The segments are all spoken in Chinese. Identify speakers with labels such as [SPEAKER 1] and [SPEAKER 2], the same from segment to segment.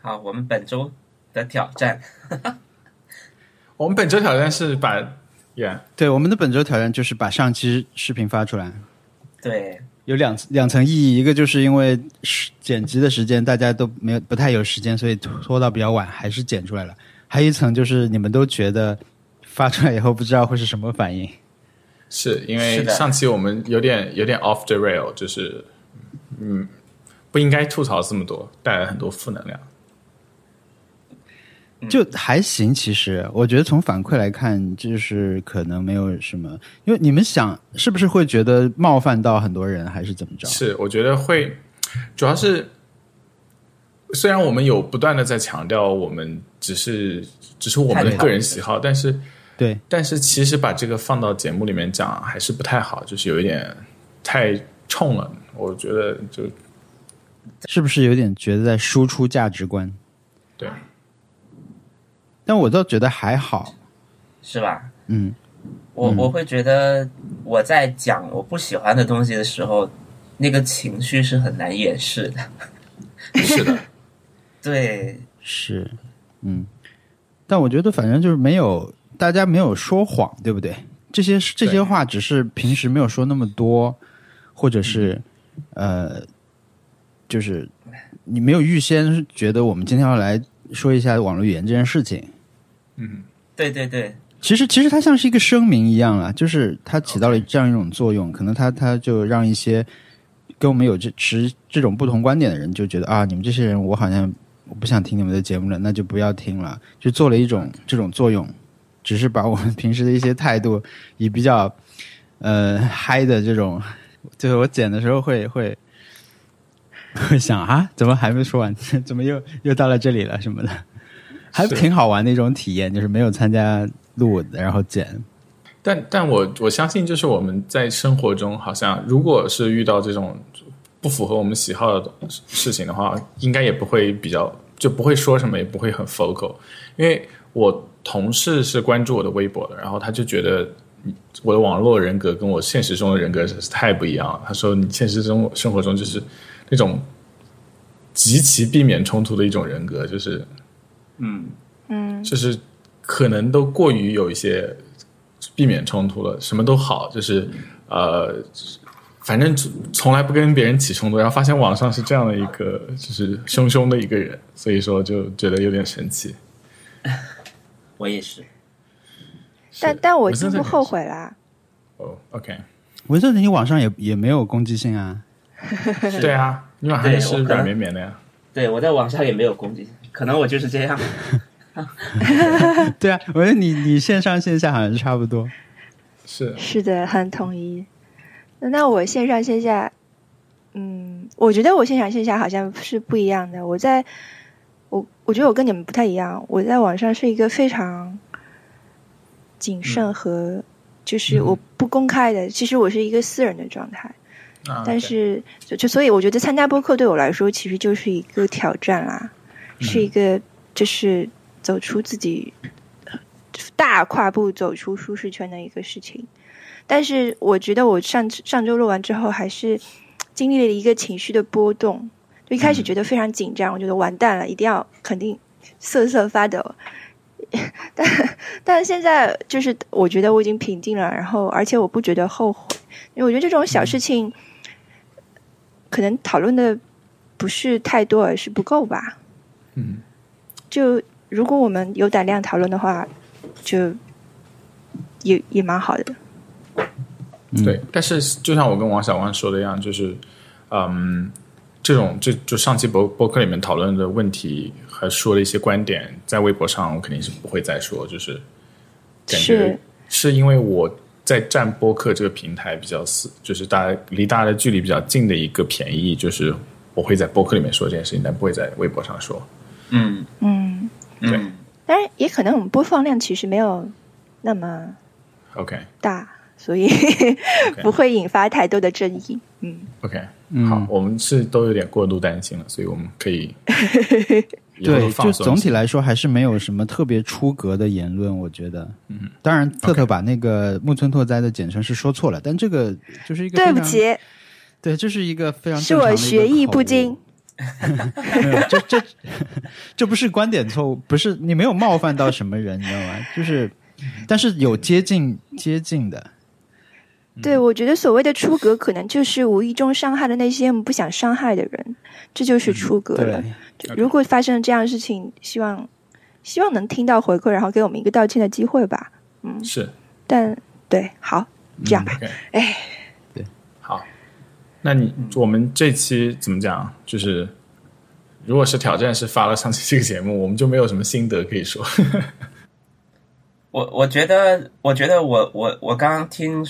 [SPEAKER 1] 好，我们本周的挑战，
[SPEAKER 2] 我们本周挑战是把远
[SPEAKER 3] 对，我们的本周挑战就是把上期视频发出来，
[SPEAKER 1] 对
[SPEAKER 3] 有两两层意义，一个就是因为时剪辑的时间大家都没有不太有时间，所以拖到比较晚，还是剪出来了；还有一层就是你们都觉得发出来以后不知道会是什么反应，
[SPEAKER 2] 是因
[SPEAKER 1] 是
[SPEAKER 2] 为
[SPEAKER 1] 的
[SPEAKER 2] 上期我们有点有点 off the rail，就是嗯，不应该吐槽这么多，带来很多负能量。嗯
[SPEAKER 3] 就还行。其实我觉得从反馈来看，就是可能没有什么，因为你们想是不是会觉得冒犯到很多人，还是怎么着？
[SPEAKER 2] 是，我觉得会，主要是虽然我们有不断的在强调我们只是只是我们的
[SPEAKER 1] 看法
[SPEAKER 2] 个人喜好，但是
[SPEAKER 3] 对，
[SPEAKER 2] 但是其实把这个放到节目里面讲还是不太好，就是有一点太冲了。我觉得就是
[SPEAKER 3] 不是有点觉得在输出价值观？
[SPEAKER 2] 对，
[SPEAKER 3] 但我倒觉得还好，
[SPEAKER 1] 是吧？
[SPEAKER 3] 嗯。
[SPEAKER 1] 我我会觉得我在讲我不喜欢的东西的时候，那个情绪是很难掩饰的。
[SPEAKER 2] 是 的，
[SPEAKER 1] 对，
[SPEAKER 3] 是，嗯，但我觉得反正就是没有大家没有说谎，对不对？这些这些
[SPEAKER 2] 对
[SPEAKER 3] 话只是平时没有说那么多，或者是、呃，就是你没有预先觉得我们今天要来说一下网络语言这件事情。
[SPEAKER 2] 嗯
[SPEAKER 1] 对对对，
[SPEAKER 3] 其实，其实它像是一个声明一样啦，就是它起到了这样一种作用。可能它它就让一些跟我们有这持这种不同观点的人就觉得啊，你们这些人，我好像我不想听你们的节目了，那就不要听了，就做了一种这种作用，只是把我们平时的一些态度以比较呃嗨的这种，就是我剪的时候会会会想啊，怎么还没说完？ 怎么又又到了这里了什么的，还
[SPEAKER 2] 是
[SPEAKER 3] 挺好玩的一种体验，就是没有参加录然后剪。
[SPEAKER 2] 但但我我相信，就是我们在生活中，好像如果是遇到这种不符合我们喜好的事情的话，应该也不会比较，就不会说什么，也不会很 vocal。因为我同事是关注我的微博的，然后他就觉得我的网络人格跟我现实中的人格真是太不一样了。他说，你现实中生活中就是那种极其避免冲突的一种人格，就是
[SPEAKER 1] 嗯，
[SPEAKER 2] 就是可能都过于有一些避免冲突了，什么都好，就是呃，反正从从来不跟别人起冲突，然后发现网上是这样的一个就是凶凶的一个人，所以说就觉得有点神奇。
[SPEAKER 1] 我也是。
[SPEAKER 4] 但但我已
[SPEAKER 2] 真
[SPEAKER 4] 经
[SPEAKER 2] 的
[SPEAKER 4] 不后悔啊啦。
[SPEAKER 2] 哦，OK，
[SPEAKER 3] 维特，你网上也也没有攻击性啊，
[SPEAKER 2] 对啊，你晚上
[SPEAKER 1] 对
[SPEAKER 2] 是
[SPEAKER 1] 我可能
[SPEAKER 2] 软绵绵的呀，
[SPEAKER 1] 对我在网上也没有攻击，可能我就是这样。
[SPEAKER 3] 对啊，我觉得你你线上线下好像是差不多。
[SPEAKER 2] 是
[SPEAKER 4] 是的，很统一。那我线上线下，嗯，我觉得我线上线下好像是不一样的。我在，我我觉得我跟你们不太一样。我在网上是一个非常谨慎和，就是我不公开的，其实我是一个私人的状态。
[SPEAKER 2] 啊，
[SPEAKER 4] 但是就就所以我觉得参加播客对我来说其实就是一个挑战啦，是一个就是走出自己大跨步走出舒适圈的一个事情。但是我觉得我上上周录完之后，还是经历了一个情绪的波动。就一开始觉得非常紧张，我觉得完蛋了，一定要肯定瑟瑟发抖。 但但现在就是我觉得我已经平静了，然后而且我不觉得后悔，因为我觉得这种小事情，可能讨论的不是太多，而是不够吧。
[SPEAKER 2] 嗯，
[SPEAKER 4] 就如果我们有胆量讨论的话，就也也蛮好的。
[SPEAKER 3] 嗯、
[SPEAKER 2] 对，但是就像我跟王小光说的一样，就是，嗯，这种就就上期博博客里面讨论的问题，还说了一些观点，在微博上我肯定是不会再说，就是感觉
[SPEAKER 4] 是
[SPEAKER 2] 是因为我在占播客这个平台比较私，就是大家离大家的距离比较近的一个便宜，就是我会在播客里面说这件事情，但不会在微博上说。
[SPEAKER 1] 嗯
[SPEAKER 4] 嗯，
[SPEAKER 2] 对
[SPEAKER 1] 嗯，
[SPEAKER 4] 当然也可能我们播放量其实没有那么
[SPEAKER 2] OK
[SPEAKER 4] 大，所以 不会引发太多的争议。嗯。
[SPEAKER 2] OK，、
[SPEAKER 3] 嗯
[SPEAKER 2] 好，我们是都有点过度担心了，所以我们可 以以后
[SPEAKER 3] 对，
[SPEAKER 2] 放
[SPEAKER 3] 就
[SPEAKER 2] 松
[SPEAKER 3] 总
[SPEAKER 2] 一些
[SPEAKER 3] 体来说还是没有什么特别出格的言论，我觉得。嗯，当然，特特把那个木村拓哉的简称是说错了，但这个就是一个
[SPEAKER 4] 对不
[SPEAKER 3] 非常，
[SPEAKER 4] 起，
[SPEAKER 3] 对，这是一个非常
[SPEAKER 4] 是
[SPEAKER 3] 正常
[SPEAKER 4] 我
[SPEAKER 3] 的一个
[SPEAKER 4] 学艺
[SPEAKER 3] 口
[SPEAKER 4] 不
[SPEAKER 3] 误
[SPEAKER 4] 精。
[SPEAKER 3] 没有，这 这这不是观点错误，不是你没有冒犯到什么人，你知道吗？就是，但是有接近接近的，
[SPEAKER 2] 嗯
[SPEAKER 4] 对，我觉得所谓的出格，可能就是无意中伤害了那些我们不想伤害的人，这就是
[SPEAKER 2] 嗯
[SPEAKER 4] 出格了。
[SPEAKER 3] 对，
[SPEAKER 4] 就如果发生了这样的事情，希望希望能听到回馈，然后给我们一个道歉的机会吧。
[SPEAKER 2] 是
[SPEAKER 4] 但对，好，这样吧。
[SPEAKER 2] OK，
[SPEAKER 4] 哎，
[SPEAKER 2] 好，那你我们这期怎么讲？就是如果是挑战是发了上期这个节目，我们就没有什么心得可以说。
[SPEAKER 1] 我我觉得，我觉得我我我刚刚听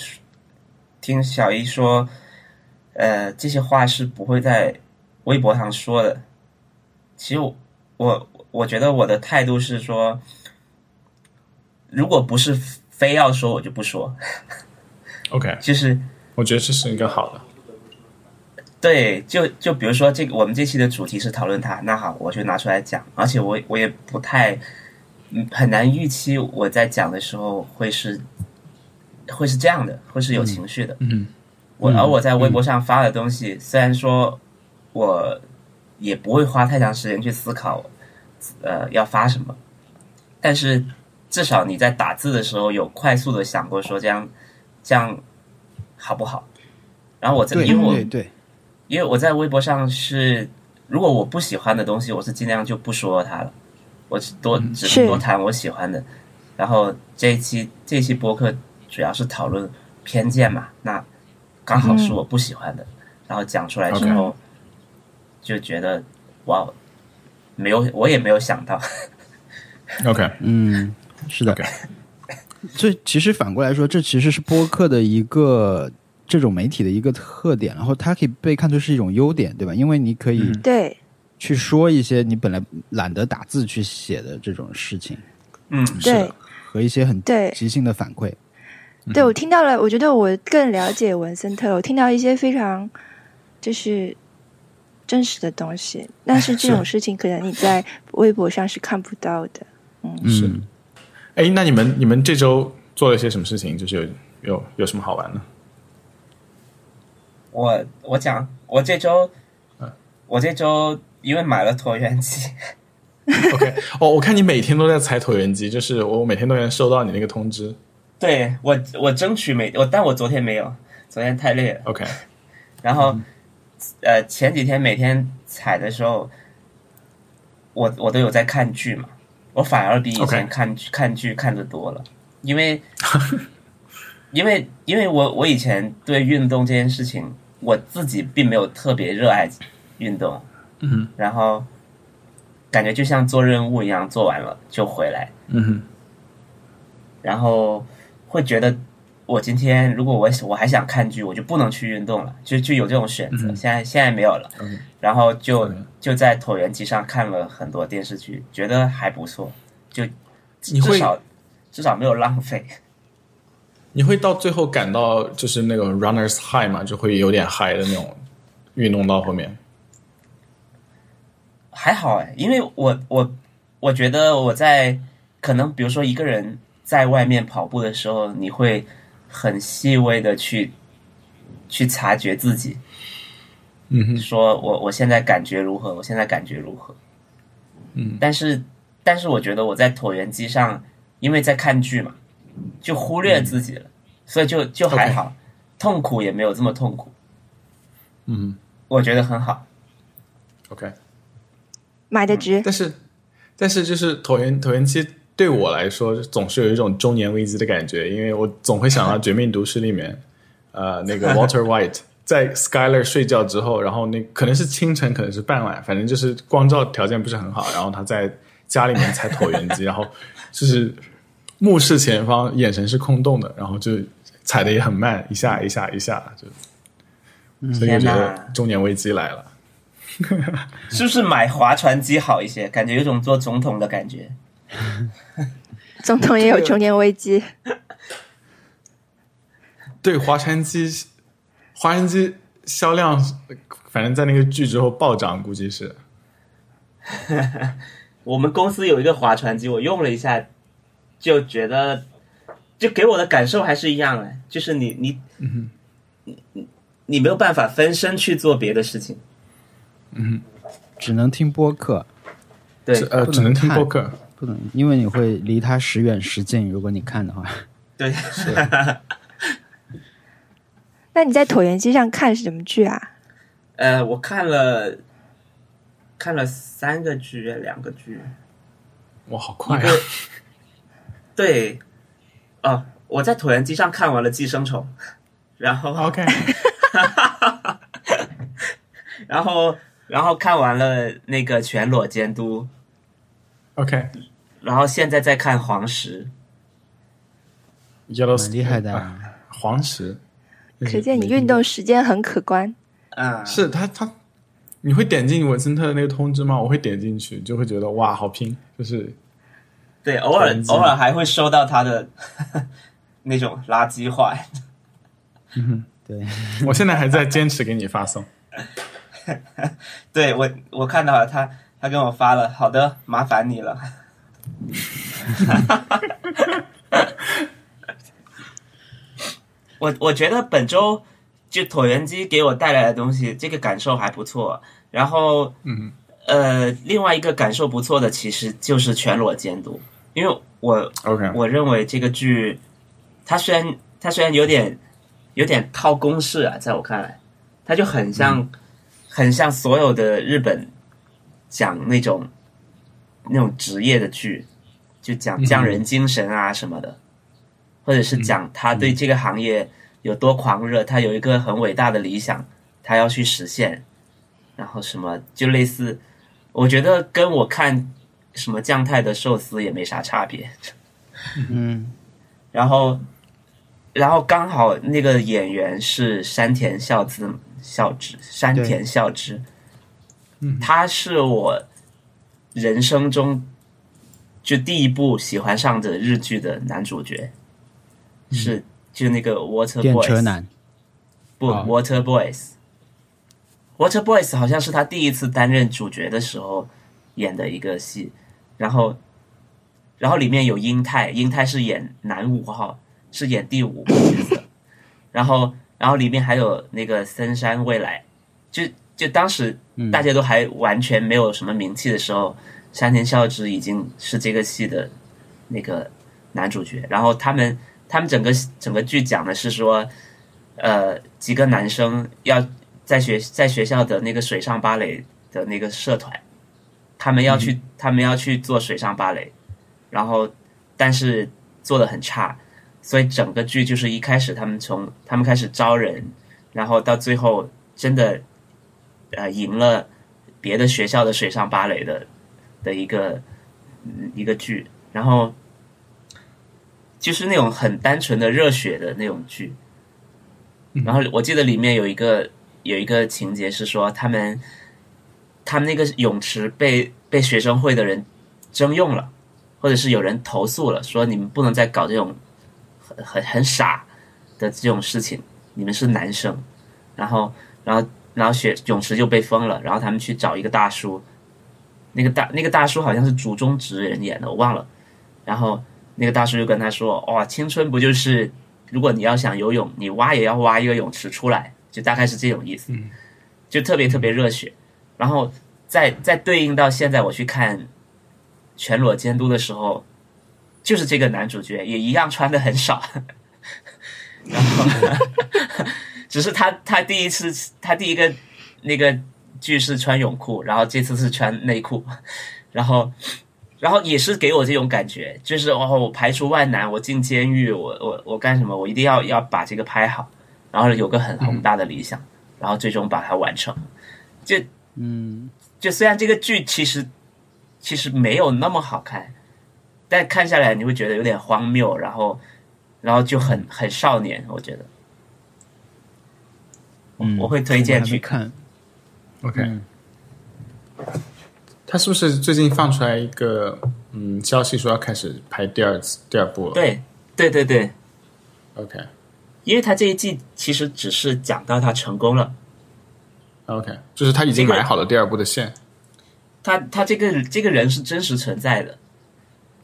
[SPEAKER 1] 听小姨说，呃，这些话是不会在微博上说的。其实我我我觉得我的态度是说，如果不是非要说，我就不说。
[SPEAKER 2] OK，
[SPEAKER 1] 就是
[SPEAKER 2] 我觉得这是一个好的。
[SPEAKER 1] 对，就就比如说这个，我们这期的主题是讨论它，那好，我就拿出来讲，而且我我也不太，嗯很难预期我在讲的时候会是，会是这样的，会是有情绪的。
[SPEAKER 2] 嗯，
[SPEAKER 1] 我
[SPEAKER 2] 嗯
[SPEAKER 1] 而我在微博上发的东西，虽然说我也不会花太长时间去思考，呃，要发什么，但是至少你在打字的时候有快速的想过说这样这样好不好？然后我在
[SPEAKER 3] 对
[SPEAKER 1] 因为我
[SPEAKER 3] 对对，
[SPEAKER 1] 因为我在微博上是，如果我不喜欢的东西，我是尽量就不说它了，我只多只
[SPEAKER 4] 是
[SPEAKER 1] 多谈我喜欢的。然后这一期这一期播客主要是讨论偏见嘛，那刚好是我不喜欢的，然后讲出来之后就觉得哇，没有我也没有想到，
[SPEAKER 2] OK，
[SPEAKER 3] 嗯，是的
[SPEAKER 2] OK。
[SPEAKER 3] 所以其实反过来说，这其实是播客的一个这种媒体的一个特点，然后它可以被看作是一种优点，对吧？因为你可以
[SPEAKER 2] 嗯
[SPEAKER 4] 对，
[SPEAKER 3] 去说一些你本来懒得打字去写的这种事情，
[SPEAKER 1] 嗯，
[SPEAKER 2] 是
[SPEAKER 4] 对
[SPEAKER 2] 的，
[SPEAKER 3] 和一些很
[SPEAKER 4] 对，
[SPEAKER 3] 即兴的反馈。
[SPEAKER 2] 嗯
[SPEAKER 4] 对，我听到了，我觉得我更了解文森特了，我听到一些非常就是真实的东西，但是这种事情可能你在微博上是看不到的。
[SPEAKER 1] 嗯
[SPEAKER 2] 是。哎，那你们你们这周做了些什么事情？就是有有有什么好玩的？
[SPEAKER 1] 我我讲我这周
[SPEAKER 2] 嗯，
[SPEAKER 1] 我这周因为买了椭圆机，
[SPEAKER 2] OK，哦，我看你每天都在踩椭圆机，就是我每天都能收到你那个通知。
[SPEAKER 1] 对我我争取每我但我昨天没有，昨天太累了。
[SPEAKER 2] OK，
[SPEAKER 1] 然后，
[SPEAKER 2] 嗯
[SPEAKER 1] 呃，前几天每天踩的时候，我我都有在看剧嘛，我反而比以
[SPEAKER 2] OK
[SPEAKER 1] 前看看剧看的多了，因 为因为因为我我以前对运动这件事情，我自己并没有特别热爱运动，
[SPEAKER 2] 嗯
[SPEAKER 1] 然后感觉就像做任务一样，做完了就回来，
[SPEAKER 2] 嗯哼
[SPEAKER 1] 然后会觉得我今天如果我我还想看剧，我就不能去运动了，就就有这种选择。
[SPEAKER 2] 嗯
[SPEAKER 1] 现在现在没有了
[SPEAKER 2] OK
[SPEAKER 1] 然后就
[SPEAKER 2] OK
[SPEAKER 1] 就在椭圆机上看了很多电视剧，觉得还不错，就至
[SPEAKER 2] 你会
[SPEAKER 1] 少至少没有浪费。
[SPEAKER 2] 你会到最后感到就是那种 runners high 嘛，就会有点嗨的那种，运动到后面。
[SPEAKER 1] 还好哎，因为我我我觉得我在可能比如说一个人在外面跑步的时候，你会很细微的去去察觉自己，
[SPEAKER 2] 嗯哼，
[SPEAKER 1] 说我我现在感觉如何，我现在感觉如何。
[SPEAKER 2] 嗯，
[SPEAKER 1] 但是但是我觉得我在椭圆机上，因为在看剧嘛，就忽略自己了，所以就就还好痛苦也没有这么痛苦，
[SPEAKER 2] 嗯
[SPEAKER 1] 我觉得很好。
[SPEAKER 2] ，OK。
[SPEAKER 4] 买的值，
[SPEAKER 2] 但是，但是就是椭圆椭圆机对我来说，总是有一种中年危机的感觉，因为我总会想到《绝命毒师》里面，呃，那个 Walter White 在 Skyler 睡觉之后，然后那可能是清晨，可能是傍晚，反正就是光照条件不是很好，然后他在家里面踩椭圆机，然后就是目视前方，眼神是空洞的，然后就踩的也很慢，一下一下一下就，所以我觉
[SPEAKER 1] 嗯天
[SPEAKER 2] 得
[SPEAKER 1] 哪
[SPEAKER 2] 中年危机来了。
[SPEAKER 1] 是不是买划船机好一些？感觉有种做总统的感觉。
[SPEAKER 4] 总统也有中年危机。
[SPEAKER 2] 对，华山鸡，华山鸡销量，反正在那个剧之后暴涨，估计是。
[SPEAKER 1] 我们公司有一个划船机，我用了一下，就觉得，就给我的感受还是一样哎，就是你你，嗯、你你没有办法分身去做别的事情，嗯，
[SPEAKER 3] 只能听播客，
[SPEAKER 1] 对
[SPEAKER 2] 是呃，
[SPEAKER 3] 不能
[SPEAKER 2] 只能听
[SPEAKER 3] 看
[SPEAKER 2] 播客。
[SPEAKER 3] 不能，因为你会离它时远时近。如果你看的话，
[SPEAKER 1] 对，
[SPEAKER 4] 那你在椭圆机上看是什么剧啊？
[SPEAKER 1] 呃，我看了看了三个剧，两个剧，
[SPEAKER 2] 哇，好快
[SPEAKER 1] 一
[SPEAKER 2] 啊
[SPEAKER 1] 个！对，哦，我在椭圆机上看完了《寄生虫》，然后
[SPEAKER 2] OK，
[SPEAKER 1] 然后然后看完了那个《全裸监督》，
[SPEAKER 2] OK，
[SPEAKER 1] 然后现在在看《黄石
[SPEAKER 2] Yellow
[SPEAKER 3] 蛮厉害的啊、
[SPEAKER 2] 啊黄石，
[SPEAKER 4] 可见
[SPEAKER 2] 嗯
[SPEAKER 4] 你
[SPEAKER 2] 没听
[SPEAKER 4] 运动时间很可观。》。
[SPEAKER 1] 嗯，
[SPEAKER 2] 是他他，你会点进文森特的那个通知吗？我会点进去，就会觉得哇，好拼，就是
[SPEAKER 1] 对，偶尔
[SPEAKER 2] 椭圆机
[SPEAKER 1] 偶尔还会收到他的 那种垃圾话，
[SPEAKER 3] 对，
[SPEAKER 2] 我现在还在坚持给你发 送。
[SPEAKER 1] 对我我看到了他，他跟我发了，好的，麻烦你了。 我我觉得本周就椭圆机给我带来的东西，这个感受还不错。然后，
[SPEAKER 2] 嗯，
[SPEAKER 1] 呃，另外一个感受不错的，其实就是全裸监督，因为我
[SPEAKER 2] OK，
[SPEAKER 1] 我认为这个剧，它虽然它虽然有点有点靠公式啊，在我看来，它就很像、很像所有的日本讲那种那种职业的剧，就讲匠人精神啊什么的，或者是讲他对这个行业有多狂热，他有一个很伟大的理想，他要去实现，然后什么就类似，我觉得跟我看什么酱太的寿司也没啥差别。
[SPEAKER 3] 嗯，
[SPEAKER 1] 然后，然后刚好那个演员是山田孝之，孝之，山田孝之，
[SPEAKER 2] 嗯
[SPEAKER 1] 他是我人生中就第一部喜欢上的日剧的男主角，是就那个 Water
[SPEAKER 3] 嗯电
[SPEAKER 1] Boys，
[SPEAKER 3] 车男，
[SPEAKER 1] 不、
[SPEAKER 2] 啊
[SPEAKER 1] Water Boys。Water Boys 好像是他第一次担任主角的时候演的一个戏，然后，然后里面有英泰，英泰是演男五号，是演第五个角色，然后，然后里面还有那个森山未来，就就当时
[SPEAKER 3] 嗯
[SPEAKER 1] 大家都还完全没有什么名气的时候，山田孝之已经是这个戏的那个男主角，然后他们他们整个整个剧讲的是说，呃，几个男生要在学在学校的那个水上芭蕾的那个社团，他们要去、他们要去做水上芭蕾，然后但是做的很差，所以整个剧就是一开始他们从他们开始招人，然后到最后真的呃赢了别的学校的水上芭蕾的的一个嗯一个剧，然后就是那种很单纯的热血的那种剧。然后我记得里面有一个有一个情节是说他们他们那个泳池被被学生会的人征用了，或者是有人投诉了，说你们不能再搞这种很很很傻的这种事情，你们是男生。然后然后然后学泳池就被封了，然后他们去找一个大叔，那个大那个大叔好像是竹中直人演的，我忘了。然后那个大叔就跟他说：“哇、青春不就是如果你要想游泳，你挖也要挖一个泳池出来，就大概是这种意思，就特别特别热血。然后再再对应到现在我去看《全裸监督》的时候，就是这个男主角也一样穿的很少， 然后只是他他第一次他第一个那个剧是穿泳裤，然后这次是穿内裤，然后。然后也是给我这种感觉，就是哦，我排除万难，我进监狱，我我我干什么？我一定要要把这个拍好，然后有个很宏大的理想，然后最终把它完成。就
[SPEAKER 3] 嗯，
[SPEAKER 1] 就虽然这个剧其实其实没有那么好看，但看下来你会觉得有点荒谬，然后然后就很很少年，我觉得。我
[SPEAKER 3] 嗯
[SPEAKER 1] 我会推荐
[SPEAKER 3] 我还没
[SPEAKER 1] 去
[SPEAKER 3] 看，
[SPEAKER 2] OK，、
[SPEAKER 3] 嗯
[SPEAKER 2] 他是不是最近放出来一个嗯消息说要开始拍第二次第二部了？
[SPEAKER 1] 对对对对，
[SPEAKER 2] ，OK
[SPEAKER 1] 因为他这一季其实只是讲到他成功了，
[SPEAKER 2] OK，就是他已经
[SPEAKER 1] 这个
[SPEAKER 2] 买好了第二部的线。
[SPEAKER 1] 他他这个这个人是真实存在的，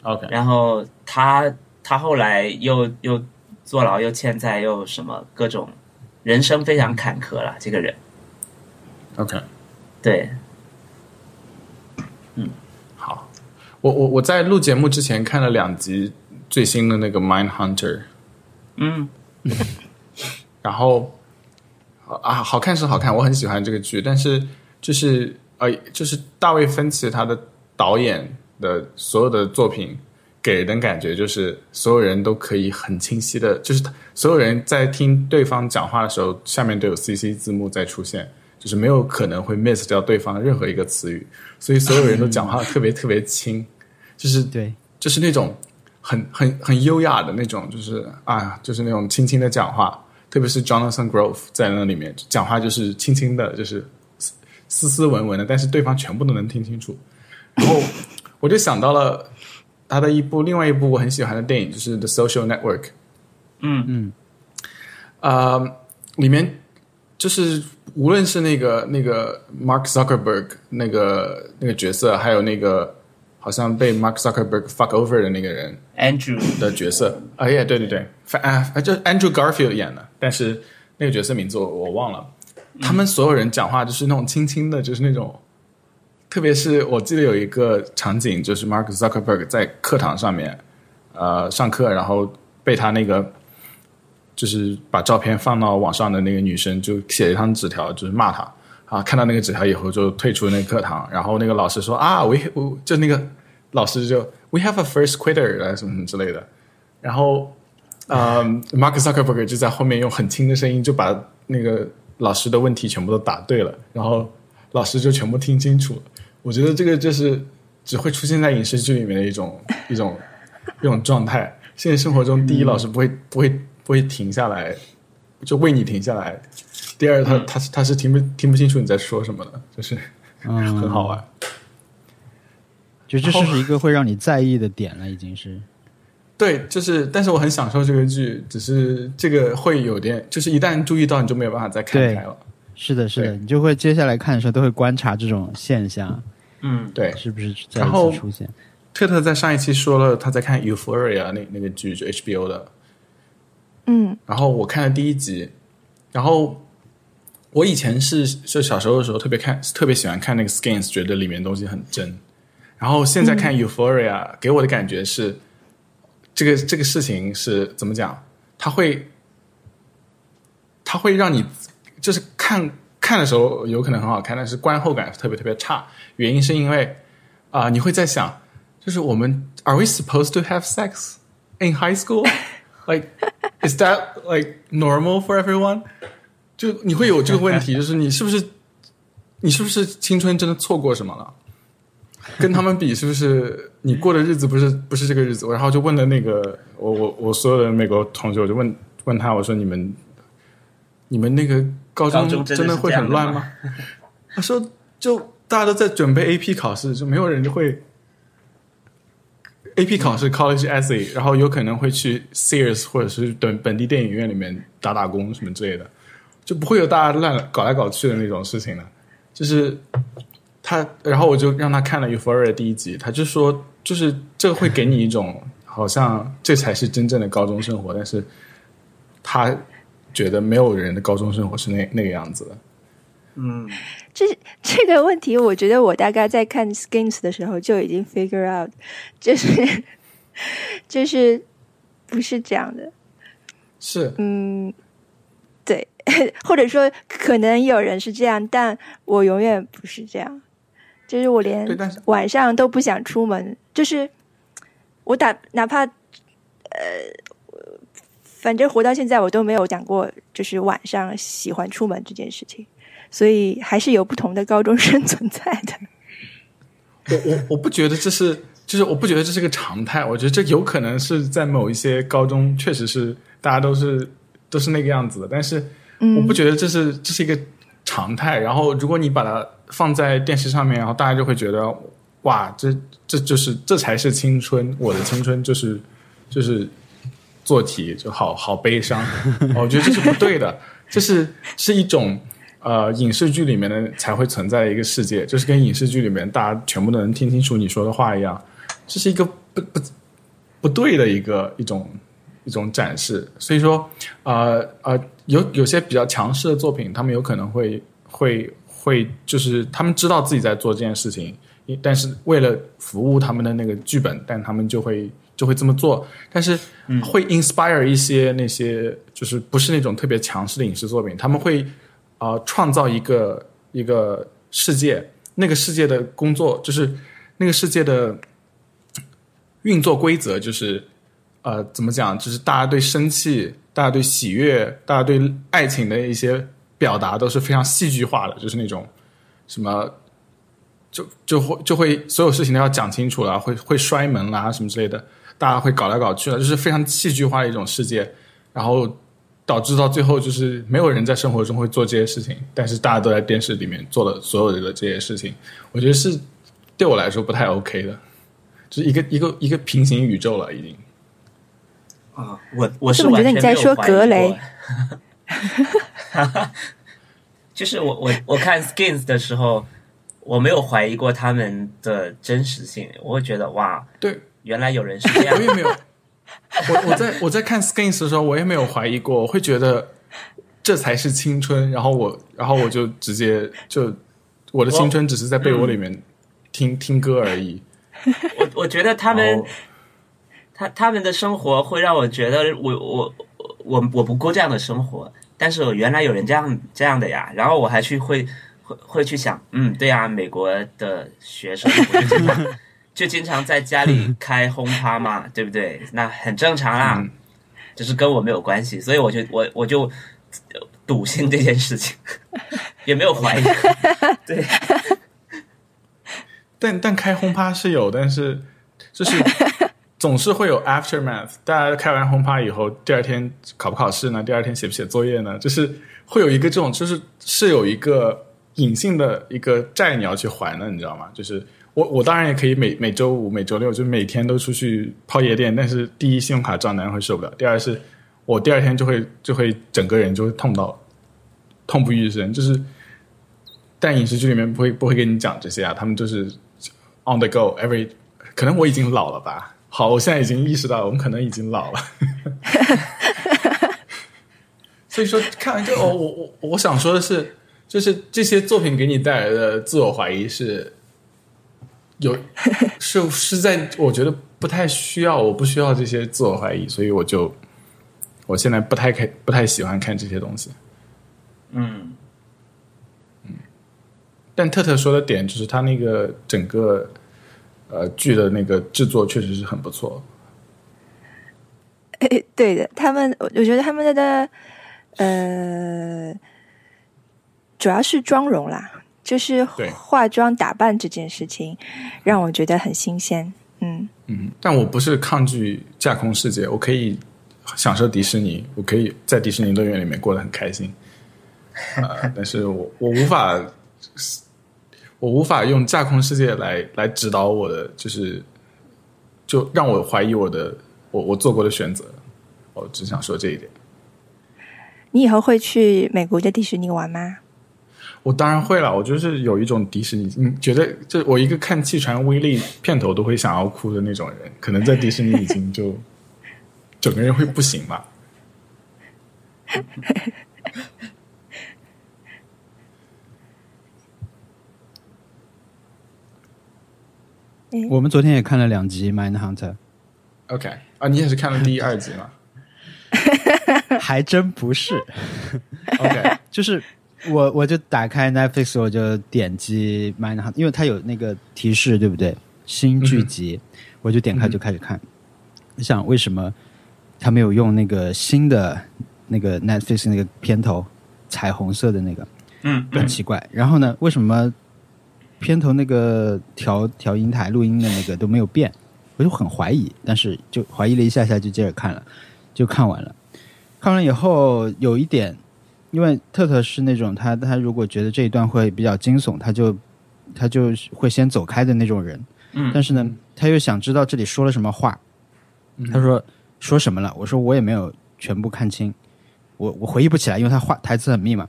[SPEAKER 2] OK，
[SPEAKER 1] 然后他他后来又又坐牢又欠债又什么各种，人生非常坎坷啦，这个人
[SPEAKER 2] OK，
[SPEAKER 1] 对，
[SPEAKER 2] 我我我在录节目之前看了两集最新的那个《Mind Hunter》，
[SPEAKER 1] 嗯，
[SPEAKER 2] 然后啊，好看是好看，我很喜欢这个剧，但是就是呃，就是大卫芬奇他的导演的所有的作品。给人的感觉就是，所有人都可以很清晰的，就是他所有人在听对方讲话的时候，下面都有 CC 字幕在出现，就是没有可能会 miss 掉对方的任何一个词语，所以所有人都讲话特别特别轻，就是
[SPEAKER 3] 对，
[SPEAKER 2] 就是那种很很很优雅的那种，就是啊，就是那种轻轻的讲话，特别是 Jonathan Grove 在那里面讲话就是轻轻的，就是斯斯斯文文的，但是对方全部都能听清楚。然后我就想到了他的一部另外一部我很喜欢的电影，就是《The Social Network》。
[SPEAKER 1] 嗯
[SPEAKER 2] 嗯，呃，里面就是无论是那个那个 Mark Zuckerberg 那个那个角色，还有那个好像被 Mark Zuckerberg fuck over 的那个人，
[SPEAKER 1] ，Andrew，
[SPEAKER 2] 的角色。哎呀，对对对，反啊，就 Andrew Garfield 演的，但是那个角色名字我我忘了。他们所有人讲话就是那种轻轻的，就是那种，特别是我记得有一个场景，就是 Mark Zuckerberg 在课堂上面，呃，上课，然后被他那个就是把照片放到网上的那个女生就写了一张纸条，就是骂他。啊，看到那个纸条以后就退出那个课堂，然后那个老师说啊，we 我就那个老师就 we have a first quitter 啊什么什么之类的，然后，呃，Mark Zuckerberg 就在后面用很轻的声音就把那个老师的问题全部都答对了，然后老师就全部听清楚了。我觉得这个就是只会出现在影视剧里面的一种 一种一种状态。现实生活中，第一，老师不会不会不会停下来，就为你停下来；第二，他他他是听不听不清楚你在说什么的，就是
[SPEAKER 3] 嗯，
[SPEAKER 2] 很好玩。
[SPEAKER 3] 就这
[SPEAKER 2] 然后
[SPEAKER 3] 是一个会让你在意的点了，已经是。
[SPEAKER 2] 对，就是，但是我很享受这个剧，只是这个会有点，就是一旦注意到，你就没有办法再看
[SPEAKER 3] 对
[SPEAKER 2] 开了。
[SPEAKER 3] 是的，是的，
[SPEAKER 2] 对
[SPEAKER 3] 你就会接下来看的时候都会观察这种现象
[SPEAKER 1] 嗯
[SPEAKER 2] 对，
[SPEAKER 3] 是不是再
[SPEAKER 2] 然
[SPEAKER 3] 一
[SPEAKER 2] 后
[SPEAKER 3] 次出现。
[SPEAKER 2] 特特在上一期说了他在看《Euphoria》那那个剧，就 HBO 的，
[SPEAKER 4] 嗯，
[SPEAKER 2] 然后我看了第一集，然后我以前是就小时候的时候特别看特别喜欢看那个 Skins，觉得里面东西很真，然后现在看 Euphoria，、给我的感觉是这个这个事情是怎么讲？它会它会让你就是看看的时候有可能很好看，但是观后感特别特别差，原因是因为啊、你会在想，就是我们 Are we supposed to have sex in high school? Like is that like normal for everyone？就你会有这个 问题，就是你是不是你是不是青春真的错过什么了？跟他们比，是不是你过的日子不是不是这个日子？我然后就问了那个我我我所有的美国同学，我就问问他，我说你们你们那个高
[SPEAKER 1] 高
[SPEAKER 2] 中
[SPEAKER 1] 中真的
[SPEAKER 2] 真的
[SPEAKER 1] 是
[SPEAKER 2] 会
[SPEAKER 1] 这样
[SPEAKER 2] 很
[SPEAKER 1] 的吗
[SPEAKER 2] 乱吗？他说就大家都在准备 AP 考试，就没有人会 AP 考试 college essay，然后有可能会去 Sears 或者是本本地电影院里面打打工什么之类的，就不会有大家乱搞来搞去的那种事情了。就是他，然后我就让他看了《Euphoria》第一集，他就说，就是这会给你一种好像这才是真正的高中生活，但是他觉得没有人的高中生活是那那个样子的。
[SPEAKER 1] 嗯，
[SPEAKER 4] 这这个问题，我觉得我大概在看 Skins 的时候就已经 figure out，就是就是不是这样的，
[SPEAKER 2] 是，
[SPEAKER 4] 嗯，对，或者说可能有人是这样，但我永远不是这样，就是我连
[SPEAKER 2] 对，但是
[SPEAKER 4] 晚上都不想出门，就是我打哪怕呃，反正活到现在我都没有讲过，就是晚上喜欢出门这件事情，所以还是有不同的高中生存在的。
[SPEAKER 2] 我我我不觉得这是，就是我不觉得这是个常态。我觉得这有可能是在某一些高中，确实是大家都是都是那个样子的。但是我不觉得这是这是一个常态。然后如果你把它放在电视上面，然后大家就会觉得哇，这这就是这才是青春，我的青春就是就是做题就好好悲伤。我觉得这是不对的，这是是一种呃影视剧里面的才会存在的一个世界，就是跟影视剧里面大家全部都能听清楚你说的话一样，这是一个不不不对的一个一种一种展示。所以说，呃呃，有有些比较强势的作品，他们有可能会会会就是他们知道自己在做这件事情，因但是为了服务他们的那个剧本，但他们就会就会这么做，但是会 inspire 一些那些就是不是那种特别强势的影视作品，他们会啊、呃创造一个一个世界，那个世界的工作就是那个世界的运作规则就是呃，怎么讲？就是大家对生气、大家对喜悦、大家对爱情的一些表达都是非常戏剧化的，就是那种什么，就就会就会所有事情都要讲清楚了，会会摔门啦什么之类的，大家会搞来搞去的，就是非常戏剧化的一种世界，然后导致到最后就是没有人在生活中会做这些事情，但是大家都在电视里面做了所有的这些事情，我觉得是对我来说不太 OK 的，就是一个一个一个平行宇宙了已经。
[SPEAKER 1] 啊，我我是
[SPEAKER 4] 这我觉
[SPEAKER 1] 完
[SPEAKER 4] 得
[SPEAKER 1] 全
[SPEAKER 4] 你在
[SPEAKER 1] 没有
[SPEAKER 4] 说
[SPEAKER 1] 怀疑
[SPEAKER 4] 格雷
[SPEAKER 1] 过， 就是我我我看 Skins 的时候，我没有怀疑过他们的真实性，我会觉得哇，
[SPEAKER 2] 对，
[SPEAKER 1] 原来有人是 这样
[SPEAKER 2] 我也没有，我我在我在看 Skins 的时候，我也没有怀疑过，我会觉得这才是青春。然后我，然后我就直接就我的青春只是在被窝里面听、听歌而已。
[SPEAKER 1] 我我觉得他
[SPEAKER 2] 然
[SPEAKER 1] 们
[SPEAKER 2] 后
[SPEAKER 1] 他他们的生活会让我觉得我我我我不过这样的生活，但是我原来有人这样这样的呀，然后我还去会会会去想，嗯，对呀、美国的学生不是经常就经常在家里开轰趴嘛，对不对？那很正常啦，
[SPEAKER 2] 嗯
[SPEAKER 1] 只是跟我没有关系，所以我就我我就笃信这件事情， 也没有怀疑，对。
[SPEAKER 2] 但但开轰趴是有，但是就是总是会有 aftermath。大家开完轰趴以后，第二天考不考试呢？第二天写不写作业呢？就是会有一个这种，就是是有一个隐性的一个债你要去还的，你知道吗？就是我我当然也可以每每周五、每周六就每天都出去泡夜店，但是第一信用卡账单会受不了，第二是我第二天就会就会整个人就会痛到痛不欲生，就是。但影视剧里面不会不会跟你讲这些啊，他们就是 on the go every，可能我已经老了吧。好，我现在已经意识到我们可能已经老了。所以说，看完这个，我我我我想说的是，就是这些作品给你带来的自我怀疑是有是是在我觉得不太需要，我不需要这些自我怀疑，所以我就我现在不太开不太喜欢看这些东西。嗯
[SPEAKER 1] 嗯，
[SPEAKER 2] 但特特说的点就是他那个整个呃剧的那个制作确实是很不错，
[SPEAKER 4] 哎， 对的，他们我我觉得他们的呃，主要是妆容啦，就是
[SPEAKER 2] 对
[SPEAKER 4] 化妆打扮这件事情，让我觉得很新鲜。嗯，
[SPEAKER 2] 嗯，但我不是抗拒架空世界，我可以享受迪士尼，我可以在迪士尼乐园里面过得很开心，呃，但是我我无法，我无法用架空世界来来指导我的，就是就让我怀疑我的我我做过的选择，我只想说这一点。
[SPEAKER 4] 你以后会去美国的迪士尼玩吗？
[SPEAKER 2] 我当然会了，我就是有一种迪士尼，你觉得这我一个看《气船威力》片头都会想要哭的那种人，可能在迪士尼已经 就整个人会不行吧。
[SPEAKER 3] 我们昨天也看了两集《Mind Hunter
[SPEAKER 2] OK 啊，你也是看了第一、二集 嘛》，
[SPEAKER 3] 还真不是，
[SPEAKER 2] ？OK，
[SPEAKER 3] 就是我我就打开 Netflix，我就点击 Mind Hunter，因为它有那个提示，对不对？新剧集，我就点开就开始看。你想为什么他没有用那个新的那个 Netflix 那个片头彩虹色的那个？
[SPEAKER 1] 嗯，
[SPEAKER 3] 很奇怪。然后呢，为什么片头那个调调音台录音的那个都没有变？我就很怀疑，但是就怀疑了一下下，就接着看了，就看完了。看完以后有一点，因为特特是那种他他如果觉得这一段会比较惊悚，他就他就会先走开的那种人。
[SPEAKER 1] 嗯嗯
[SPEAKER 3] 但是呢，他又想知道这里说了什么话。他说说什么了？我说我也没有全部看清，我我回忆不起来，因为他话台词很密嘛。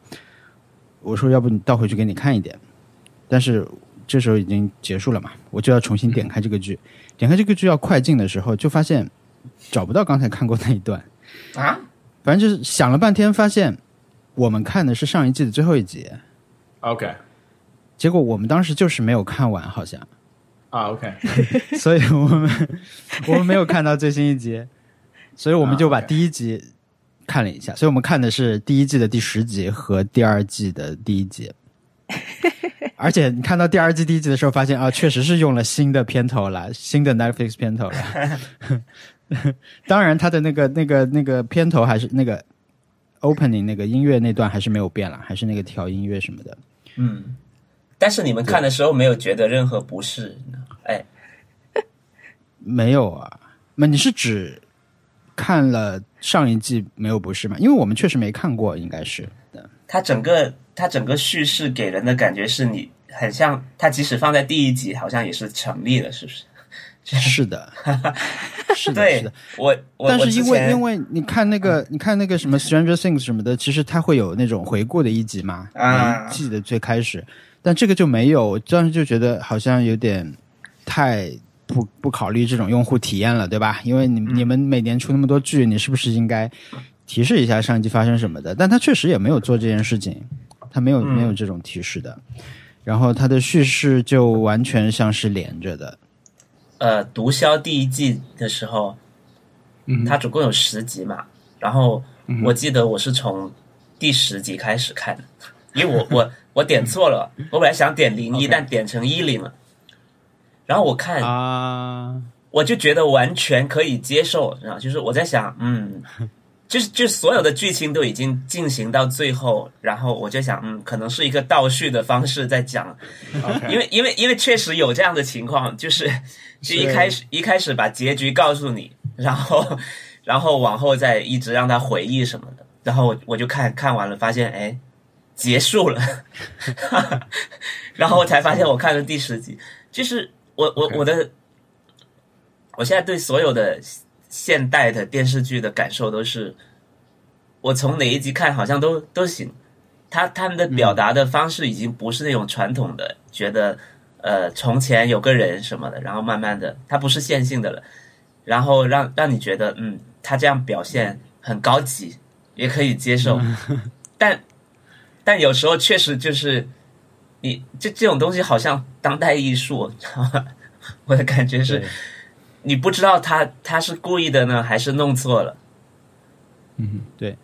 [SPEAKER 3] 我说要不你倒回去给你看一点，但是这时候已经结束了嘛，我就要重新点开这个剧。点开这个剧要快进的时候，就发现找不到刚才看过那一段。
[SPEAKER 1] 啊，
[SPEAKER 3] 反正就是想了半天，发现我们看的是上一季的最后一集，
[SPEAKER 2] OK，
[SPEAKER 3] 结果我们当时就是没有看完，好像
[SPEAKER 2] 啊，OK，
[SPEAKER 3] 所以我们我们没有看到最新一集，所以我们就把
[SPEAKER 2] 啊，OK
[SPEAKER 3] 第一集看了一下。所以我们看的是第一季的第十集和第二季的第一 集。而且你看到第二季、第一集的时候，发现啊，确实是用了新的片头了，新的 Netflix 片头了。 当然，它的那个、那个、那个片头还是那个 opening 那个音乐那段还是没有变了，还是那个调音乐什么的。
[SPEAKER 1] 嗯，但是你们看的时候没有觉得任何不适呢？哎，
[SPEAKER 3] 没有啊，那你是指看了上一季没有不是吗？因为我们确实没看过，应该是
[SPEAKER 1] 它整个它整个叙事给人的感觉是你很像，它即使放在第一集，好像也是成立的，是不是？
[SPEAKER 3] 是的，是的，是
[SPEAKER 1] 对
[SPEAKER 3] 的。，
[SPEAKER 1] 我我
[SPEAKER 3] 但
[SPEAKER 1] 我
[SPEAKER 3] 是
[SPEAKER 1] 之
[SPEAKER 3] 因为
[SPEAKER 1] 前嗯
[SPEAKER 3] 因为你看那个你看那个什么 Stranger Things 什么的，其实它会有那种回顾的一集嘛，
[SPEAKER 1] 啊
[SPEAKER 3] 每一季的最开始，但这个就没有，我当时就觉得好像有点太不不考虑这种用户体验了，对吧？因为你
[SPEAKER 1] 嗯
[SPEAKER 3] 你们每年出那么多剧，你是不是应该提示一下上一季发生什么的？但他确实也没有做这件事情，他没有、
[SPEAKER 1] 嗯
[SPEAKER 3] 没有这种提示的。然后他的叙事就完全像是连着的，
[SPEAKER 1] 呃毒枭第一季的时候，
[SPEAKER 2] 嗯
[SPEAKER 1] 它总共有十集嘛，然后
[SPEAKER 3] 嗯
[SPEAKER 1] 我记得我是从第十集开始看的，因为我我我点错了，
[SPEAKER 3] 嗯
[SPEAKER 1] 我本来想点零一，
[SPEAKER 2] OK
[SPEAKER 1] 但点成一零了，然后我看
[SPEAKER 3] 啊，
[SPEAKER 1] 我就觉得完全可以接受，然后就是我在想，嗯，就是就所有的剧情都已经进行到最后，然后我就想，嗯，可能是一个倒叙的方式在讲，
[SPEAKER 2] ，OK，
[SPEAKER 1] 因为因为因为确实有这样的情况，就是就一开始一开始把结局告诉你，然后 然后往后再一直让他回忆什么的，然后我我就看看完了，发现哎结束了， 然后我才发现我看了第十集，就是我我
[SPEAKER 2] OK
[SPEAKER 1] 我的我现在对所有的现代的电视剧的感受都是，我从哪一集看好像都都行。他他们的表达的方式已经不是那种传统的，觉得呃从前有个人什么的，然后慢慢的，他不是线性的了，然后让让你觉得嗯，他这样表现很高级，也可以接受，
[SPEAKER 3] 嗯
[SPEAKER 1] 但但有时候确实就是你这这种东西好像当代艺术， 知道吗？我的感觉是
[SPEAKER 3] 对，
[SPEAKER 1] 你不知道他他是故意的呢，还是弄错了。
[SPEAKER 2] 嗯，
[SPEAKER 3] 对，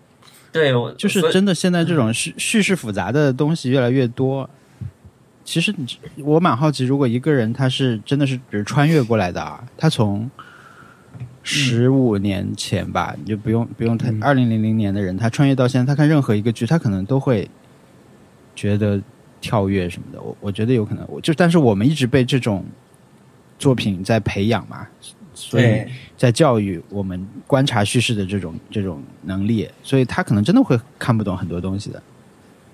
[SPEAKER 1] 对，我
[SPEAKER 3] 就是
[SPEAKER 1] 所以
[SPEAKER 3] 真的，现在这种叙叙事复杂的东西越来越多。其实你我蛮好奇，如果一个人他是真的是比如穿越过来的啊，他从十
[SPEAKER 1] 嗯
[SPEAKER 3] 五年前吧，你就不用不用太二零零零年的人，他穿越到现在，他看任何一个剧，他可能都会觉得跳跃什么的。我我觉得有可能，我就但是我们一直被这种作品在培养嘛，所以
[SPEAKER 1] 对
[SPEAKER 3] 在教育我们观察叙事的这种这种能力，所以他可能真的会看不懂很多东西的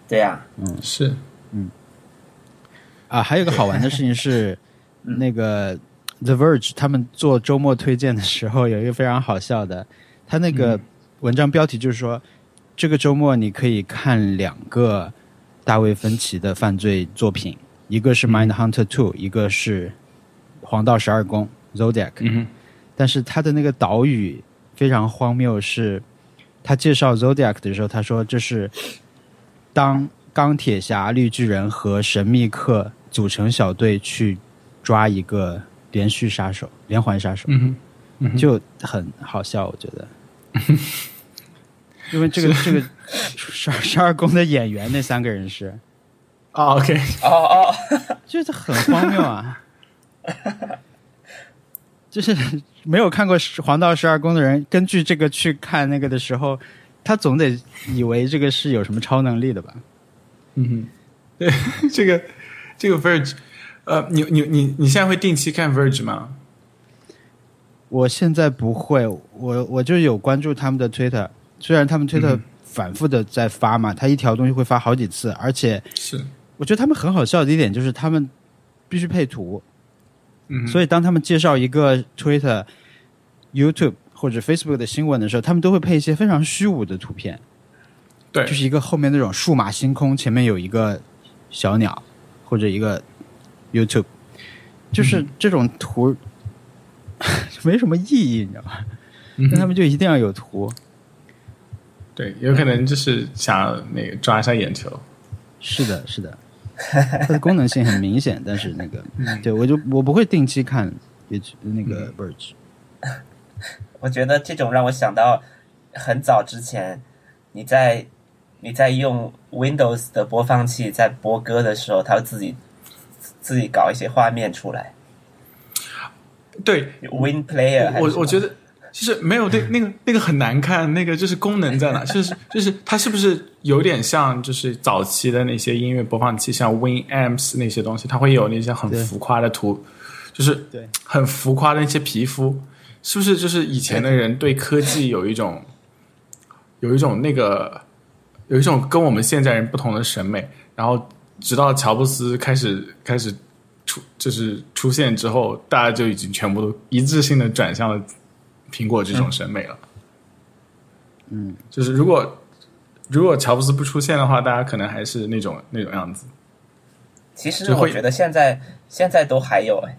[SPEAKER 1] 对呀、
[SPEAKER 2] 是
[SPEAKER 3] 啊。还有一个好玩的事情是，那个 The Verge 他们做周末推荐的时候，有一个非常好笑的，他那个文章标题就是说，这个周末你可以看两个大卫芬奇的犯罪作品，一个是《Mind Hunter Two》，一个是《黄道十二宫》（Zodiac）。
[SPEAKER 2] 嗯
[SPEAKER 3] 但是他的那个岛屿非常荒谬，是他介绍 Zodiac 的时候，他说这是当钢铁侠、绿巨人和神秘客组成小队去抓一个连续杀手、连环杀手，
[SPEAKER 2] 嗯嗯
[SPEAKER 3] 就很好笑，我觉得。 因为这个这个十二十二宫的演员那三个人是，
[SPEAKER 2] 啊，OK，
[SPEAKER 1] 哦哦，
[SPEAKER 3] 就是很荒谬 啊，就是没有看过《黄道十二宫》的人，根据这个去看那个的时候，他总得以为这个是有什么超能力的吧？
[SPEAKER 2] 嗯哼， 对，这个这个 Verge，呃，你你你你现在会定期看 Verge 吗？
[SPEAKER 3] 我现在不会，我我就有关注他们的 Twitter，虽然他们 Twitter 反复的在发嘛，他一条东西会发好几次，而且
[SPEAKER 2] 是，
[SPEAKER 3] 我觉得他们很好笑的一点就是他们必须配图，
[SPEAKER 2] 嗯，
[SPEAKER 3] 所以当他们介绍一个 Twitter、YouTube 或者 Facebook 的新闻的时候，他们都会配一些非常虚无的图片，
[SPEAKER 2] 对
[SPEAKER 3] 就是一个后面那种数码星空，前面有一个小鸟或者一个 YouTube，就是
[SPEAKER 2] 嗯
[SPEAKER 3] 这种图、 没什么意义，你知道吗？
[SPEAKER 2] 嗯
[SPEAKER 3] 但他们就一定要有图。
[SPEAKER 2] 对，有可能就是想那个抓一下眼球。
[SPEAKER 3] 是的，是的，它的功能性很明显，但是那个，
[SPEAKER 2] 嗯
[SPEAKER 3] 对我就我不会定期看也那个 Verge，
[SPEAKER 1] 我觉得这种让我想到很早之前，你在你在用 Windows 的播放器在播歌的时候，它会自己自己搞一些画面出来
[SPEAKER 2] 对，
[SPEAKER 1] ，Win Player 还是什
[SPEAKER 2] 我
[SPEAKER 1] 么
[SPEAKER 2] 我觉得就是没 有对那个那个很难看，那个就是功能在哪？就是就是它是不是有点像就是早期的那些音乐播放器，像 Winamps 那些东西，它会有那些很
[SPEAKER 3] 对
[SPEAKER 2] 浮夸的图，就是
[SPEAKER 3] 对
[SPEAKER 2] 很浮夸的那些皮肤，是不是就是以前的人对科技有一种有一种那个有一种跟我们现在人不同的审美，然后直到乔布斯开始开始出就是出现之后，大家就已经全部都一致性的转向了苹果这种审美了。嗯，就是如果如果乔布斯不出现的话，大家可能还是那种那种样子。
[SPEAKER 1] 其实
[SPEAKER 2] 就会
[SPEAKER 1] 我觉得现在现在都还有哎，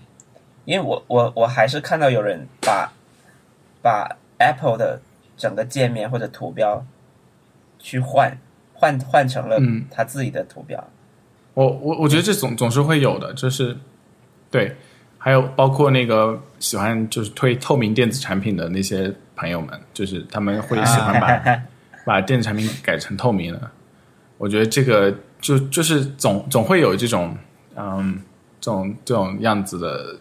[SPEAKER 1] 因为我我我还是看到有人把把 Apple 的整个界面或者图标去换换换成了
[SPEAKER 2] 嗯
[SPEAKER 1] 他自己的图标，
[SPEAKER 2] 我我我觉得这总总是会有的，就是对，还有包括那个喜欢就是推透明电子产品的那些朋友们，就是他们会喜欢把、把电子产品改成透明的。我觉得这个就就是总总会有这种嗯这种这种样子的，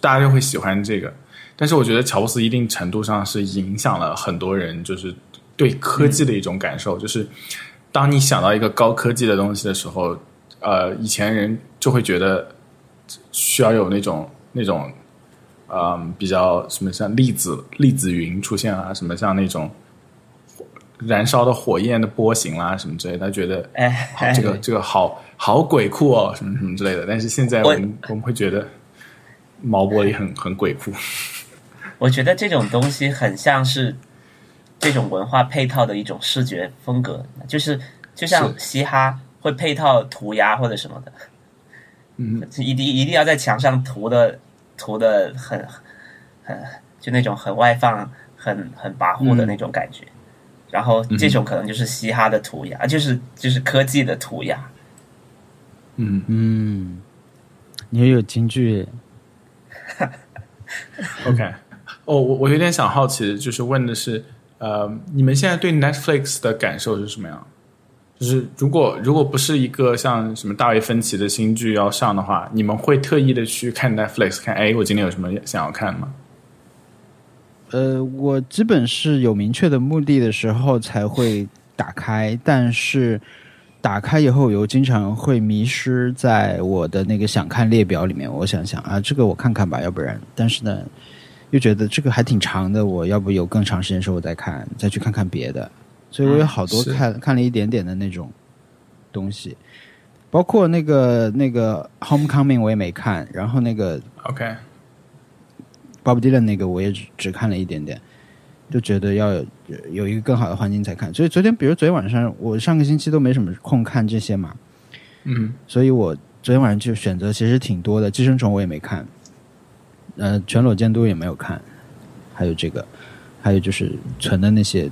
[SPEAKER 2] 大家就会喜欢这个。但是我觉得乔布斯一定程度上是影响了很多人，就是对科技的一种感
[SPEAKER 1] 嗯
[SPEAKER 2] 受，就是当你想到一个高科技的东西的时候，呃，以前人就会觉得需要有那种那种，嗯、比较什么像粒子粒子云出现啊，什么像那种燃烧的火焰的波形啦、什么之类的，他觉得
[SPEAKER 1] 哎，
[SPEAKER 2] 好这个这个好好鬼酷哦，什么什么之类的。但是现在
[SPEAKER 1] 我
[SPEAKER 2] 我们我们会觉得毛玻璃很很鬼酷，
[SPEAKER 1] 我觉得这种东西很像是这种文化配套的一种视觉风格，就是就像
[SPEAKER 2] 是
[SPEAKER 1] 嘻哈会配套涂鸦或者什么的，
[SPEAKER 2] 嗯，
[SPEAKER 1] 一定一定要在墙上涂的涂的很很就那种很外放、很很跋扈
[SPEAKER 2] 嗯
[SPEAKER 1] 的那种感觉。然后这种可能就是嘻哈的涂鸦，就是就是科技的涂鸦。
[SPEAKER 2] 嗯，
[SPEAKER 3] 嗯，你又有京剧
[SPEAKER 2] OK，哦， 我我有点想好奇，就是问的是，呃，你们现在对 Netflix 的感受是什么样？就是如果如果不是一个像什么大卫芬奇的新剧要上的话，你们会特意的去看 Netflix 看，哎，我今天有什么想要看吗？
[SPEAKER 3] 呃，我基本是有明确的目的的时候才会打开，但是打开以后有经常会迷失在我的那个想看列表里面。我想想啊，这个我看看吧，要不然，但是呢，又觉得这个还挺长的，我要不有更长时间时候我再看，再去看看别的。所以我有好多
[SPEAKER 2] 嗯是
[SPEAKER 3] 看、看了一点点的那种东西，包括那个那个《Homecoming》我也没看，然后那个
[SPEAKER 2] OK，
[SPEAKER 3] Bob Dylan 那个我也只只看了一点点，就觉得要有有一个更好的环境才看。所以昨天，比如昨天晚上，我上个星期都没什么空看这些嘛，
[SPEAKER 2] 嗯
[SPEAKER 3] 所以我昨天晚上就选择其实挺多的，《寄生虫》我也没看，呃，《全裸监督》也没有看，还有这个，还有就是存的那些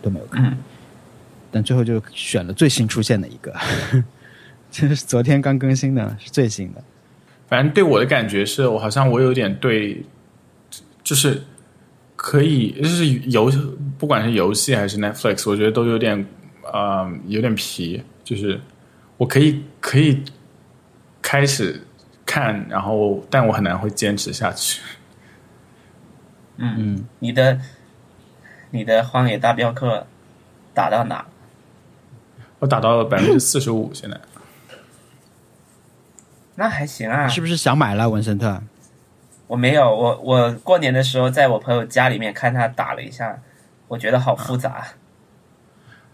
[SPEAKER 3] 都没有看，
[SPEAKER 1] 嗯
[SPEAKER 3] 但最后就选了最新出现的一个， 这是昨天刚更新的，是最新的。
[SPEAKER 2] 反正对我的感觉是我好像我有点对，就是可以就是游，不管是游戏还是 Netflix，我觉得都有点呃有点皮，就是我可以可以开始看，然后但我很难会坚持下去。
[SPEAKER 1] 你的你的《荒野大镖客》打到哪？
[SPEAKER 2] 我 打到了百分之四十五，现在
[SPEAKER 1] 那还行啊，
[SPEAKER 3] 是不是想买了文森特？
[SPEAKER 1] 我没有，我我过年的时候在我朋友家里面看他打了一下，我觉得好复杂。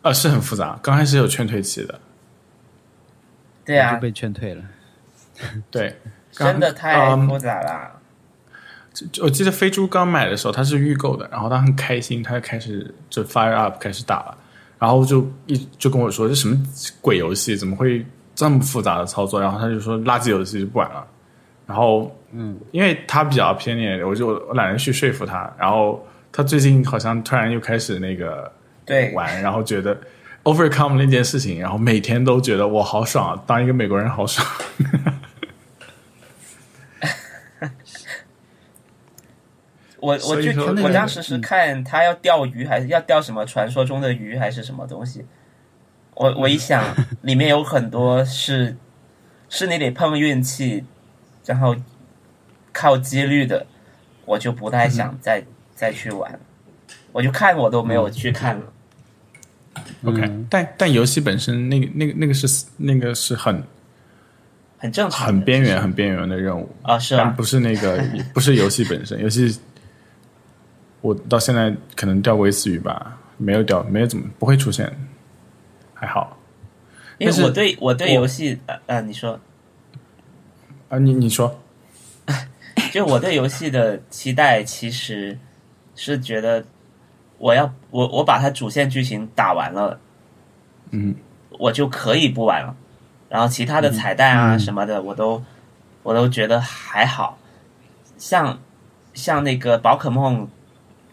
[SPEAKER 2] 啊是很复杂，刚开始有劝退期的，
[SPEAKER 1] 对
[SPEAKER 3] 我
[SPEAKER 1] 啊
[SPEAKER 3] 就，被劝退了。
[SPEAKER 2] 对，
[SPEAKER 1] 真的太
[SPEAKER 2] 刚嗯
[SPEAKER 1] 复杂了。
[SPEAKER 2] 我记得飞猪刚买的时候，它是预购的，然后他很开心，他就开始就 fire up 开始打了，然后就一就跟我说这什么鬼游戏，怎么会这么复杂的操作？然后他就说垃圾游戏就不玩了。然后嗯，因为他比较偏点，我就我懒得去说服他。然后他最近好像突然又开始那个
[SPEAKER 1] 对，
[SPEAKER 2] 玩，然后觉得， overcome 那件事情，然后每天都觉得我好爽啊，当一个美国人好爽。
[SPEAKER 1] 我
[SPEAKER 2] 所
[SPEAKER 1] 我
[SPEAKER 2] 以
[SPEAKER 1] 具体
[SPEAKER 2] 说那
[SPEAKER 1] 我
[SPEAKER 2] 个嗯
[SPEAKER 1] 当时是看他要钓鱼，还是要钓什么传说中的鱼，还是什么东西？我我一 想，里面有很多是是你得碰运气，然后靠几率的，我就不太
[SPEAKER 2] 嗯
[SPEAKER 1] 想再、再去玩，我就看我都没有去看了。
[SPEAKER 2] OK，、但
[SPEAKER 3] 嗯
[SPEAKER 2] 但游戏本身那个那个那个是那个是很
[SPEAKER 1] 很正常的，
[SPEAKER 2] 很边
[SPEAKER 1] 其
[SPEAKER 2] 缘
[SPEAKER 1] 实
[SPEAKER 2] 很边缘的任务，
[SPEAKER 1] 啊，是
[SPEAKER 2] 但
[SPEAKER 1] 啊，
[SPEAKER 2] 不是那个不是游戏本身，游戏我到现在可能钓过一次鱼吧，没有钓，没有怎么不会出现，还好
[SPEAKER 1] 因
[SPEAKER 2] 但是
[SPEAKER 1] 为我对我对
[SPEAKER 2] 我
[SPEAKER 1] 游戏，呃呃，你说，
[SPEAKER 2] 啊。你你说
[SPEAKER 1] 就我对游戏的期待，其实是觉得我要我我把它主线剧情打完了，
[SPEAKER 2] 嗯，
[SPEAKER 1] 我就可以不玩了。然后其他的彩蛋啊
[SPEAKER 3] 嗯
[SPEAKER 1] 什么的，我都我都觉得还好。像像那个宝可梦，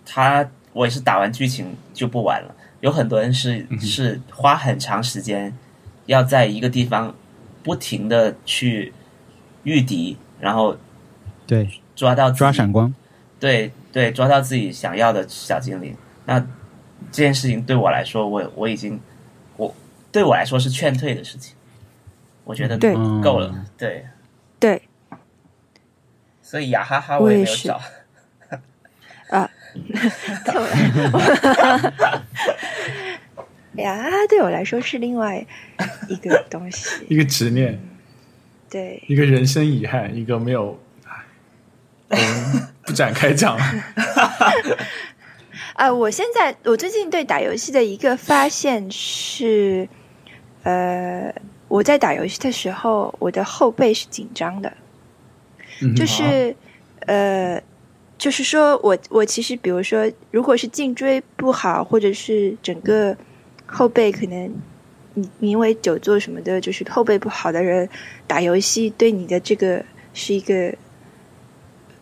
[SPEAKER 1] 它我也是打完剧情就不玩了。有很多人是
[SPEAKER 3] 嗯
[SPEAKER 1] 是花很长时间要在一个地方不停的去御敌，然后
[SPEAKER 3] 对，
[SPEAKER 1] 抓到自己
[SPEAKER 3] 抓闪光，
[SPEAKER 1] 对对，抓到自己想要的小精灵。那这件事情对我来说，我我已经我对我来说是劝退的事情，我觉得
[SPEAKER 4] 对
[SPEAKER 1] 够了。对，
[SPEAKER 4] 对，
[SPEAKER 1] 所以雅哈哈
[SPEAKER 4] 我
[SPEAKER 1] 我也
[SPEAKER 4] 也
[SPEAKER 1] 没有
[SPEAKER 4] 是
[SPEAKER 1] 找，
[SPEAKER 4] 对我来 呀，对我来说是另外一个东西。
[SPEAKER 2] 一个执念，
[SPEAKER 4] 对，
[SPEAKER 2] 一个人生遗憾，一个没有，唉我们不展开讲了。
[SPEAKER 4] 啊，我现在我最近对打游戏的一个发现是，呃，我在打游戏的时候，我的后背是紧张的，
[SPEAKER 2] 嗯
[SPEAKER 4] 就是、呃，就是说我我其实比如说，如果是颈椎不好，或者是整个后背可能你你因为久坐什么的，就是后背不好的人打游戏对你的这个是一个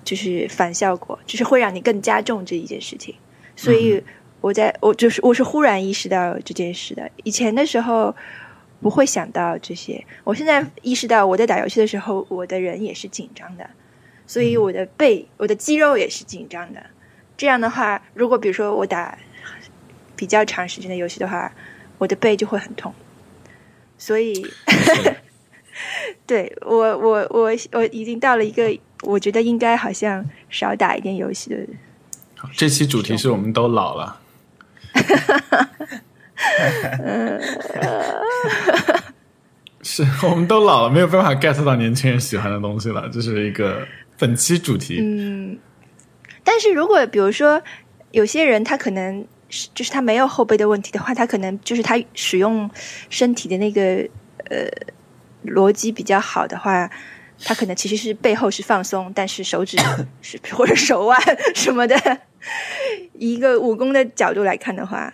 [SPEAKER 4] 就是反效果，就是会让你更加重这一件事情。所以我在、我就是我是忽然意识到这件事的，以前的时候。不会想到这些，我现在意识到我在打游戏的时候，我的人也是紧张的，所以我的背、我的肌肉也是紧张的。这样的话，如果比如说我打比较长时间的游戏的话，我的背就会很痛。所以，对我我我我已经到了一个我觉得应该好像少打一点游戏的，
[SPEAKER 2] 好这期主题是我们都老了，是我们都老了，没有办法 get 到年轻人喜欢的东西了，这是一个本期主题。
[SPEAKER 4] 嗯。但是如果比如说有些人他可能是就是他没有后背的问题的话，他可能就是他使用身体的那个呃逻辑比较好的话，他可能其实是背后是放松，但是手指是 或者手腕什么的， 以一个武功的角度来看的话，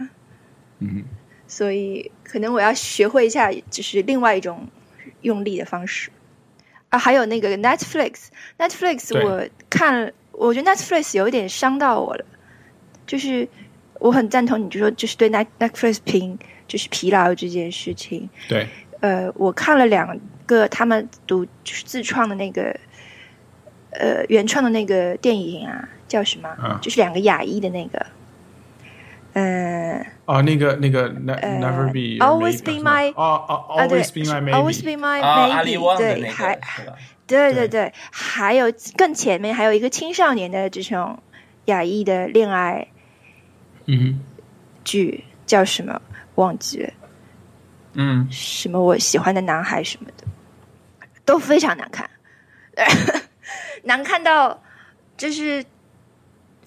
[SPEAKER 2] 嗯，
[SPEAKER 4] 所以可能我要学会一下，就是另外一种用力的方式啊。还有那个 Netflix，Netflix
[SPEAKER 2] 对
[SPEAKER 4] 我看，我觉得 Netflix 有点伤到我了，就是我很赞同你就说，就是对 Net Netflix 评就是疲劳这件事情，
[SPEAKER 2] 对，
[SPEAKER 4] 呃，我看了两个他们独就是自创的那个，呃，原创的那个电影啊，叫什么？
[SPEAKER 2] 嗯
[SPEAKER 4] 就是两个亚裔的那个，嗯、
[SPEAKER 2] 哦，那个那个，ne-
[SPEAKER 4] 呃
[SPEAKER 2] never be your
[SPEAKER 4] Always
[SPEAKER 2] maybe，
[SPEAKER 4] be my-
[SPEAKER 2] 哦哦
[SPEAKER 4] 啊对
[SPEAKER 2] ，always be my
[SPEAKER 4] Always
[SPEAKER 2] maybe，
[SPEAKER 4] Be My
[SPEAKER 1] 啊，阿里
[SPEAKER 4] Maybe，、
[SPEAKER 1] 旺的
[SPEAKER 4] 对，
[SPEAKER 1] 那
[SPEAKER 4] 还
[SPEAKER 1] 个是吧？
[SPEAKER 4] 对
[SPEAKER 2] 对
[SPEAKER 4] 对对，还有更前面还有一个青少年的这种亚裔的恋爱
[SPEAKER 2] 嗯
[SPEAKER 4] 剧，叫什么忘记了？
[SPEAKER 1] 嗯，
[SPEAKER 4] 什么我喜欢的男孩什么的，都非常难看， 难看到就是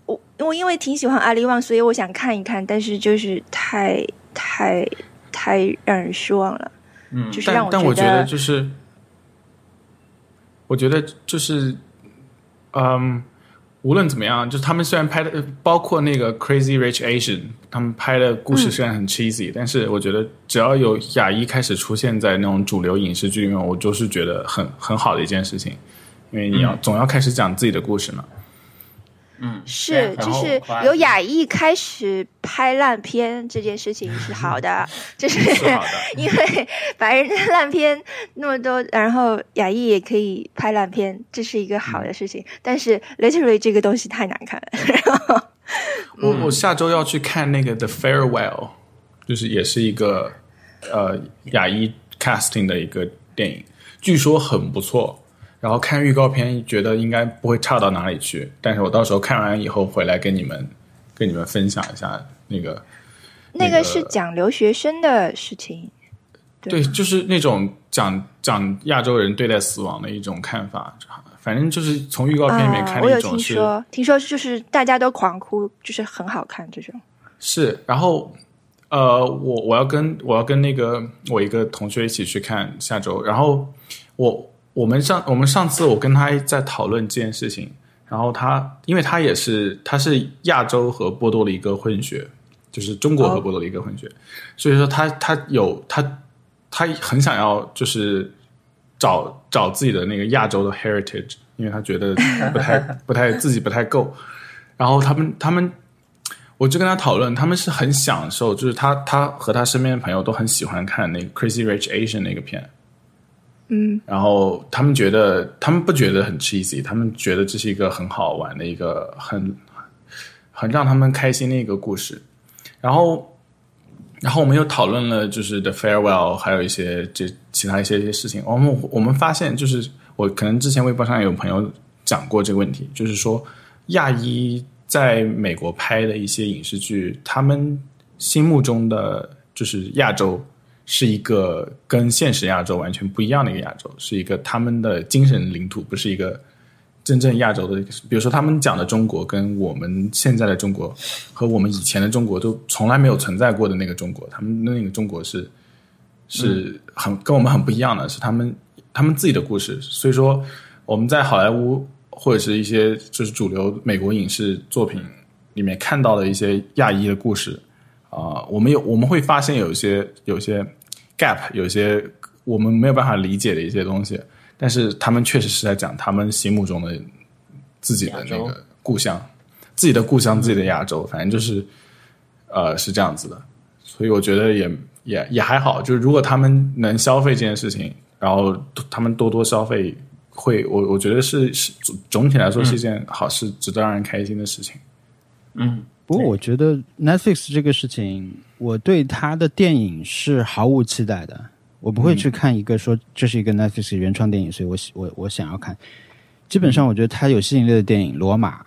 [SPEAKER 4] 我我因为挺喜欢阿里旺，所以我想看一看，但是就是太太太让人失望了，
[SPEAKER 1] 嗯
[SPEAKER 4] 就是让
[SPEAKER 2] 但但
[SPEAKER 4] 我
[SPEAKER 2] 我
[SPEAKER 4] 觉
[SPEAKER 2] 觉得就是，我觉得就是，嗯，无论怎么样，就是他们虽然拍的，呃包括那个 Crazy Rich Asian，他们拍的故事虽然很 cheesy，、但是我觉得只要有亚裔开始出现在那种主流影视剧里面，我就是觉得很很好的一件事情，因为你要、
[SPEAKER 1] 嗯
[SPEAKER 2] 总要开始讲自己的故事嘛。
[SPEAKER 1] 嗯，
[SPEAKER 4] 是，
[SPEAKER 1] 对然
[SPEAKER 4] 就
[SPEAKER 1] 后
[SPEAKER 4] 是
[SPEAKER 1] 夸
[SPEAKER 4] 由亚裔开始拍烂片这件事情是 好的，就是
[SPEAKER 2] 是好的
[SPEAKER 4] 因为白人的烂片那么多，然后亚裔也可以拍烂片，这是一个好
[SPEAKER 2] 嗯
[SPEAKER 4] 的事情。但是 literally 这个东西太难看了， 然后
[SPEAKER 2] 我
[SPEAKER 4] 嗯
[SPEAKER 2] 我下周要去看那个《The Farewell》，就是也是一个呃亚裔 casting 的一个电影，据说很不错。然后看预告片，觉得应该不会差到哪里去。但是我到时候看完以后回来跟你们跟你们分享一下那个
[SPEAKER 4] 那
[SPEAKER 2] 个
[SPEAKER 4] 个是讲留学生的事情。
[SPEAKER 2] 对，就是那种讲讲亚洲人对待死亡的一种看法。反正就是从预告片里面
[SPEAKER 4] 啊，
[SPEAKER 2] 看
[SPEAKER 4] 我
[SPEAKER 2] 的
[SPEAKER 4] 有
[SPEAKER 2] 一
[SPEAKER 4] 听
[SPEAKER 2] 种是、
[SPEAKER 4] 说，听说就是大家都狂哭，就是很好看这种。
[SPEAKER 2] 是，然后呃，我我要跟我要跟那个我一个同学一起去看下周，然后我我们上我们上次我跟他在讨论这件事情，然后他因为他也是他是亚洲和波多黎各混血，就是中国和波多黎各混血，所以说他他有他他很想要就是找找自己的那个亚洲的 heritage，因为他觉得不太不太自己不太够，然后他们他们我就跟他讨论，他们是很享受，就是他他和他身边的朋友都很喜欢看那个《Crazy Rich Asian》那个片，
[SPEAKER 4] 嗯，
[SPEAKER 2] 然后他们觉得他们不觉得很 cheesy，他们觉得这是一个很好玩的一个很很让他们开心的一个故事。然后，然后我们又讨论了就是《The Farewell》，还有一些这其他一些一些事情。我们我们发现就是我可能之前微博上有朋友讲过这个问题，就是说亚裔在美国拍的一些影视剧，他们心目中的就是亚洲是一个跟现实亚洲完全不一样的一个亚洲，是一个他们的精神领土，不是一个真正亚洲的。比如说，他们讲的中国跟我们现在的中国和我们以前的中国都从来没有存在过的那个中国，他们的那个中国是是很跟我们很不一样的，是他们他们自己的故事。所以说，我们在好莱坞或者是一些就是主流美国影视作品里面看到的一些亚裔的故事。啊、我们有我们会发现有一些有一些 gap，有一些我们没有办法理解的一些东西，但是他们确实是在讲他们心目中的自己的那
[SPEAKER 1] 亚洲
[SPEAKER 2] 个故乡，自己的故乡，自己的亚洲，反正就是呃是这样子的，所以我觉得也也也还好，就是如果他们能消费这件事情，然后多他们多多消费。会，我我觉得是是总总体来说是一件好事，值得让人开心的事情。
[SPEAKER 1] 嗯，
[SPEAKER 3] 不过我觉得 Netflix 这个事情，我对它的电影是毫无期待的。我不会去看一个说这是一个 Netflix 原创电影，所以我喜我我想要看。基本上，我觉得它有吸引力的电影，《罗马》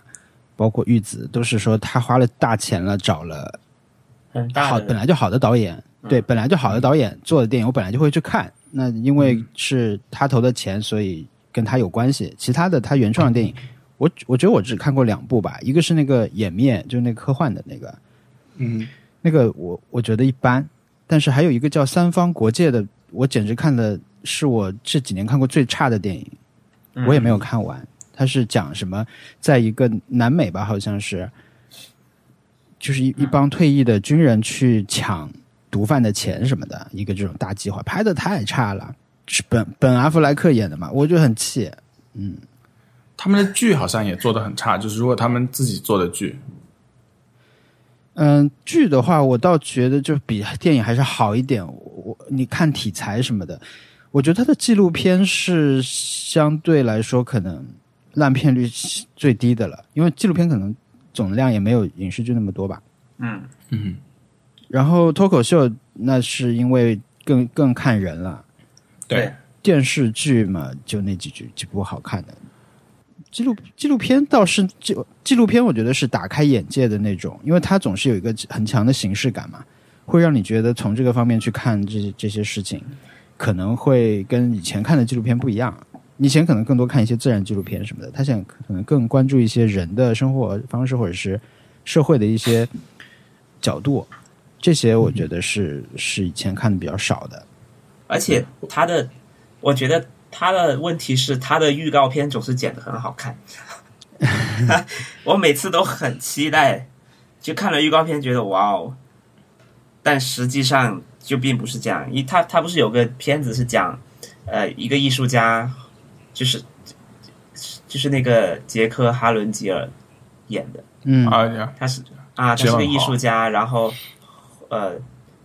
[SPEAKER 3] 包括《玉子》，都是说他花了大钱了，找了
[SPEAKER 1] 很大
[SPEAKER 3] 好
[SPEAKER 1] 的嗯
[SPEAKER 3] 本来就好的导演，对，本来就好的导演做的电影，我本来就会去看。那
[SPEAKER 1] 嗯
[SPEAKER 3] 因为是他投的钱，所以跟他有关系。其他的他原创的电影，
[SPEAKER 1] 嗯
[SPEAKER 3] 我我觉得我只看过两部吧，一个是那个《掩面》，就是那个科幻的那个，
[SPEAKER 2] 嗯，
[SPEAKER 3] 那个我我觉得一般。但是还有一个叫《三方国界》的，我简直看的是我这几年看过最差的电影，
[SPEAKER 1] 嗯
[SPEAKER 3] 我也没有看完。它是讲什么？在一个南美吧，好像是，就是一一帮退役的军人去抢毒贩的钱什么的，一个这种大计划，拍的太差了。是本本阿弗莱克演的嘛，我就很气。
[SPEAKER 2] 他们的剧好像也做的很差，就是如果他们自己做的剧，
[SPEAKER 3] 嗯，剧的话，我倒觉得就比电影还是好一点。我你看题材什么的，我觉得它的纪录片是相对来说可能烂片率最低的了，因为纪录片可能总量也没有影视剧那么多吧。
[SPEAKER 1] 嗯
[SPEAKER 2] 嗯，
[SPEAKER 3] 然后脱口秀那是因为更更看人了，
[SPEAKER 1] 对，
[SPEAKER 3] 电视剧嘛就那几剧几部好看的。纪录纪录片倒是纪纪录片，我觉得是打开眼界的那种，因为它总是有一个很强的形式感嘛，会让你觉得从这个方面去看这些这些事情，可能会跟以前看的纪录片不一样。以前可能更多看一些自然纪录片什么的，他现在可能更关注一些人的生活方式或者是社会的一些角度，这些我觉得是是以前看的比较少的。
[SPEAKER 1] 而且他的，我觉得他的问题是他的预告片总是剪得很好看，我每次都很期待，就看了预告片觉得哇哦，但实际上就并不是这样。一他他不是有个片子是讲，呃，一个艺术家，就是就是那个杰克哈伦吉尔，演的，
[SPEAKER 3] 嗯
[SPEAKER 2] 啊呀，
[SPEAKER 1] 他是啊，他是个艺术家，然后呃，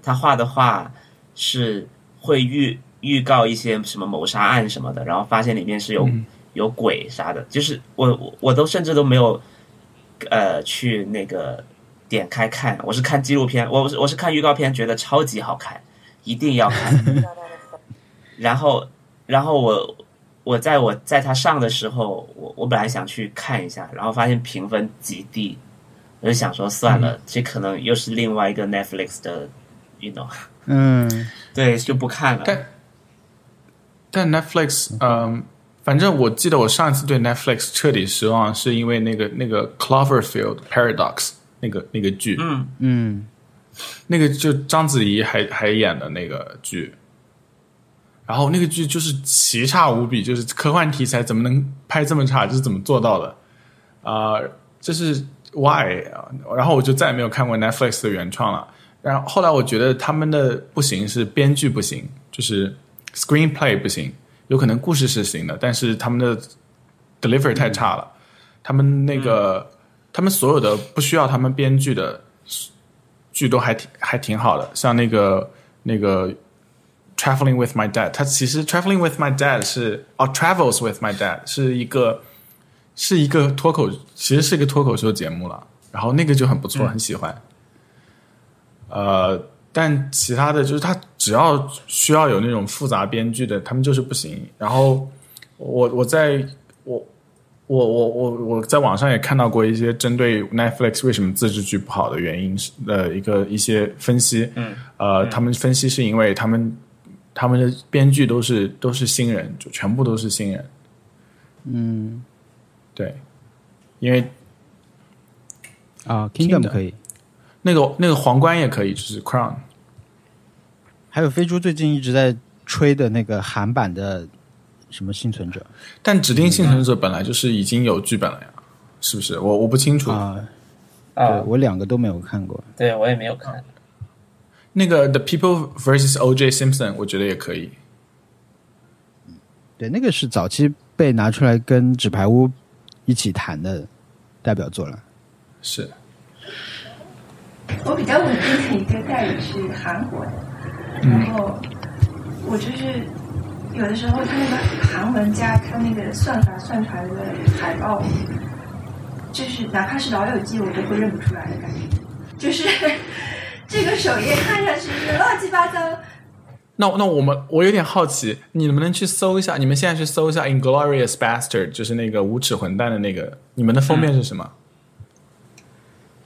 [SPEAKER 1] 他画的画是会预预告一些什么谋杀案什么的，然后发现里面是有、有鬼啥的，就是我我我都甚至都没有呃去那个点开看，我是看纪录片，我是我是看预告片，觉得超级好看，一定要 看，然后然后我。我在我在他上的时候，我我本来想去看一下，然后发现评分极低，我就想说算
[SPEAKER 3] 嗯
[SPEAKER 1] 了，这可能又是另外一个 Netflix 的，you know，
[SPEAKER 3] 嗯
[SPEAKER 1] 对，就不看了。
[SPEAKER 2] 但但 Netflix，嗯、反正我记得我上一次对 Netflix 彻底失望，是因为那个那个 Cloverfield Paradox 那个那个剧，
[SPEAKER 1] 嗯，
[SPEAKER 3] 嗯
[SPEAKER 2] 那个就章子怡还还演的那个剧，然后那个剧就是奇差无比，就是科幻题材怎么能拍这么差？这是怎么做到的？啊、这是 why 啊？然后我就再也没有看过 Netflix 的原创了。然后后来我觉得他们的不行是编剧不行，就是 screenplay 不行，有可能故事是行的，但是他们的 deliver 太差了。他们那个，他们所有的不需要他们编剧的剧都还挺还挺好的，像那个那个 Traveling with My Dad，它其实 Traveling with My Dad 是哦 Travels with My Dad 是一个是一个脱口，其实是一个脱口秀节目了，然后那个就很不错，很喜欢。呃，但其他的就是他只要需要有那种复杂编剧的，他们就是不行。然后我我在我我我我我在网上也看到过一些针对 Netflix 为什么自制剧不好的原因是呃一个一些分析，嗯，呃，他们分析是因为他们他们的编剧都是都是新人，就全部都是新人，
[SPEAKER 3] 嗯
[SPEAKER 2] 对，因为
[SPEAKER 3] 啊
[SPEAKER 2] 听
[SPEAKER 3] ，Kingdom
[SPEAKER 2] 的
[SPEAKER 3] 可以。
[SPEAKER 2] 那个那个皇冠也可以，就是 Crown，
[SPEAKER 3] 还有飞猪最近一直在吹的那个韩版的什么幸存者
[SPEAKER 2] 但指定幸存者本来就是已经有剧本了呀，是不是？我我不清楚。
[SPEAKER 3] 啊、对
[SPEAKER 1] 啊，
[SPEAKER 3] 我两个都没有看过。
[SPEAKER 1] 对我也没有看。
[SPEAKER 2] 那个 The People vs O.J. Simpson，我觉得也可以。
[SPEAKER 3] 对，那个是早期被拿出来跟纸牌屋一起谈的代表作了。
[SPEAKER 2] 是，
[SPEAKER 5] 我比较稳定的一个待遇是韩国的，然后我就是有的时候他那个韩文加他那个算法算出来的海报，就是哪怕是老友记我都会认不出来的感觉，就是 这个首页看上去是乱七八糟。
[SPEAKER 2] 那那我们我有点好奇，你能不能去搜一下？你们现在去搜一下《Inglorious Bastard》，就是那个无耻混蛋的那个，你们的封面是什么？
[SPEAKER 3] 嗯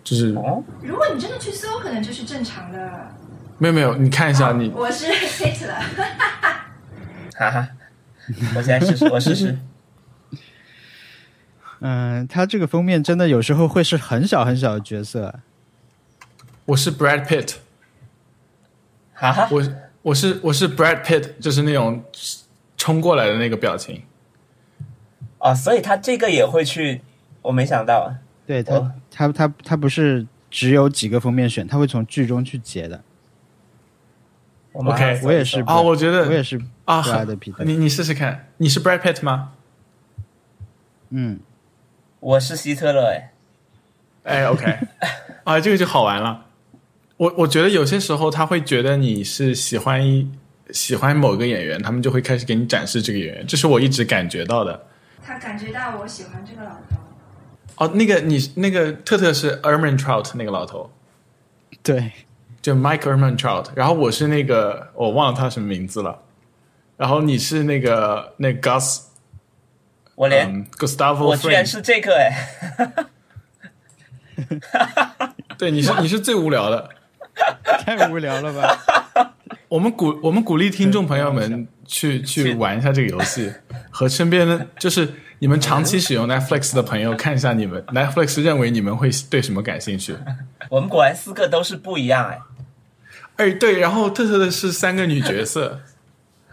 [SPEAKER 2] 就是
[SPEAKER 1] 哦，
[SPEAKER 5] 如果你真的去搜，可能就是正常的。
[SPEAKER 2] 没有没有，你看一
[SPEAKER 3] 啊
[SPEAKER 2] 下你
[SPEAKER 5] 我是 hit 了，
[SPEAKER 1] 哈哈，我现在 试试，我试试。
[SPEAKER 3] 嗯、他这个封面真的有时候会是很小很小的角色，
[SPEAKER 2] 我是 Brad Pitt，
[SPEAKER 1] 哈哈，
[SPEAKER 2] 我我是我是 Brad Pitt，就是那种冲过来的那个表情。
[SPEAKER 1] 哦，所以他这个也会去，我没想到。
[SPEAKER 3] 对他、
[SPEAKER 1] 哦
[SPEAKER 3] 他他他不是只有几个封面选，他会从剧中去截的。
[SPEAKER 1] 我马上搜
[SPEAKER 2] OK，
[SPEAKER 1] 一搜
[SPEAKER 3] 我也是
[SPEAKER 2] 啊、我觉得
[SPEAKER 3] 我也是
[SPEAKER 2] 啊，
[SPEAKER 3] 布拉德皮特
[SPEAKER 2] 你你试试看，你是 Brad Pitt 吗？
[SPEAKER 3] 嗯，
[SPEAKER 1] 我是希特勒哎，
[SPEAKER 2] 哎，OK，啊，这个就好玩了。我我觉得有些时候他会觉得你是喜欢一喜欢某个演员，他们就会开始给你展示这个演员，这是我一直感觉到的。
[SPEAKER 5] 他感觉到我喜欢这个老头。
[SPEAKER 2] 哦，那个你那个特特是 Erman Trout 那个老头，
[SPEAKER 3] 对，
[SPEAKER 2] 就 Mike Erman Trout，然后我是那个我忘了他什么名字了，然后你是那个那 Gus，
[SPEAKER 1] 我连、
[SPEAKER 2] 嗯，Gustavo
[SPEAKER 1] 哎我居然
[SPEAKER 2] Fring，
[SPEAKER 1] 是这个哎，
[SPEAKER 2] 对，你是你是最无聊的。
[SPEAKER 3] 太无聊了吧？
[SPEAKER 2] 我们鼓我们鼓励听众朋友们去去玩一下这个游 戏，和身边的就是你们长期使用 Netflix 的朋友看一下你们 Netflix 认为你们会对什么感兴趣。
[SPEAKER 1] 我们果然四个都是不一样哎。
[SPEAKER 2] 哎，对，然后特特的是三个女角色，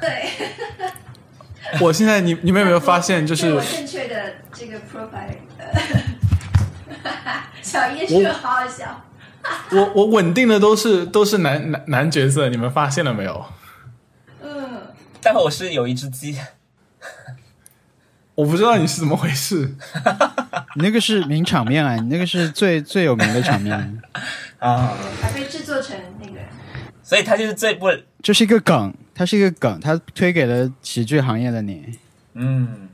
[SPEAKER 5] 对，
[SPEAKER 2] 我现在你你们有没有发现，就是
[SPEAKER 5] 对我正确的这个 profile，呃 小叶是
[SPEAKER 2] 我
[SPEAKER 5] 好好笑。
[SPEAKER 2] 我我稳定的都是都是男男男角色，你们发现了没有？
[SPEAKER 5] 嗯，
[SPEAKER 1] 但我是有一只鸡，
[SPEAKER 2] 我不知道你是怎么回事，
[SPEAKER 3] 你那个是名场面啊，你那个是最最有名的场面，
[SPEAKER 1] 啊，
[SPEAKER 5] 还被制作成那个
[SPEAKER 1] 所以他就是最不
[SPEAKER 3] 这是一个梗，它是一个梗，它推给了喜剧行业的你。
[SPEAKER 1] 嗯，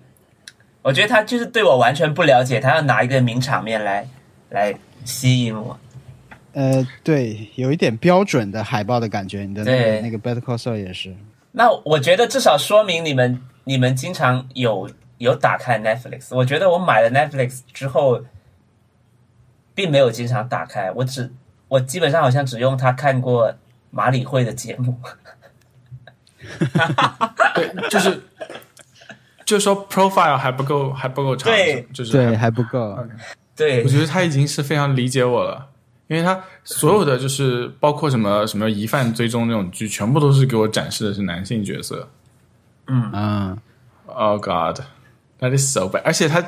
[SPEAKER 1] 我觉得他就是对我完全不了解，他要拿一个名场面来来吸引我。
[SPEAKER 3] 呃，对，有一点标准的海报的感觉，你的那个
[SPEAKER 1] 对
[SPEAKER 3] 那个 Better Call Saul 也是。
[SPEAKER 1] 那我觉得至少说明你们你们经常有有打开 Netflix。我觉得我买了 Netflix 之后，并没有经常打开，我只我基本上好像只用它看过马里会的节目。
[SPEAKER 2] 对，就是就说 profile 还不够，还不够长，
[SPEAKER 1] 对
[SPEAKER 2] 就就是
[SPEAKER 3] 对，
[SPEAKER 2] 还
[SPEAKER 3] 还不够。
[SPEAKER 1] 对
[SPEAKER 2] 我，觉得他已经是非常理解我了，因为他所有的就是包括什么什么疑犯追踪那种剧，全部都是给我展示的是男性角色。
[SPEAKER 3] 啊，
[SPEAKER 2] Oh God，that is so bad！而且他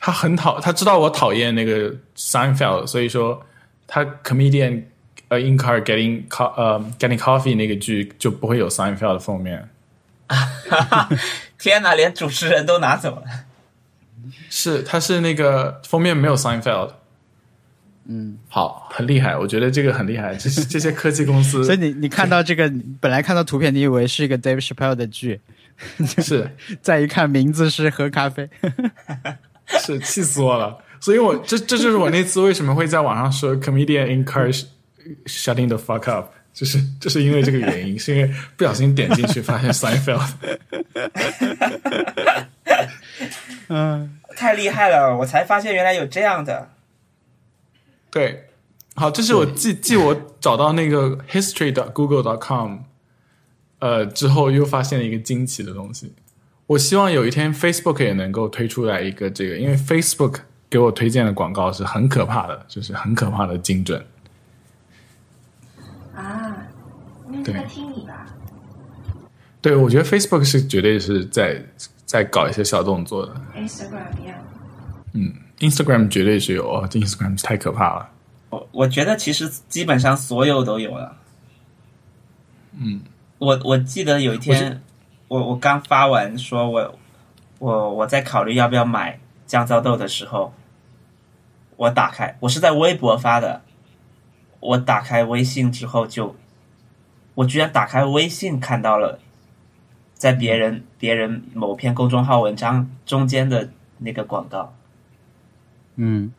[SPEAKER 2] 他很讨，他知道我讨厌那个 Seinfeld，所以说他 comedian 呃 in car getting co 呃 getting coffee 那个剧就不会有 Seinfeld 的封面。
[SPEAKER 1] 天哪，连主持人都拿走了。
[SPEAKER 2] 是，它是那个封面没有 Seinfeld。嗯，好，很厉害，我觉得这个很厉害。这是这些科技公司
[SPEAKER 3] 所以你你看到这个，本来看到图片，你以为是一个 Dave Chappelle 的剧，
[SPEAKER 2] 是
[SPEAKER 3] 再一看名字是喝咖啡。
[SPEAKER 2] 是气死我了。所以我这这就是我那次为什么会在网上说 comedian encourage shutting the fuck up，就是就是因为这个原因，是因为不小心点进去发现 Seinfeld。
[SPEAKER 3] 嗯，
[SPEAKER 1] 太厉害了！我才发现原来有这样的。
[SPEAKER 2] 对，好，这是我继继我找到那个 history 的 google dot com，呃，之后又发现了一个惊奇的东西。我希望有一天 Facebook 也能够推出来一个这个，因为 Facebook 给我推荐的广告是很可怕的，就是很可怕的精准。
[SPEAKER 5] 啊，那是
[SPEAKER 2] 对
[SPEAKER 5] 在听你吧？
[SPEAKER 2] 对，我觉得 Facebook 是绝对是在在搞一些小动作的
[SPEAKER 5] Instagram 一样。
[SPEAKER 2] ，Instagram 绝对是有哦，这 Instagram 太可怕了。
[SPEAKER 1] 我我觉得其实基本上所有都有了。嗯，我我记得有一天，我我刚发完说我我我在考虑要不要买降噪豆的时候，我打开，我是在微博发的，我打开微信之后就，我居然打开微信看到了，在别人别人某篇公众号文章中间的那个广告，
[SPEAKER 3] 嗯，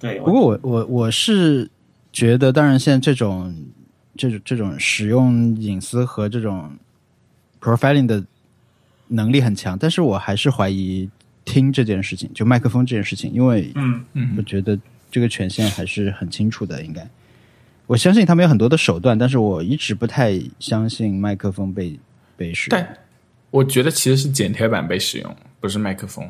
[SPEAKER 1] 对，我
[SPEAKER 3] 不过我我我是觉得，当然现在这种这种这种使用隐私和这种 profiling 的能力很强，但是我还是怀疑听这件事情，就麦克风这件事情，因为
[SPEAKER 1] 嗯。
[SPEAKER 3] 我觉得这个权限还是很清楚的，应该。我相信他们有很多的手段，但是我一直不太相信麦克风被被使用。
[SPEAKER 2] 但我觉得其实是剪贴板被使用，不是麦克风。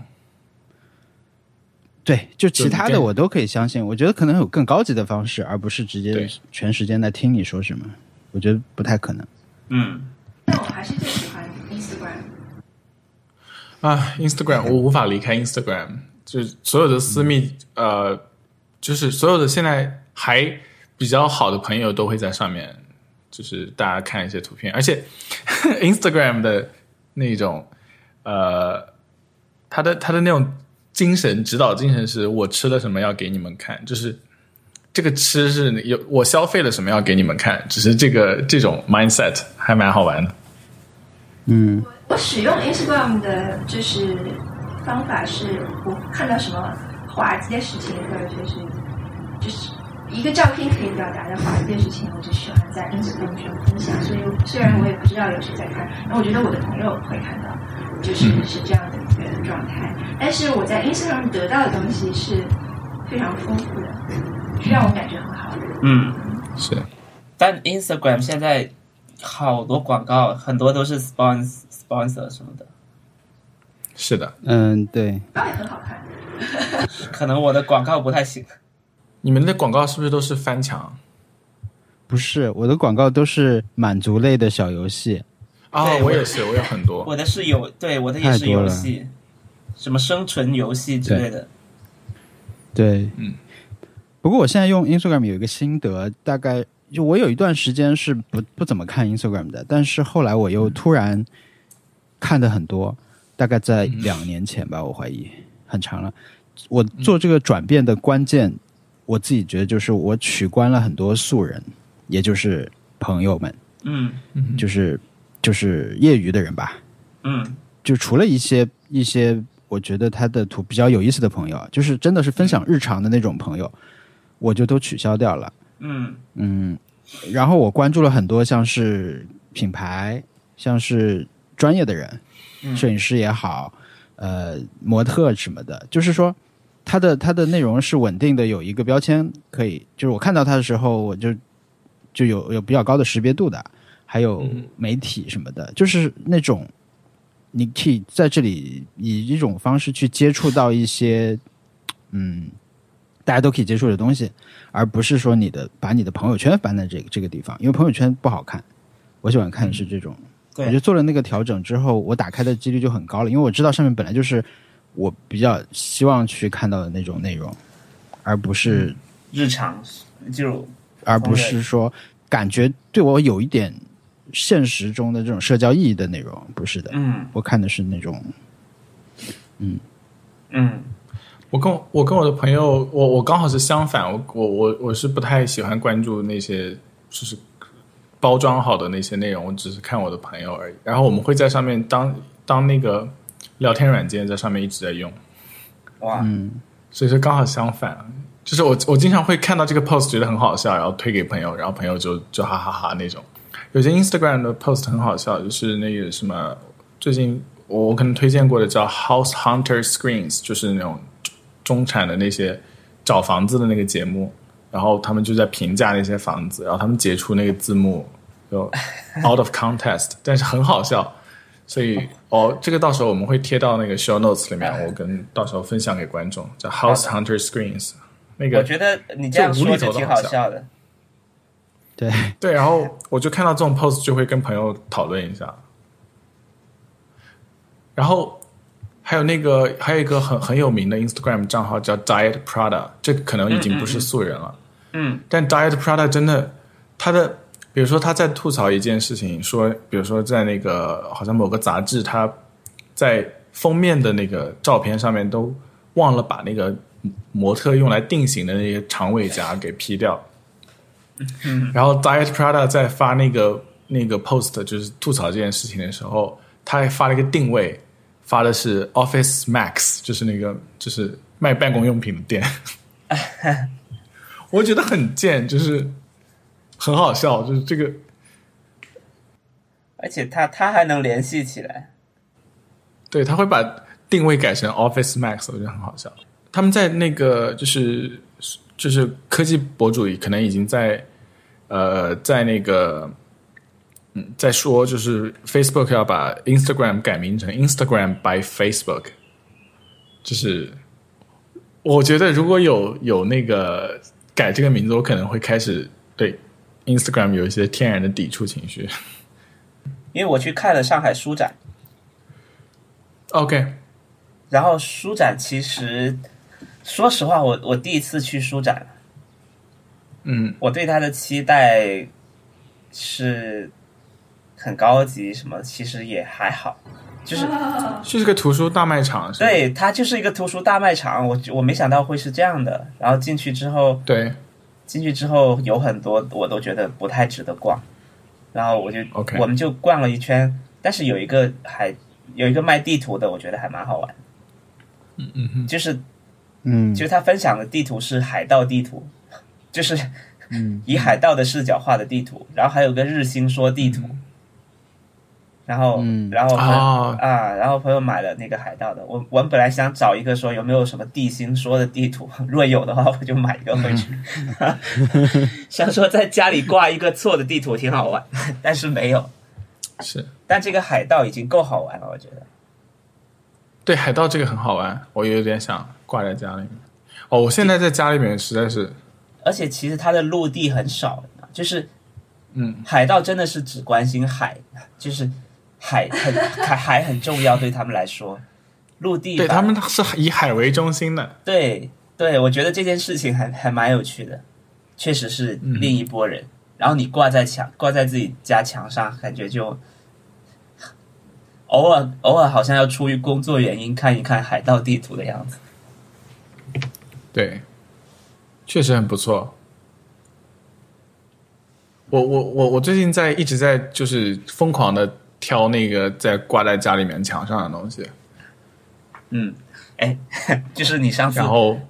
[SPEAKER 3] 对，就其他
[SPEAKER 2] 就
[SPEAKER 3] 的
[SPEAKER 2] 你
[SPEAKER 3] 我都可以相信。我觉得可能有更高级的方式，而不是直接
[SPEAKER 2] 对
[SPEAKER 3] 全时间在听你说什么。我觉得不太可能。
[SPEAKER 1] 嗯，
[SPEAKER 5] 但我还是最喜欢 Instagram。
[SPEAKER 2] 啊，Instagram 我无法离开 Instagram，就是所有的私密、呃，就是所有的现在还比较好的朋友都会在上面，就是大家看一些图片，而且 Instagram 的那种呃，他的他的那种精神指导精神是我吃了什么要给你们看，就是。这个吃是有我消费了什么要给你们看，只是这个这种 mindset 还蛮好玩的。
[SPEAKER 3] 嗯
[SPEAKER 5] 我使用 Instagram 的就是方法是，我看到什么滑稽的事情，或者就是就是一个照片可以表达的滑稽的事情，我就喜欢在 Instagram 上分享。所以我虽然我也不知道有谁在看，然后我觉得我的朋友会看到，就是是这样的一个状态。但是我在 Instagram 得到的东西是非常丰富的，是让我感觉很好的。
[SPEAKER 1] 嗯，
[SPEAKER 2] 是，
[SPEAKER 1] 但 Instagram 现在好多广告，很多都是 spons sponsor 什么的，
[SPEAKER 2] 是的，
[SPEAKER 3] 嗯，对，
[SPEAKER 5] 然后也很好看。
[SPEAKER 1] 可能我的广告不太行。
[SPEAKER 2] 你们的广告是不是都是翻墙？
[SPEAKER 3] 不是我的广告都是满足类的小游戏。
[SPEAKER 2] 啊、
[SPEAKER 1] 对
[SPEAKER 2] 我
[SPEAKER 1] 我
[SPEAKER 2] 也是，我有很多。
[SPEAKER 1] 我的是游，对我的也是
[SPEAKER 3] 太多
[SPEAKER 1] 游
[SPEAKER 3] 了
[SPEAKER 1] 戏，什么生存游戏之类的。
[SPEAKER 3] 对，
[SPEAKER 2] 嗯。
[SPEAKER 3] 不过我现在用 Instagram 有一个心得，大概就我有一段时间是不不怎么看 Instagram 的，但是后来我又突然看的很多，大概在两年前吧，我怀疑。很长了。我做这个转变的关键，我自己觉得就是我取关了很多素人，也就是朋友们，
[SPEAKER 1] 嗯
[SPEAKER 3] 就是就是业余的人吧。
[SPEAKER 1] 嗯
[SPEAKER 3] 就除了一些一些，我觉得他的图比较有意思的朋友，啊就是真的是分享日常的那种朋友，我就都取消掉了。
[SPEAKER 1] 嗯
[SPEAKER 3] 嗯，然后我关注了很多像是品牌，像是专业的人，
[SPEAKER 1] 嗯
[SPEAKER 3] 摄影师也好，呃，模特什么的，就是说。它的它的内容是稳定的，有一个标签可以，就是我看到它的时候，我就就有有比较高的识别度的，还有
[SPEAKER 2] 嗯
[SPEAKER 3] 媒体什么的，就是那种你可以在这里以一种方式去接触到一些嗯大家都可以接触的东西，而不是说你的把你的朋友圈搬在这个这个地方，因为朋友圈不好看。我喜欢看是这种，
[SPEAKER 1] 嗯对
[SPEAKER 3] 我觉得做了那个调整之后，我打开的几率就很高了，因为我知道上面本来就是我比较希望去看到的那种内容，而不是、
[SPEAKER 1] 嗯日常就
[SPEAKER 3] 而不是说感觉对我有一点现实中的这种社交意义的内容，不是的，
[SPEAKER 1] 嗯
[SPEAKER 3] 我看的是那种
[SPEAKER 1] 嗯
[SPEAKER 2] 我跟我我跟我的朋友，我我刚好是相反，我我我我是不太喜欢关注那些就是包装好的那些内容，我只是看我的朋友而已。然后我们会在上面当当那个聊天软件在上面一直在用，
[SPEAKER 1] 哇
[SPEAKER 3] 嗯
[SPEAKER 2] 所以说刚好相反，就是我我经常会看到这个 post 觉得很好笑，然后推给朋友，然后朋友就就哈哈哈那种。有些 Instagram 的 post 很好笑，就是那个什么，最近我我可能推荐过的叫 House Hunter Screens，就是那种中产的那些找房子的那个节目，然后他们就在评价那些房子，然后他们截出那个字幕就 out of context，但是 很好笑。所以哦，这个到时候我们会贴到那个 show notes 里面，我跟到时候分享给观众，叫 House Hunter Screens。那个
[SPEAKER 1] 我觉得你这样说就挺好笑的。
[SPEAKER 3] 对，
[SPEAKER 2] 对，然后我就看到这种 post 就会跟朋友讨论一下。然后还有那个还有一个很很有名的 Instagram 账号叫 Diet Prada，这个可能已经不是素人了。
[SPEAKER 1] 嗯
[SPEAKER 2] 但 Diet Prada 真的，他的比如说他在吐槽一件事情，说比如说在那个好像某个杂志，他在封面的那个照片上面都忘了把那个模特用来定型的那些长尾夹给 P 掉。然后 Diet Prada 在发那个那个 post 就是吐槽这件事情的时候，他还发了一个定位，发的是 Office Max，就是那个就是卖办公用品的店。我觉得很贱，就是很好笑，就是这个
[SPEAKER 1] 而且他他还能联系起来，
[SPEAKER 2] 对他会把定位改成 Office Max，我觉得很好笑。他们在那个就是就是科技博主可能已经在呃在那个嗯在说，就是 Facebook 要把 Instagram 改名成 Instagram by Facebook，就是我觉得如果有有那个改这个名字，我可能会开始对 Instagram 有一些天然的抵触情绪。
[SPEAKER 1] 因为我去看了上海书展，
[SPEAKER 2] OK，
[SPEAKER 1] 然后书展其实说实话，我我第一次去书展，
[SPEAKER 2] 嗯。
[SPEAKER 1] 我对他的期待是很高级，什么其实也还好，就是
[SPEAKER 2] 就是个图书大卖场，是吧
[SPEAKER 1] 对它就是一个图书大卖场，我我没想到会是这样的。然后进去之后，
[SPEAKER 2] 对
[SPEAKER 1] 进去之后有很多我都觉得不太值得逛，然后我就
[SPEAKER 2] OK
[SPEAKER 1] 我们就逛了一圈，但是有一个还有一个卖地图的，我觉得还蛮好玩，
[SPEAKER 2] 嗯哼，
[SPEAKER 1] 就是
[SPEAKER 3] 嗯
[SPEAKER 1] 就是他分享的地图是海盗地图，就是
[SPEAKER 3] 嗯
[SPEAKER 1] 以海盗的视角画的地图，然后还有个日心说地图，然后、
[SPEAKER 3] 嗯
[SPEAKER 1] 然后朋友
[SPEAKER 2] 啊，
[SPEAKER 1] 啊，然后朋友买了那个海盗的，我我本来想找一个说有没有什么地心说的地图，如果有的话我就买一个回去， 想说在家里挂一个错的地图挺好玩，但是没有，
[SPEAKER 2] 是
[SPEAKER 1] 但这个海盗已经够好玩了，我觉得，
[SPEAKER 2] 对海盗这个很好玩，我有点想挂在家里面。哦，我现在在家里面实在是，
[SPEAKER 1] 而且其实它的陆地很少，就是
[SPEAKER 2] 嗯，
[SPEAKER 1] 海盗真的是只关心海，就是海很 海海很重要对他们来说，陆地
[SPEAKER 2] 对
[SPEAKER 1] 吧
[SPEAKER 2] 他们是以海为中心的，
[SPEAKER 1] 对对，我觉得这件事情还还蛮有趣的，确实是另一波
[SPEAKER 2] 嗯
[SPEAKER 1] 人。然后你挂在墙，挂在自己家墙上，感觉就偶尔偶尔好像要出于工作原因看一看海盗地图的样子。
[SPEAKER 2] 对，确实很不错。我我我我最近在一直在就是疯狂的挑那个在挂在家里面墙上的东西，
[SPEAKER 1] 嗯，哎，就是你上次
[SPEAKER 2] 然后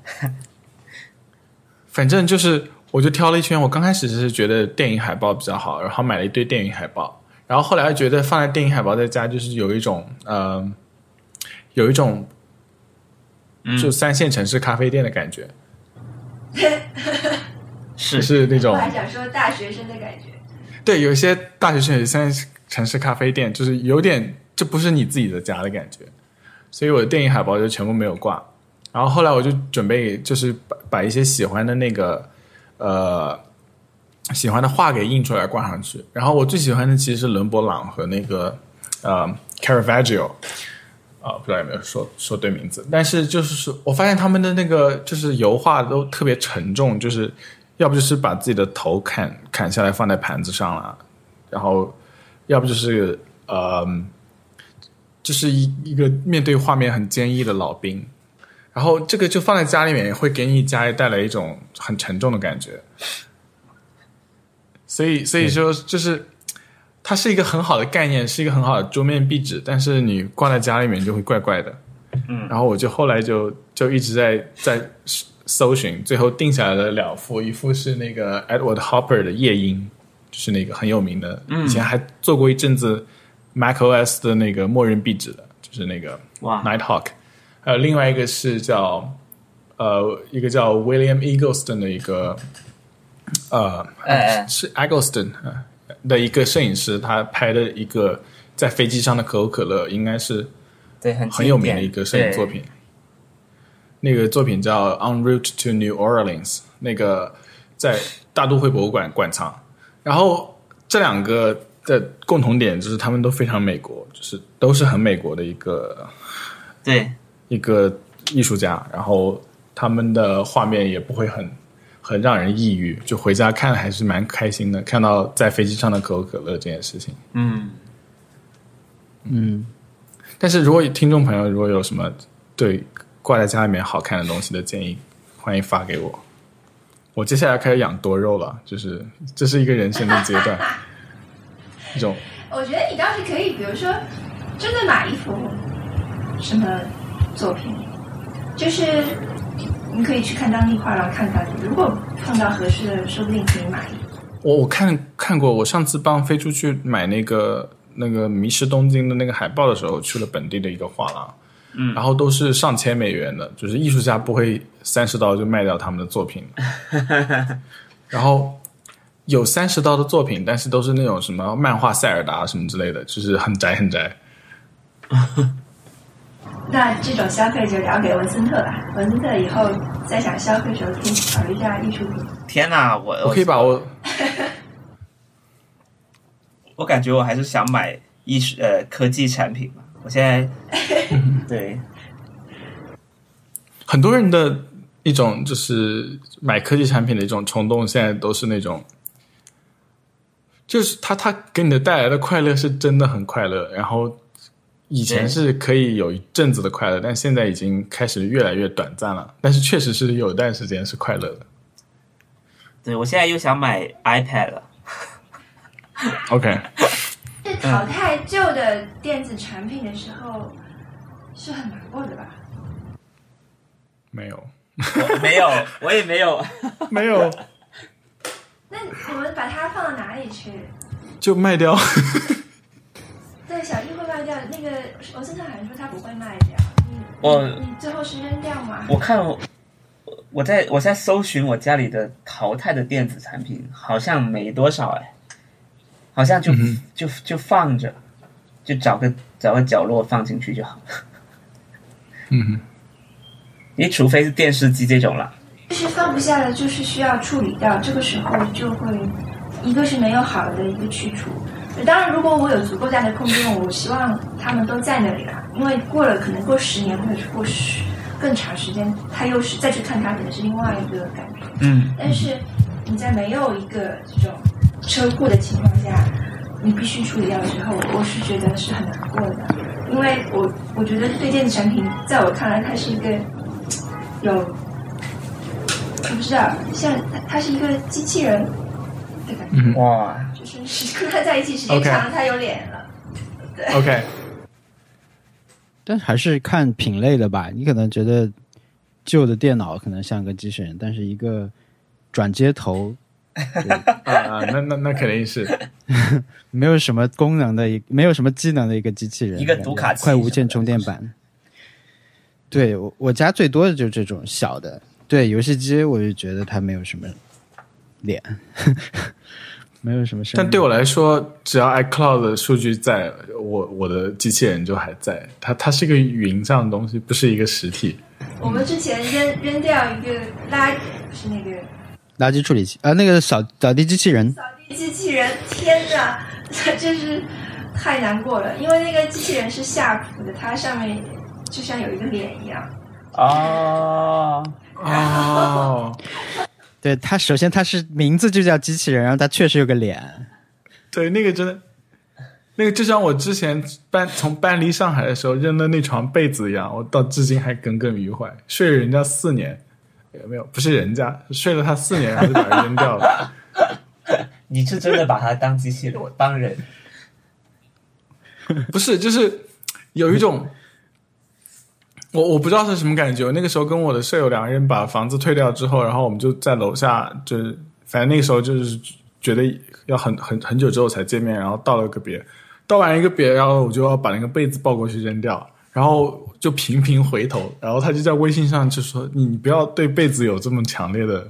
[SPEAKER 2] 反正就是我就挑了一圈。我刚开始是觉得电影海报比较好，然后买了一堆电影海报，然后后来觉得放在电影海报在家就是有一种呃，有一种
[SPEAKER 1] 嗯
[SPEAKER 2] 就三线城市咖啡店的感觉，就是是那种
[SPEAKER 5] 我还想说大学生的感觉，
[SPEAKER 2] 对，有一些大学生有些城市咖啡店，就是有点这不是你自己的家的感觉，所以我的电影海报就全部没有挂。然后后来我就准备就是把把一些喜欢的那个呃喜欢的画给印出来挂上去。然后我最喜欢的其实是伦勃朗和那个呃 Caravaggio。啊、不知道有没有说说对名字，但是就是说我发现他们的那个就是油画都特别沉重，就是要不就是把自己的头砍砍下来放在盘子上了，然后要不就是呃，就是一一个面对画面很坚毅的老兵，然后这个就放在家里面也会给你家里带来一种很沉重的感觉，所以所以说就是它是一个很好的概念，是一个很好的桌面壁纸，但是你挂在家里面就会怪怪的。嗯，然后我就后来就就一直在在搜寻，最后定下来了两幅，一幅是那个 Edward Hopper 的《夜莺》，就是那个很有名的，
[SPEAKER 1] 嗯
[SPEAKER 2] 以前还做过一阵子 macOS 的那个默认壁纸的，就是那个
[SPEAKER 1] 哇
[SPEAKER 2] Nighthawk。还有另外一个是叫呃一个叫 William Eggleston 的一个呃
[SPEAKER 1] 哎哎
[SPEAKER 2] 是 Eggleston 啊的一个摄影师，他拍的一个在飞机上的可口可乐，应该是
[SPEAKER 1] 对很
[SPEAKER 2] 很有
[SPEAKER 1] 经
[SPEAKER 2] 名
[SPEAKER 1] 典
[SPEAKER 2] 的一个摄影作。品。那个作品叫《En Route to New Orleans》，那个在大都会博物馆馆藏。然后这两个的共同点就是，他们都非常美国，就是都是很美国的一个
[SPEAKER 1] 对对，
[SPEAKER 2] 一个艺术家，然后他们的画面也不会很很让人抑郁，就回家看还是蛮开心的。看到在飞机上的可口可乐这件事情，
[SPEAKER 1] 嗯。
[SPEAKER 3] 嗯，
[SPEAKER 2] 但是如果听众朋友如果有什么对挂在家里面好看的东西的建议，欢迎发给我。我接下来开始养多肉了，就是这是一个人生的阶段， 一种
[SPEAKER 5] 我觉得你倒是可以，比如说，真的买一幅什么作品，就是你可以去看当地画廊看看，如果碰到合适的，说不定可以买一幅。
[SPEAKER 2] 我我看看过，我上次帮飞出去买那个那个《迷失东京》的那个海报的时候，去了本地的一个画廊，嗯，然后都是上千美元的，就是艺术家不会三十刀就卖掉他们的作品，然后有三十刀的作品，但是都是那种什么漫画塞尔达什么之类的，就是很宅很宅。
[SPEAKER 5] 那这种消费就聊给文森特吧，文森特以后再想消费的时候可以考虑一下艺术品。
[SPEAKER 1] 天呐，我
[SPEAKER 2] 我可以把我
[SPEAKER 1] 我感觉我还是想买艺术呃科技产品吧。我现在
[SPEAKER 2] 嗯
[SPEAKER 1] 对
[SPEAKER 2] 很多人的一种就是买科技产品的一种冲动，现在都是那种，就是它它给你的带来的快乐是真的很快乐，然后以前
[SPEAKER 1] 对
[SPEAKER 2] 是可以有一阵子的快乐，但现在已经开始越来越短暂了。但是确实是有一段时间是快乐的。
[SPEAKER 1] 对，我现在又想买 iPad 了。
[SPEAKER 2] OK，
[SPEAKER 5] 这淘汰旧的电子产品的时候是很难过的吧？
[SPEAKER 2] 没有
[SPEAKER 1] 我没有，我也没有。
[SPEAKER 2] 没有
[SPEAKER 5] 那你们把它放到哪里去？
[SPEAKER 2] 就卖掉。
[SPEAKER 5] 对，小易会卖掉那个，我森特好像说他不会卖掉。你
[SPEAKER 1] 我
[SPEAKER 5] 你最后是扔掉吗？
[SPEAKER 1] 我看我我在我现在搜寻我家里的淘汰的电子产品，好像没多少哎，好像
[SPEAKER 2] 嗯
[SPEAKER 1] 就、就就放着，就找个找个角落放进去就好。
[SPEAKER 2] 嗯，
[SPEAKER 1] 你除非是电视机这种了，
[SPEAKER 5] 就是放不下的，就是需要处理掉，这个时候就会，一个是没有好的一个去处。当然，如果我有足够大的空间，我希望他们都在那里啦。因为过了可能过十年，或者是过十更长时间，他又是再去看它，可能是另外一个感觉。
[SPEAKER 1] 嗯，
[SPEAKER 5] 但是你在没有一个这种车库的情况下，你必须处理掉的时候，我是觉得是很难过的。因为我我觉得对电子产品，在我看来，它是一个有，我不知道，像它它是一个机器人的感觉，
[SPEAKER 2] 嗯
[SPEAKER 1] 哇，
[SPEAKER 5] 就是你跟它在一起时间
[SPEAKER 2] OK
[SPEAKER 5] 长了，它有脸了。
[SPEAKER 2] ，OK，
[SPEAKER 3] 但还是看品类的吧。你可能觉得旧的电脑可能像个机器人，但是一个转接头
[SPEAKER 2] 啊啊，那那那肯定是
[SPEAKER 3] 没有什么功能的一，没有什么技能的一个机器人，
[SPEAKER 1] 一个读卡器
[SPEAKER 3] 快无线充电板。对我我家最多的就是这种小的，对游戏机，我就觉得它没有什么脸， 没有什么声音。
[SPEAKER 2] 但对我来说，只要 iCloud 的数据在，我我的机器人就还在。它它是一个云上的东西，不是一个实体。
[SPEAKER 5] 我们之前扔扔掉一个垃，不是那个
[SPEAKER 3] 垃圾处理器啊、那个扫扫地机器人
[SPEAKER 5] 扫地机器人，天哪， 真是太难过了。因为那个机器人是下浮的，它上面就像有一个脸一样。
[SPEAKER 1] 哦，
[SPEAKER 2] 哦，
[SPEAKER 3] 对它，首先它是名字就叫机器人，然后它确实有个脸。
[SPEAKER 2] 对，那个真的，那个就像我之前搬从搬离上海的时候扔的那床被子一样，我到至今还耿耿于怀。睡了人家四年，有没有？不是人家睡了他四年，然后就把它扔掉了。
[SPEAKER 1] 你是真的把它当机器人当人？
[SPEAKER 2] 不是，就是有一种，我我不知道是什么感觉。我那个时候跟我的舍友两个人把房子退掉之后，然后我们就在楼下，就是反正那个时候就是觉得要很很很久之后才见面，然后道了个别，道完一个别，然后我就要把那个被子抱过去扔掉。然后就频频回头，然后他就在微信上就说：“你你不要对被子有这么强烈的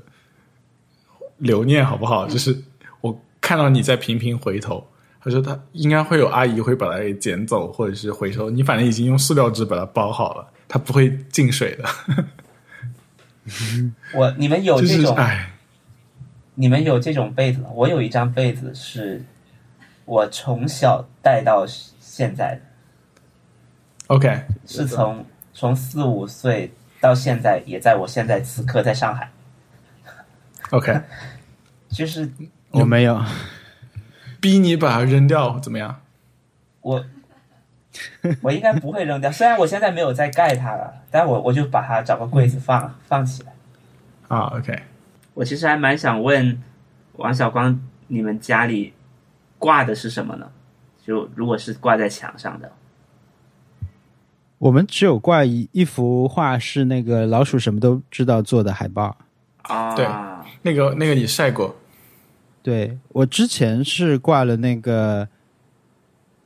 [SPEAKER 2] 留念好不好？就是我看到你在频频回头，他说他应该会有阿姨会把它给捡走，或者是回收。你反正已经用塑料纸把它包好了，它不会进水的。
[SPEAKER 1] 我你们有
[SPEAKER 2] 就
[SPEAKER 1] 哦这
[SPEAKER 2] 是
[SPEAKER 1] 种
[SPEAKER 2] 哎，
[SPEAKER 1] 你们有这种被子吗？我有一张被子是我从小带到现在的，
[SPEAKER 2] OK，
[SPEAKER 1] 是从从四五岁到现在，也在我现在此刻在上海，
[SPEAKER 2] OK，
[SPEAKER 1] 就是
[SPEAKER 3] 我没有，
[SPEAKER 2] 逼你把它扔掉怎么样？
[SPEAKER 1] 我。我应该不会扔掉，虽然我现在没有再盖它了，但我我就把它找个柜子放放起来。
[SPEAKER 2] 啊，OK，
[SPEAKER 1] 我其实还蛮想问王小光，你们家里挂的是什么呢？就如果是挂在墙上的，
[SPEAKER 3] 我们只有挂一一幅画，是那个老鼠什么都知道做的海报。
[SPEAKER 1] 啊，
[SPEAKER 2] 对那个那个你晒过，
[SPEAKER 3] 对我之前是挂了那个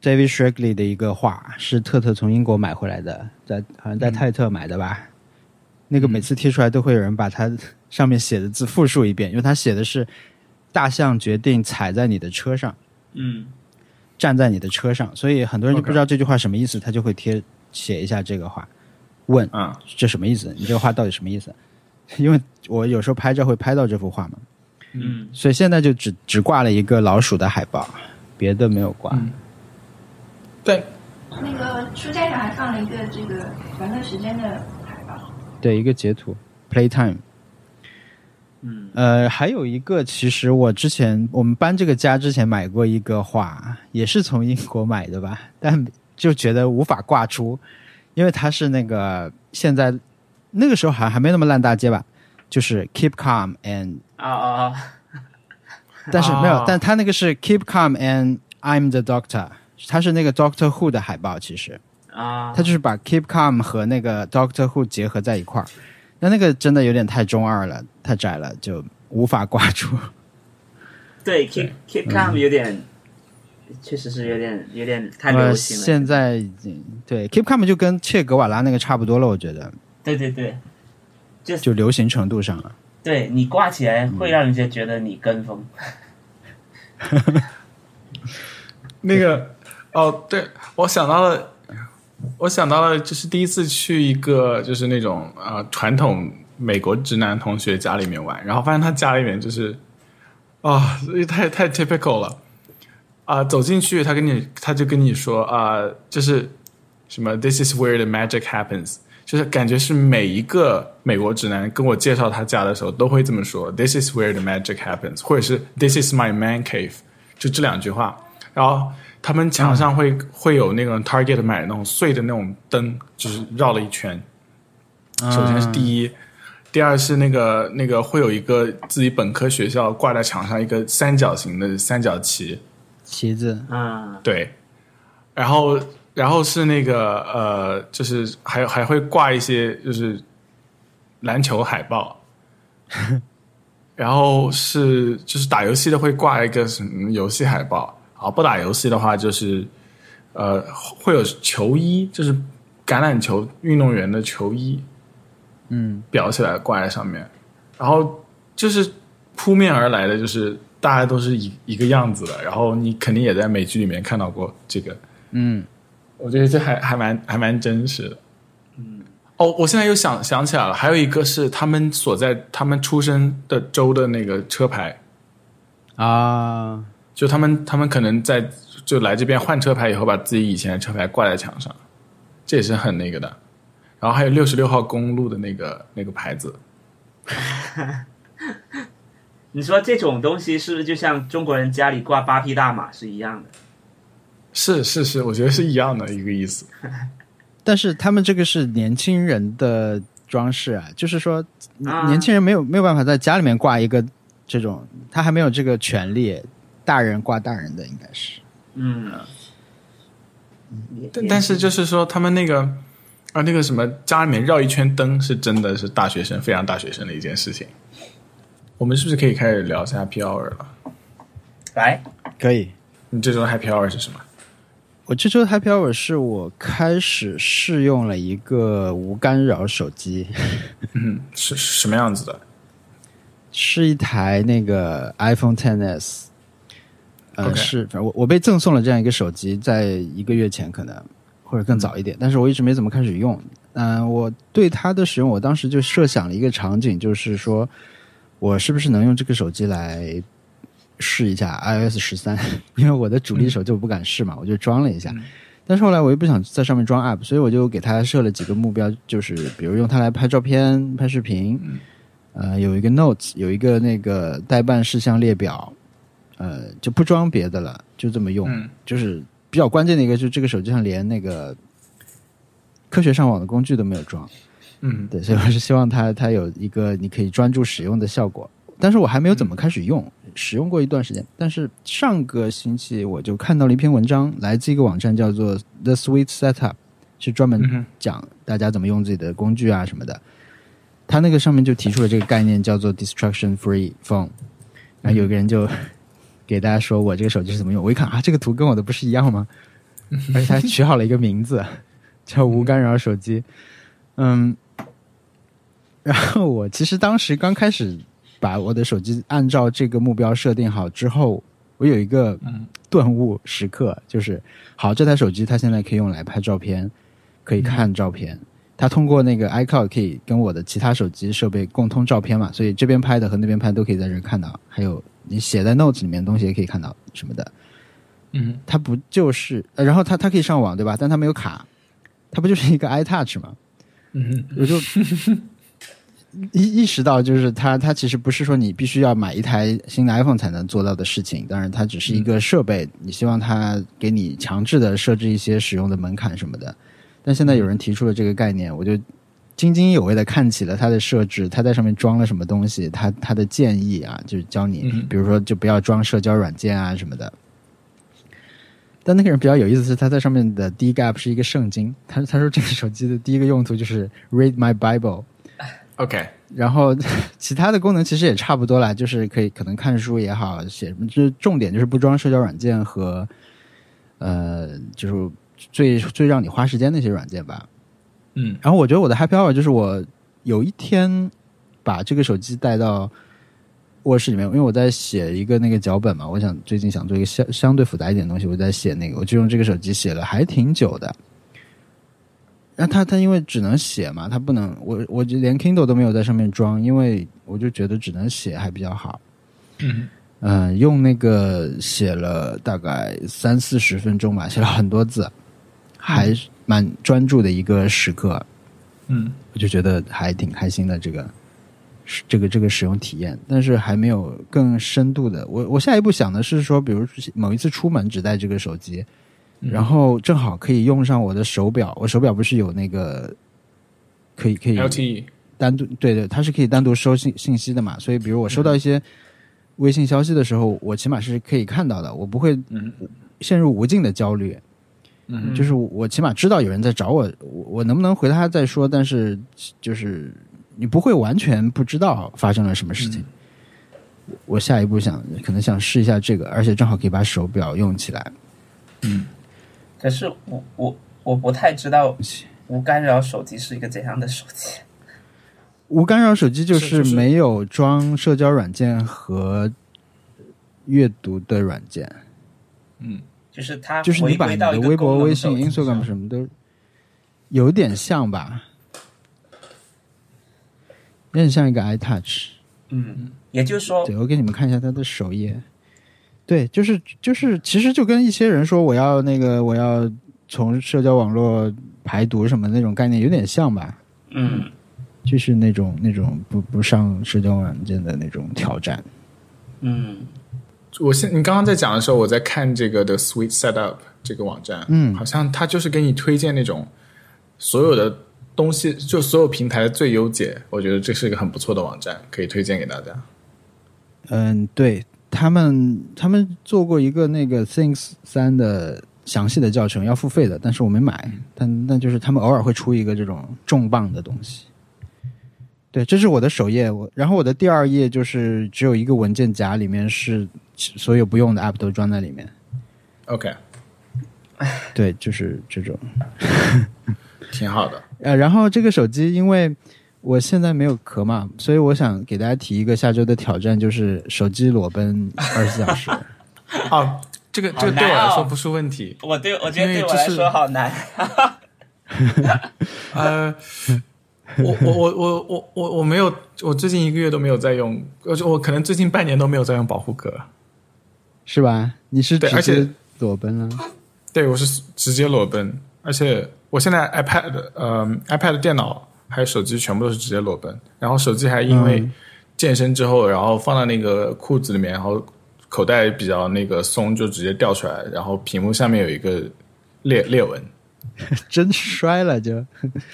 [SPEAKER 3] David Shregley 的一个画，是特特从英国买回来的，在好像在泰特买的吧。那个每次贴出来都会有人把它上面写的字复述一遍，因为他写的是“大象决定踩在你的车上，
[SPEAKER 1] 嗯，
[SPEAKER 3] 站在你的车上”，所以很多人就
[SPEAKER 2] OK
[SPEAKER 3] 不知道这句话什么意思，他就会贴写一下这个话，问
[SPEAKER 2] 嗯
[SPEAKER 3] 这什么意思？你这个画到底什么意思？ 因为我有时候拍照会拍到这幅画嘛，
[SPEAKER 1] 嗯，
[SPEAKER 3] 所以现在就只只挂了一个老鼠的海报，别的没有挂。
[SPEAKER 2] 嗯但
[SPEAKER 5] 那个书架上还放了一个这个玩乐时间的海报，
[SPEAKER 3] 对，一个截图，Playtime。
[SPEAKER 1] 嗯，
[SPEAKER 3] 呃，还有一个，其实我之前我们搬这个家之前买过一个画，也是从英国买的吧， 但就觉得无法挂出，因为它是那个现在那个时候还还没那么烂大街吧，就是 Keep Calm and
[SPEAKER 1] 啊啊啊，
[SPEAKER 3] 但是
[SPEAKER 2] 啊
[SPEAKER 3] 没有，但他那个是 Keep Calm and I'm the Doctor，他是那个 Doctor Who 的海报，其实
[SPEAKER 1] 啊，
[SPEAKER 3] 他就是把 Keep Calm 和那个 Doctor Who 结合在一块儿。那那个真的有点太中二了，太窄了，就无法挂住。
[SPEAKER 1] 对 keep keep calm 有点，确实是有点有点太
[SPEAKER 3] 呃，
[SPEAKER 1] 流行了。
[SPEAKER 3] 现在已经对 Keep Calm 就跟切格瓦拉那个差不多了，我觉得
[SPEAKER 1] 对对对，
[SPEAKER 3] 就流行程度上了。
[SPEAKER 1] 对你挂起来
[SPEAKER 3] 嗯
[SPEAKER 1] 会让人家觉得你跟风。
[SPEAKER 2] 那个哦，对我想到了，我想到了，就是第一次去一个就是那种呃传统美国直男同学家里面玩，然后发现他家里面就是啊、所以太太 typical 了啊、走进去他跟你他就跟你说啊、就是什么 this is where the magic happens。就是感觉是每一个美国直男跟我介绍他家的时候，都会这么说：“This is where the magic happens，” 或者是 “This is my man cave”，就这两句话。然后他们墙上会、会有那个 Target 买的那种碎的那种灯，就是绕了一圈。首先是第一，第二是那个那个会有一个自己本科学校挂在墙上一个三角形的三角旗，
[SPEAKER 3] 旗子，
[SPEAKER 1] 啊
[SPEAKER 6] 嗯，
[SPEAKER 2] 对，然后然后是那个呃，就是还还会挂一些就是篮球海报，然后是就是打游戏的会挂一个什么游戏海报，啊，不打游戏的话就是呃会有球衣，就是橄榄球运动员的球衣，
[SPEAKER 3] 嗯，
[SPEAKER 2] 裱起来挂在上面，然后就是扑面而来的就是大家都是一一个样子的，然后你肯定也在美剧里面看到过这个，
[SPEAKER 3] 嗯，
[SPEAKER 2] 我觉得这还还蛮还蛮真实的。嗯，哦，我现在又想想起来了，还有一个是他们所在他们出生的州的那个车牌，
[SPEAKER 3] 啊，
[SPEAKER 2] 就他们他们可能在就来这边换车牌以后，把自己以前的车牌挂在墙上，这也是很那个的。然后还有六十六号公路的那个那个牌子，
[SPEAKER 6] 你说这种东西是不是就像中国人家里挂八匹大马是一样的？
[SPEAKER 2] 是是是，我觉得是一样的一个意思。
[SPEAKER 3] 但是他们这个是年轻人的装饰啊，就是说
[SPEAKER 6] 啊
[SPEAKER 3] 年轻人没有没有办法在家里面挂一个这种，他还没有这个权利，大人挂大人的应该是，
[SPEAKER 6] 嗯，
[SPEAKER 2] 但但是就是说，他们那个啊，那个什么家里面绕一圈灯，是真的是大学生非常大学生的一件事情。我们是不是可以开始聊一下 Happy Hour 了？
[SPEAKER 6] 来，
[SPEAKER 3] 可以。
[SPEAKER 2] 你这周的 Happy Hour 是什么？
[SPEAKER 3] 我这周 Happy Hour 是我开始试用了一个无干扰手机，
[SPEAKER 2] 嗯，是是什么样子的？
[SPEAKER 3] 是一台那个 iPhone XS，呃
[SPEAKER 2] OK
[SPEAKER 3] 是反正我我被赠送了这样一个手机，在一个月前可能或者更早一点，但是我一直没怎么开始用。嗯、我对它的使用，我当时就设想了一个场景，就是说我是不是能用这个手机来试一下 iOS 十三， 因为我的主力手机我不敢试嘛，我就装了一下。但是后来我又不想在上面装 app，所以我就给它设了几个目标，就是比如用它来拍照片、拍视频，呃，有一个 notes，有一个那个代办事项列表，呃，就不装别的了，就这么用。
[SPEAKER 2] 嗯
[SPEAKER 3] 就是比较关键的一个，就是这个手机上连那个科学上网的工具都没有装。
[SPEAKER 2] 嗯
[SPEAKER 3] 对，所以我是希望它它有一个你可以专注使用的效果。但是我还没有怎
[SPEAKER 2] 嗯
[SPEAKER 3] 么开始用，使用过一段时间。但是上个星期我就看到了一篇文章，来自一个网站叫做 The Sweet Setup，是专门
[SPEAKER 2] 嗯哼
[SPEAKER 3] 讲大家怎么用自己的工具啊什么的。他那个上面就提出了这个概念，叫做 distraction free phone。然后有个人
[SPEAKER 2] 嗯
[SPEAKER 3] 就给大家说我这个手机是怎么用，我一看啊，这个图跟我的不是一样吗？而且他还取好了一个名字， 叫无干扰手机。嗯，然后我其实当时刚开始把我的手机按照这个目标设定好之后，我有一个
[SPEAKER 2] 嗯
[SPEAKER 3] 顿悟时刻，就是好，这台手机它现在可以用来拍照片，可
[SPEAKER 2] 嗯
[SPEAKER 3] 以看照片。它通过那个 iCloud 可以跟我的其他手机设备共通照片嘛，所以这边拍的和那边拍都可以在这儿看到，还有你写在 Notes 里面的东西也可以看到什么的。
[SPEAKER 2] 嗯
[SPEAKER 3] 它不就是，呃然后它它可以上网对吧？但它没有卡，它不就是一个 iTouch 吗？
[SPEAKER 2] 嗯
[SPEAKER 3] 我就意意识到，就是它它其实不是说你必须要买一台新的 iPhone 才能做到的事情，当然它只是一个设备，你希望它给你强制的设置一些使用的门槛什么的。但现在有人提出了这个概念，我就津津有味的看起了它的设置，它在上面装了什么东西，它它的建议啊，就是教你，
[SPEAKER 2] 嗯
[SPEAKER 3] 比如说就不要装社交软件啊什么的。但那个人比较有意思的是，他在上面的第一个 app 是一个圣经，他他说这个手机的第一个用途就是 read my Bible，
[SPEAKER 2] ，OK，
[SPEAKER 3] 然后其他的功能其实也差不多啦，就是可以可能看书也好，写什么，就是重点就是不装社交软件和呃，就是最最让你花时间那些软件吧。
[SPEAKER 2] 嗯
[SPEAKER 3] 然后我觉得我的 happy hour 就是我有一天把这个手机带到卧室里面，因为我在写一个那个脚本嘛，我想最近想做一个相相对复杂一点的东西，我在写那个，我就用这个手机写了还挺久的。那它它因为只能写嘛，它不能我我就连 Kindle 都没有在上面装，因为我就觉得只能写还比较好。
[SPEAKER 2] 嗯
[SPEAKER 3] 嗯，用那个写了大概三四十分钟吧，写了很多字，还蛮专注的一个时刻。
[SPEAKER 2] 嗯
[SPEAKER 3] 我就觉得还挺开心的这个这个这个使用体验，但是还没有更深度的。我我下一步想的是说，比如某一次出门只带这个手机，然后正好可以用上我的手表，我手表不是有那个可以可以
[SPEAKER 2] LTE
[SPEAKER 3] 单独对对，它是可以单独收信信息的嘛，所以比如我收到一些微信消息的时候，我起码是可以看到的，我不会
[SPEAKER 2] 嗯
[SPEAKER 3] 陷入无尽的焦虑。
[SPEAKER 2] 嗯
[SPEAKER 3] 就是我我起码知道有人在找我，我我能不能回他再说，但是就是你不会完全不知道发生了什么事情。我下一步想可能想试一下这个，而且正好可以把手表用起来。
[SPEAKER 1] 可是我我我不太知道无干扰手机是一个怎样的手机。
[SPEAKER 3] 无干扰手机就是是
[SPEAKER 2] 就是
[SPEAKER 3] 没有装社交软件和阅读的软件，
[SPEAKER 1] 就是它
[SPEAKER 3] 就是
[SPEAKER 1] 回
[SPEAKER 3] 你把
[SPEAKER 1] 归
[SPEAKER 3] 你
[SPEAKER 1] 到一
[SPEAKER 3] 的
[SPEAKER 1] 个
[SPEAKER 3] 微博、
[SPEAKER 1] 功能
[SPEAKER 3] 微信、
[SPEAKER 1] 手机
[SPEAKER 3] Instagram
[SPEAKER 1] 上
[SPEAKER 3] 什么都有点像吧，有点像一个 iTouch。
[SPEAKER 1] 嗯，也就是说，
[SPEAKER 3] 对，我给你们看一下他的首页。对，就是就是，其实就跟一些人说我要那个我要从社交网络排毒什么那种概念有点像吧，
[SPEAKER 1] 嗯，
[SPEAKER 3] 就是那种那种不不上社交软件的那种挑战。
[SPEAKER 1] 嗯，
[SPEAKER 2] 我现你刚刚在讲的时候，我在看这个的 Sweet Setup 这个网站，
[SPEAKER 3] 嗯
[SPEAKER 2] 好像它就是给你推荐那种所有的东西，就所有平台的最优解。我觉得这是一个很不错的网站，可以推荐给大家。
[SPEAKER 3] 嗯，对他们他们做过一个那个 Things 三的详细的教程，要付费的，但是我没买。但但就是他们偶尔会出一个这种重磅的东西。对，这是我的首页，我然后我的第二页就是只有一个文件夹，里面是所有不用的 app 都装在里面。
[SPEAKER 2] OK，
[SPEAKER 3] 对，就是这种。
[SPEAKER 2] 挺好的。
[SPEAKER 3] 呃，然后这个手机因为我现在没有壳嘛，所以我想给大家提一个下周的挑战，就是手机裸奔二十四小时。啊
[SPEAKER 2] 哦，这个这
[SPEAKER 1] 好
[SPEAKER 2] 个
[SPEAKER 1] 难哦
[SPEAKER 2] 对我来说不是问题。
[SPEAKER 1] 我对我觉得
[SPEAKER 2] 因为
[SPEAKER 1] 对我
[SPEAKER 2] 这
[SPEAKER 1] 来
[SPEAKER 2] 是
[SPEAKER 1] 说好难。
[SPEAKER 2] 呃，我我我我我我我没有，我最近一个月都没有在用，我就我可能最近半年都没有在用保护壳。
[SPEAKER 3] 是吧？你是
[SPEAKER 2] 对
[SPEAKER 3] 直
[SPEAKER 2] 而且
[SPEAKER 3] 接裸奔了？
[SPEAKER 2] 对，我是直接裸奔，而且我现在 iPad，呃，iPad 电脑还有手机全部都是直接裸奔，然后手机还因
[SPEAKER 3] 嗯
[SPEAKER 2] 为健身之后，然后放到那个裤子里面，然后口袋比较那个松，就直接掉出来，然后屏幕下面有一个裂裂纹，
[SPEAKER 3] 真摔了就。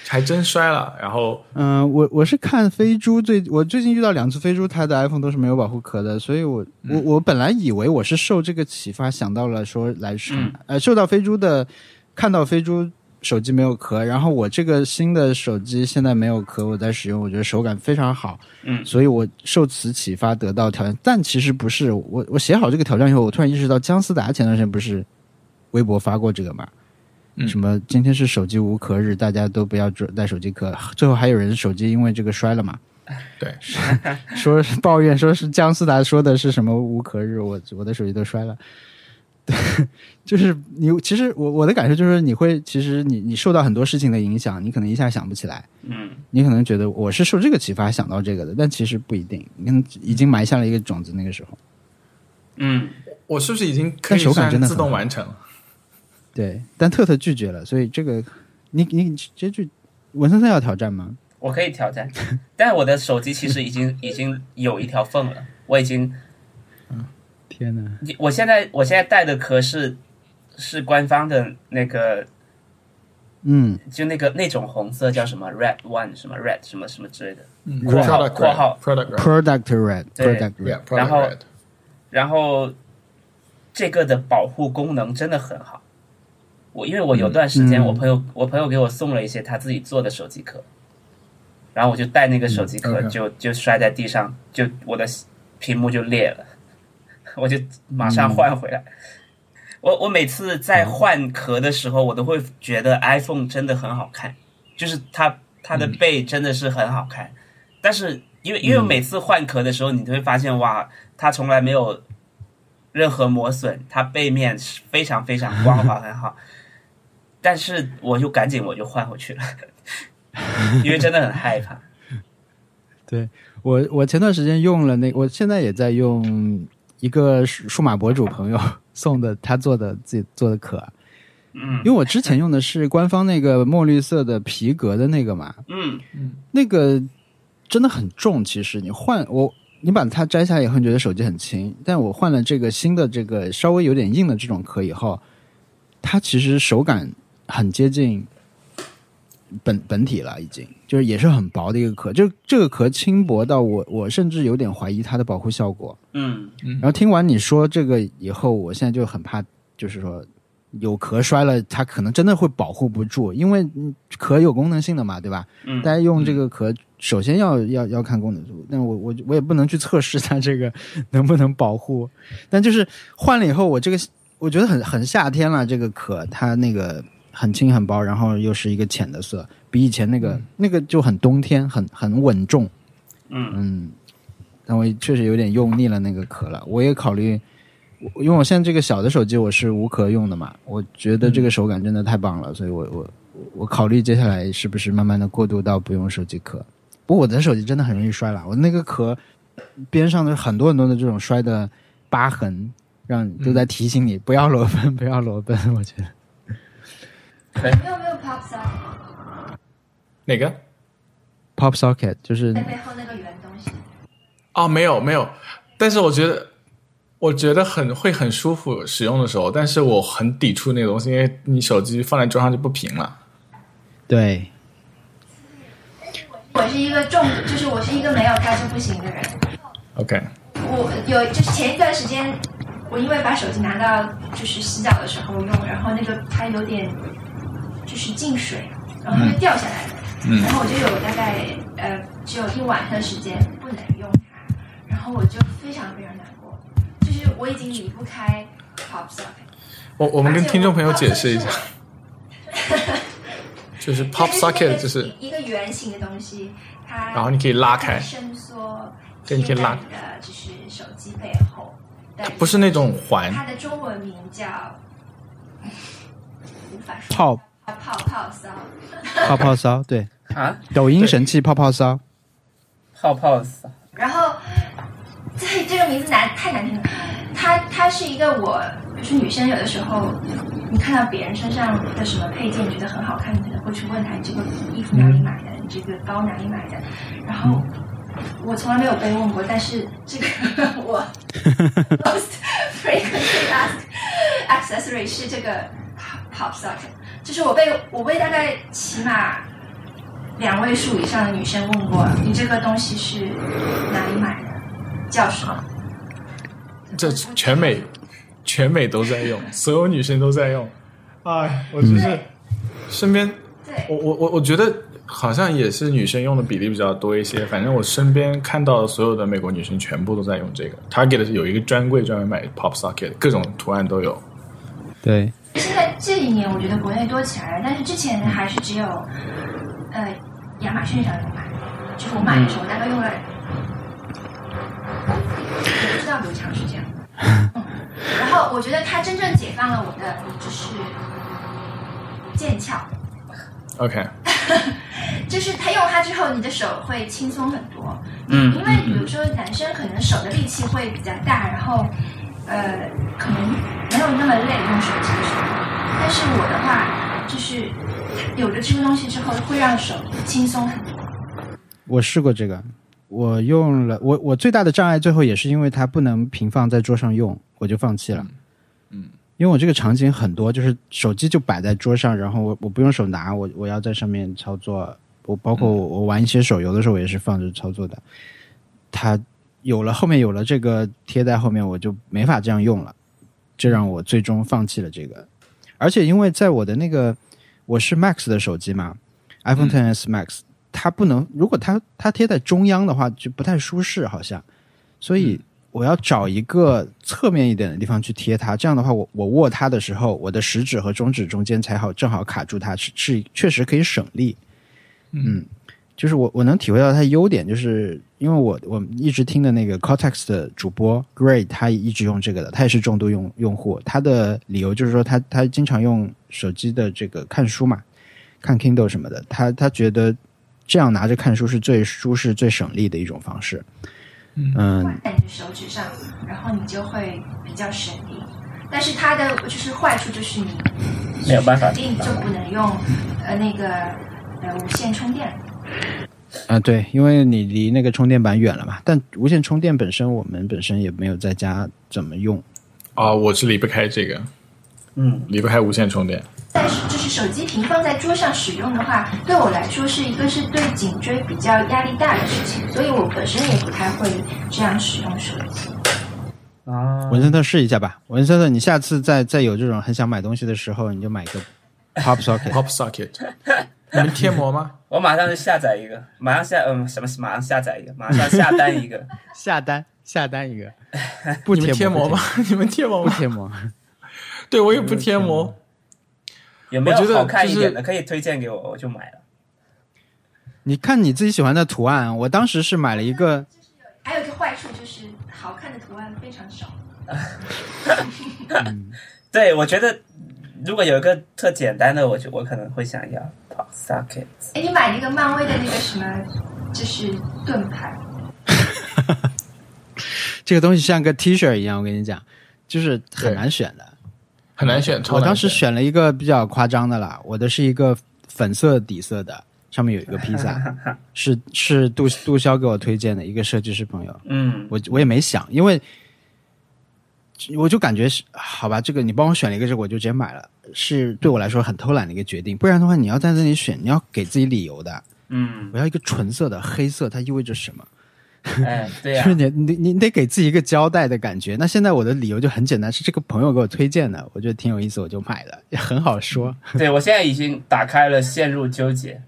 [SPEAKER 2] 还真摔了，然后
[SPEAKER 3] 嗯、我我是看飞猪最，我最近遇到两次飞猪，它的 iPhone 都是没有保护壳的，所以我
[SPEAKER 2] 嗯
[SPEAKER 3] 我我本来以为我是受这个启发想到了说
[SPEAKER 2] 嗯
[SPEAKER 3] 来试，呃，受到飞猪的，看到飞猪手机没有壳，然后我这个新的手机现在没有壳，我在使用，我觉得手感非常好，
[SPEAKER 1] 嗯
[SPEAKER 3] 所以我受此启发得到挑战，但其实不是，我我写好这个挑战以后，我突然意识到姜思达前段时间不是微博发过这个嘛，
[SPEAKER 2] 嗯
[SPEAKER 3] 什么今天是手机无壳日，大家都不要只带手机壳。最后还有人手机因为这个摔了嘛？
[SPEAKER 2] 对，
[SPEAKER 3] 说抱怨说是姜思达说的是什么无壳日，我我的手机都摔了。 对，就是你其实我我的感受就是你会其实你你受到很多事情的影响，你可能一下想不起来，
[SPEAKER 1] 嗯
[SPEAKER 3] 你可能觉得我是受这个启发想到这个的，但其实不一定，你可能已经埋下了一个种子。那个时候，
[SPEAKER 1] 嗯，
[SPEAKER 2] 我是不是已经可
[SPEAKER 3] 但
[SPEAKER 2] 以
[SPEAKER 3] 手感
[SPEAKER 2] 算
[SPEAKER 3] 真的很好
[SPEAKER 2] 自动完成了？
[SPEAKER 3] 对，但特特拒绝了，所以这个你你这句文森特要挑战吗？
[SPEAKER 1] 我可以挑战，但我的手机其实已经已经有一条缝了，我已经
[SPEAKER 3] 天哪！
[SPEAKER 1] 你我现在我现在戴的壳是是官方的那个，
[SPEAKER 3] 嗯，
[SPEAKER 1] 就那个那种红色叫什么 red one 什么 red 什么什么之类的。
[SPEAKER 2] 嗯
[SPEAKER 3] 括号
[SPEAKER 1] 括号
[SPEAKER 2] product red，
[SPEAKER 3] Product Red
[SPEAKER 1] 对
[SPEAKER 3] Product Red，
[SPEAKER 2] yeah，
[SPEAKER 1] 然
[SPEAKER 2] product
[SPEAKER 1] 后
[SPEAKER 2] red，
[SPEAKER 1] 然后这个的保护功能真的很好。我因为我有段时间，
[SPEAKER 3] 嗯
[SPEAKER 1] 我朋友、我朋友给我送了一些他自己做的手机壳，然后我就带那个手机壳
[SPEAKER 2] OK
[SPEAKER 1] 就、就摔在地上，就我的屏幕就裂了， 我就马上换回来。我我每次在换壳的时候，我都会觉得 iPhone 真的很好看，就是它它的背真的是很好看。但是因为因为每次换壳的时候，你都会发现哇，它从来没有任何磨损，它背面是非常非常光滑，很好。 但是我就赶紧我就换回去了，因为真的很害怕。
[SPEAKER 3] 我我前段时间用了那，我现在也在用一个数数码博主朋友 送的，他做的自己做的壳，
[SPEAKER 1] 嗯
[SPEAKER 3] 因为我之前用的是官方那个墨绿色的皮革的那个嘛，
[SPEAKER 1] 嗯
[SPEAKER 3] 那个真的很重。其实你换我，你把它摘下来以后，你觉得手机很轻，但我换了这个新的这个稍微有点硬的这种壳以后，它其实手感很接近本本体了，已经就是也是很薄的一个壳，就这个壳轻薄到我我甚至有点怀疑它的保护效果。
[SPEAKER 6] 嗯，
[SPEAKER 3] 然后听完你说这个以后，我现在就很怕，就是说有壳摔了，它可能真的会保护不住，因为嗯壳有功能性的嘛，对吧？
[SPEAKER 6] 嗯
[SPEAKER 3] 大家用这个壳，首先要要要看功能度，但我我我也不能去测试它这个 能不能保护，但就是换了以后，我这个我觉得很很夏天了，这个壳它那个很轻很薄，然后又是一个浅的色，比以前那个、那个就很冬天，很很稳重。
[SPEAKER 6] 嗯
[SPEAKER 3] 但我确实有点用腻了那个壳了。我也考虑，我因为我现在这个小的手机我是无壳用的嘛，我觉得这个手感真的太棒了，所以我我我考虑接下来是不是慢慢的过渡到不用手机壳。不过我的手机真的很容易摔了，我那个壳边上的很多很多的这种摔的疤痕，让都在提醒你不要裸奔，不要裸奔。我觉得
[SPEAKER 5] 你有没啊有 pop socket
[SPEAKER 2] 哪个？
[SPEAKER 3] Pop Socket 就是
[SPEAKER 5] 在背后那个圆东西？
[SPEAKER 2] 哦，没有没有，但是我觉得，我觉得很会很舒服使用的时候，但是我很抵触那个东西，因为你手机放在桌上就不平了。
[SPEAKER 3] 对，
[SPEAKER 5] 我是一个重，就是我是一个没有它就不行的人。
[SPEAKER 2] OK，
[SPEAKER 5] 我有就是前一段时间，我因为把手机拿到就是洗澡的时候用，然后那个它有点就是进水，然后它就掉下来了。
[SPEAKER 2] 嗯
[SPEAKER 5] 然后我就有大概呃只有一晚上时间不能用它，然后我就非常非常难过，就是我已经离不开 Pop Socket。
[SPEAKER 2] 我我
[SPEAKER 5] 我
[SPEAKER 2] 们跟听众朋友解释一下，就是 Pop
[SPEAKER 5] 它那
[SPEAKER 2] Socket
[SPEAKER 5] 个
[SPEAKER 2] 就是，
[SPEAKER 5] 一个圆形的东西，它
[SPEAKER 2] 然后你可以拉开
[SPEAKER 5] 它伸缩，
[SPEAKER 2] 对你可以拉
[SPEAKER 5] 贴在你的就是手机背后，但
[SPEAKER 2] 不是那种环，
[SPEAKER 5] 它的中文名叫无法说
[SPEAKER 3] 泡
[SPEAKER 5] 泡泡骚，
[SPEAKER 3] 泡 泡骚，对，
[SPEAKER 1] 啊，
[SPEAKER 3] 抖音神器泡泡骚，
[SPEAKER 1] 泡泡死，
[SPEAKER 5] 然后这这个名字难太难听了，它它是一个我，比如说女生有的时候，你看到别人身上的什么配件，你觉得很好看，你可能会去问他你这个衣服哪里买的，你这个包哪里买的，然后。我从来没有被问过，但是这个我 most frequently asked accessory 是这个 pop socket，就是我被我被大概起码两位数以上的女生问过，你这个东西是哪里买的，叫什么？
[SPEAKER 2] 这全美全美都在用，所有女生都在用。哎，我
[SPEAKER 1] 嗯
[SPEAKER 2] 就是身边，我
[SPEAKER 5] 对，
[SPEAKER 2] 我我我觉得好像也是女生用的比例比较多一些。反正我身边看到的所有的美国女生全部都在用这个。Target 有一个专柜专门买 Pop Socket，各种图案都有。
[SPEAKER 3] 对，
[SPEAKER 5] 现在这一年我觉得国内多起来了，但是之前还是只有呃亚马逊上有买，就是我买的时候我大概用了，我不知道有长时间。嗯然后我觉得它真正解放了我的就是剑鞘，
[SPEAKER 2] OK，
[SPEAKER 5] 就是它用它之后，你的手会轻松很多。
[SPEAKER 1] 嗯
[SPEAKER 5] 因为比如说男生可能手的力气会比较大，然后呃可能没有那么累用手机的时候，但是我的话就是有了这个东西之后，会让手轻松很多。
[SPEAKER 3] 我试过这个，我用了我我最大的障碍，最后也是因为它不能平放在桌上用，我就放弃了。嗯，因为我这个场景很多，就是手机就摆在桌上，然后我我不用手拿，我我要在上面操作。我包括我我玩一些手游的时候，我也是放着操作的。它有了后面有了这个贴在后面，我就没法这样用了，这让我最终放弃了这个。而且因为在我的那个我是 Max 的手机嘛，iPhone XS Max，、它不能，如果它它贴在中央的话，就不太舒适，好像。所以我要找一个侧面一点的地方去贴它，这样的话我，我握它的时候，我的食指和中指中间才好正好卡住它，是是确实可以省力。嗯，就是我我能体会到它的优点，就是因为我我一直听的那个 Cortex 的主播 Gray，他一直用这个的，他也是重度用用户。他的理由就是说他他经常用手机的这个看书嘛，看 Kindle 什么的，他他觉得这样拿着看书是最舒适、最省力的一种方式。嗯，
[SPEAKER 5] 在你的手指上，然后你就会比较省力。但是它的就是坏处就是你
[SPEAKER 1] 没有办法
[SPEAKER 5] 肯定就不能用呃那个呃无线充电，
[SPEAKER 3] 啊、对，因为你离那个充电板远了嘛。但无线充电本身，我们本身也没有在家怎么用。
[SPEAKER 2] 啊、我是离不开这个，
[SPEAKER 6] 嗯，
[SPEAKER 2] 离不开无线充电。
[SPEAKER 5] 但是就是手机屏放在桌上使用的话，对我来说是一个是对颈椎比较压力大的事情，所以我本身也不太会这样使用手机。
[SPEAKER 1] 嗯
[SPEAKER 6] 啊，
[SPEAKER 3] 文森
[SPEAKER 2] 嗯
[SPEAKER 3] 特试一下吧，文森特，你下次再再有这种很想买东西的时候，你就买 个 Pop Socket。
[SPEAKER 2] Pop Socket，你 们贴膜吗？
[SPEAKER 1] 我马上就下载一个，马上下嗯什么马上下载一个，马上下单一个。
[SPEAKER 3] 下单下 单一个，不
[SPEAKER 2] 你们贴
[SPEAKER 3] 贴
[SPEAKER 2] 膜吗？？ 你们贴膜
[SPEAKER 3] 不
[SPEAKER 2] 吗？
[SPEAKER 3] 贴膜，
[SPEAKER 2] 对我也不贴膜。
[SPEAKER 1] 有没有
[SPEAKER 2] 我觉得
[SPEAKER 1] 好看一点的、
[SPEAKER 2] 就
[SPEAKER 1] 可以推荐给我，我就买了。
[SPEAKER 3] 你看你自己喜欢的图案。我当时是买了一个，
[SPEAKER 5] 还有一个坏处就是好看的图案非常少。
[SPEAKER 1] 对，我觉得如果有一个特简单的，我就我可能会想要 Pop Socket。
[SPEAKER 5] 哎，你买那个漫威的那个什么，就是盾牌，
[SPEAKER 3] 这个东西像个 T 恤一样，我跟你讲，就是很
[SPEAKER 2] 对
[SPEAKER 3] 难选的。
[SPEAKER 2] 很难选，超
[SPEAKER 3] 我
[SPEAKER 2] 难
[SPEAKER 3] 当时选了一个比较夸张的啦，我的是一个粉色底色的，上面有一个披萨，是是杜杜潇给我推荐的一个设计师朋友，
[SPEAKER 1] 嗯，
[SPEAKER 3] 我我也没想，因为我就感觉是好吧，这个你帮我选了一个，这个我就直接买了，是对我来说很偷懒的一个决定，不然的话你要在这里选，你要给自己理由的，
[SPEAKER 1] 嗯，
[SPEAKER 3] 我要一个纯色的黑色，它意味着什么？
[SPEAKER 1] 哎，对呀、
[SPEAKER 3] 就是你你你得给自己一个交代的感觉。那现在我的理由就很简单，是这个朋友给我推荐的，我觉得挺有意思，我就买了，也很好说。
[SPEAKER 1] 对我现在已经打开了，陷入纠结。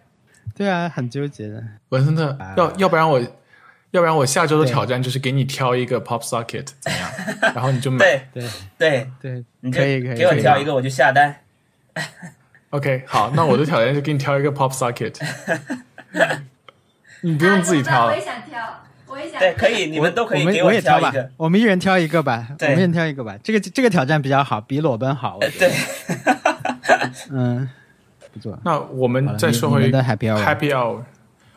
[SPEAKER 3] 对啊，很纠结的。
[SPEAKER 2] 文森特，要要不然我，要不然我下周的挑战就是给你挑一个 Pop Socket 怎 么样？然后你就买。
[SPEAKER 1] 对
[SPEAKER 3] 对
[SPEAKER 1] 对，
[SPEAKER 3] 对，
[SPEAKER 1] 你就
[SPEAKER 3] 可以可以
[SPEAKER 1] 给我
[SPEAKER 3] 可以
[SPEAKER 1] 挑一个，我就下单。
[SPEAKER 2] OK，好，那我的挑战就给你挑一个 Pop Socket。你不嗯用自己挑
[SPEAKER 5] 啊我
[SPEAKER 2] 了
[SPEAKER 5] 也，想挑，我也想。
[SPEAKER 1] 对，可。以，你们都可以
[SPEAKER 3] 我
[SPEAKER 1] 给
[SPEAKER 3] 们我也
[SPEAKER 1] 挑
[SPEAKER 3] 吧
[SPEAKER 1] 一个，。
[SPEAKER 3] 我们一人挑一个吧，我
[SPEAKER 1] 对呃
[SPEAKER 3] 们一人挑一个吧。这个这个挑战比较好，比裸奔好。我觉得
[SPEAKER 1] 对，
[SPEAKER 3] 嗯，不错。
[SPEAKER 2] 那我
[SPEAKER 3] 好
[SPEAKER 2] 们
[SPEAKER 3] 了
[SPEAKER 2] 再说回
[SPEAKER 3] 你你们的 happy hour
[SPEAKER 2] Happy Hour